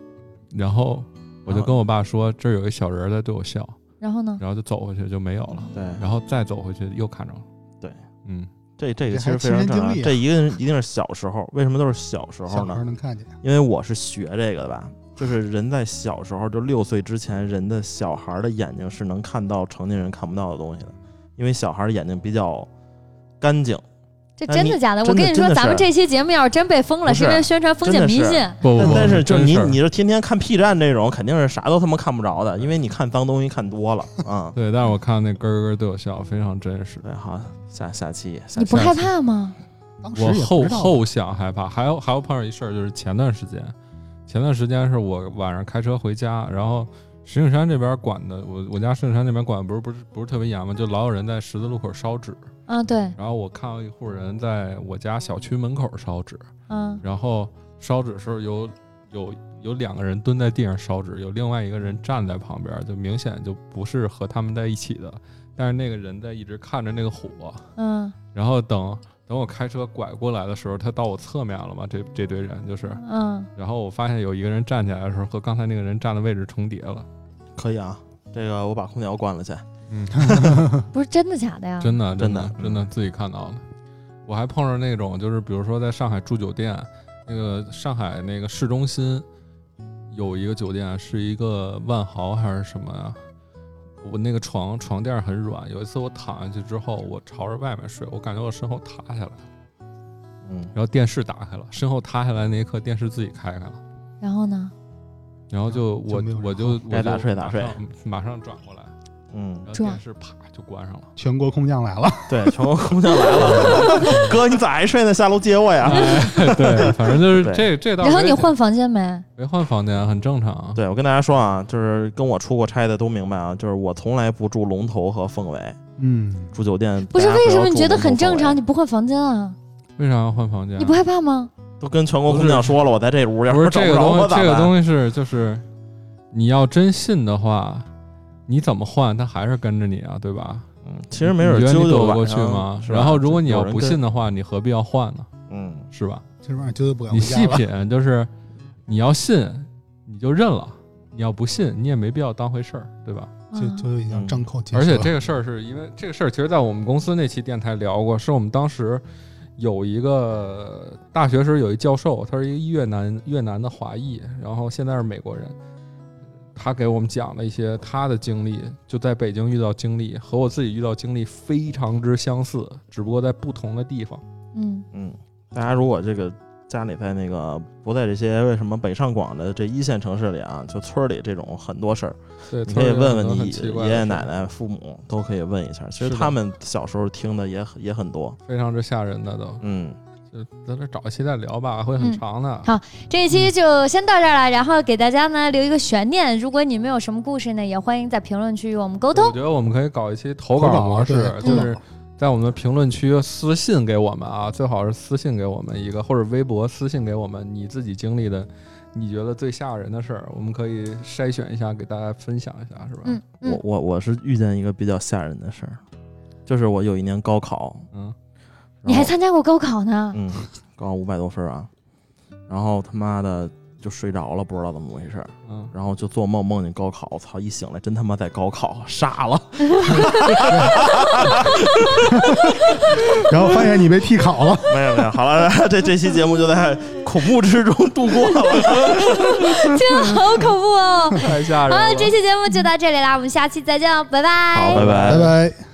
S3: 然后我就
S5: 然后
S3: 跟我爸说这儿有一小人儿在对我笑，
S1: 然后呢？
S3: 然后就走过去就没有了，
S5: 对，
S3: 然后再走回去又看着了。
S5: 对，
S3: 嗯，
S5: 这这个
S4: 这
S5: 其
S4: 还
S5: 实
S4: 是亲
S5: 非常
S4: 身
S5: 正
S4: 经
S5: 常，
S4: 历啊
S5: 这一个一定是小时候，为什么都是小时候
S4: 小时候
S5: 呢？
S4: 能看见，
S5: 因为我是学这个的吧，就是人在小时候，就六岁之前，人的小孩儿的眼睛是能看到成年人看不到的东西的，因为小孩儿的眼睛比较干净，
S1: 这
S5: 哎
S1: 真的
S5: 你
S1: 假的？我
S5: 真的
S1: 跟你说
S5: 真，的
S1: 咱们
S5: 是
S1: 这期节目要是真被封了，
S5: 不
S1: 是因为
S5: 是
S1: 宣传封
S5: 真
S1: 建
S5: 的
S1: 迷
S5: 是
S1: 信。
S3: 不不
S5: 但
S3: 不，
S5: 但是就
S3: 真
S5: 你
S3: 事儿。
S5: 你就天天看 P 站这种，肯定是啥都他妈看不着的，因为你看脏东西看多了啊
S3: 对，但是我看那咯咯咯对我笑非常真实。
S5: 对，好，下下期下
S1: 你
S5: 期
S1: 不害怕吗？
S4: 当时
S3: 我
S4: 也不
S3: 后
S4: 知道啊
S3: 后想害怕，还有还有碰上一事儿，就是前段时间，前段时间是我晚上开车回家，然后石景山这边管的，我我家石景山那边管的不是不是不是特别严嘛，就老有人在十字路口烧纸，
S1: 啊，对，
S3: 然后我看到一户人在我家小区门口烧纸，
S1: 嗯，
S3: 然后烧纸的时候有有有两个人蹲在地上烧纸，有另外一个人站在旁边，就明显就不是和他们在一起的，但是那个人在一直看着那个火，
S1: 嗯
S3: 然后等等我开车拐过来的时候，他到我侧面了嘛，这这堆人就是，
S1: 嗯，
S3: 然后我发现有一个人站起来的时候和刚才那个人站的位置重叠了，
S5: 可以啊，这个我把空调关了去。
S3: 嗯，
S1: 不是真的假的呀？
S3: 真的
S5: 真的
S3: 的
S5: 嗯
S3: 真的自己看到的。我还碰上那种就是比如说在上海住酒店，那个上海那个市中心有一个酒店是一个万豪还是什么呀、我那个床床垫很软，有一次我躺下去之后，我朝着外面睡，我感觉我身后塌下来了，
S5: 嗯，
S3: 然后电视打开了，身后塌下来那一刻电视自己开开了。
S1: 然后呢？
S3: 然后啊就
S4: 就
S3: 我
S4: 没有
S3: 我
S4: 然
S3: 就
S4: 后
S3: 我
S5: 该打
S3: 就
S5: 睡打
S3: 马
S5: 睡
S3: 上，马上转过来，
S5: 嗯
S3: 然，后
S1: 转
S3: 电视啪就关上了。
S4: 全国空降 来了，
S5: 对，全国空降来了， 哥你咋还睡呢？下楼接 我呀！
S3: 哎， 对，反正就是
S5: 对
S3: 这这倒
S1: 然后你
S3: 没
S1: 换房间没？
S3: 没换房间，很正常。
S5: 对，我跟大家说啊，就是跟我出过差的都明白啊，就是我从来不住龙头和凤尾，
S4: 嗯，
S5: 住酒店
S1: 不是
S5: 大家要
S1: 为什么你觉
S5: 住
S1: 得
S5: 龙头
S1: 很正常？
S5: 凤
S1: 你不换房间啊？
S3: 为啥要换房
S5: 啊
S3: 间？啊
S1: 你不害怕吗？
S5: 尾？都跟全国空降说了，我在这屋要
S3: 不是
S5: 找
S3: 这个
S5: 着
S3: 东
S5: 我
S3: 西，
S5: 咋
S3: 这个
S5: 办
S3: 东西是就是你要真信的话，你怎么换它还是跟着你啊，对吧？
S5: 嗯其实没准
S3: 你觉得
S5: 揪
S3: 你
S5: 揪
S3: 躲得
S5: 晚
S3: 过去
S5: 上
S3: 吗？
S5: 是吧
S3: 然后如果你
S5: 有
S3: 要
S5: 人
S3: 不
S5: 跟
S3: 信的话，你何必要换呢？
S5: 嗯，
S3: 是吧？
S4: 今儿晚上绝对不敢
S3: 你
S4: 回
S3: 细
S4: 家了。
S3: 品，就是你要信你就认了，你要不信你也没必要当回事儿，对吧？
S4: 就
S1: 啊
S4: 就已经张口结舌，
S3: 嗯而且这个事儿是因为这个事儿，其实，在我们公司那期电台聊过，是我们当时有一个大学时有一教授，他是一个越南越南的华裔，然后现在是美国人，他给我们讲了一些他的经历，就在北京遇到经历和我自己遇到经历非常之相似，只不过在不同的地方。
S1: 嗯，
S5: 嗯，大家如果这个家里在那个不在这些为什么北上广的这一线城市里啊，就村儿里这种很多事儿，
S3: 对，
S5: 你可以
S3: 村儿
S5: 问
S3: 里有很
S5: 问
S3: 多
S5: 你
S3: 很奇怪
S5: 爷
S3: 的
S5: 爷
S3: 事
S5: 奶，奶、父母都可以问一下。其
S3: 是
S5: 实
S3: 的
S5: 他们小时候听的也很也很多。
S3: 非常之吓人的都。
S5: 嗯，
S3: 就咱这找一期再聊吧，会很
S1: 嗯
S3: 长的。
S1: 好这一期就先到这儿了，然后给大家呢留一个悬念。如果你们有什么故事呢，也欢迎在评论区与我们沟
S3: 我
S1: 通。
S3: 觉得我们可以搞一期投
S4: 投
S3: 稿
S4: 稿啊
S3: 模式，就
S4: 对投稿
S3: 是在我们的评论区私信给我们啊，最好是私信给我们一个，或者微博私信给我们你自己经历的，你觉得最吓人的事儿，我们可以筛选一下给大家分享一下，是吧？
S1: 嗯
S5: 我
S1: 嗯，
S5: 我我是遇见一个比较吓人的事儿，就是我有一年高考，
S3: 嗯，
S1: 你还
S5: 然后
S1: 参加过高考 呢？
S5: 嗯，高五百多分儿啊，然后他妈的就睡着了，不知道怎么回事儿，
S3: 嗯，
S5: 然后就做梦梦见高考，我操！一醒来真他妈在高考，傻了。
S4: 然后发现你被替考了，
S5: 没有没有，好了， 这这期节目就在恐怖之中度过 了。
S1: 这个好恐怖哦！
S3: 太吓人
S1: 好
S3: 了。
S1: 了，这期节目就到这里啦，我们下期再见哦，拜拜。
S3: 哎
S5: 好，拜拜
S4: 拜拜。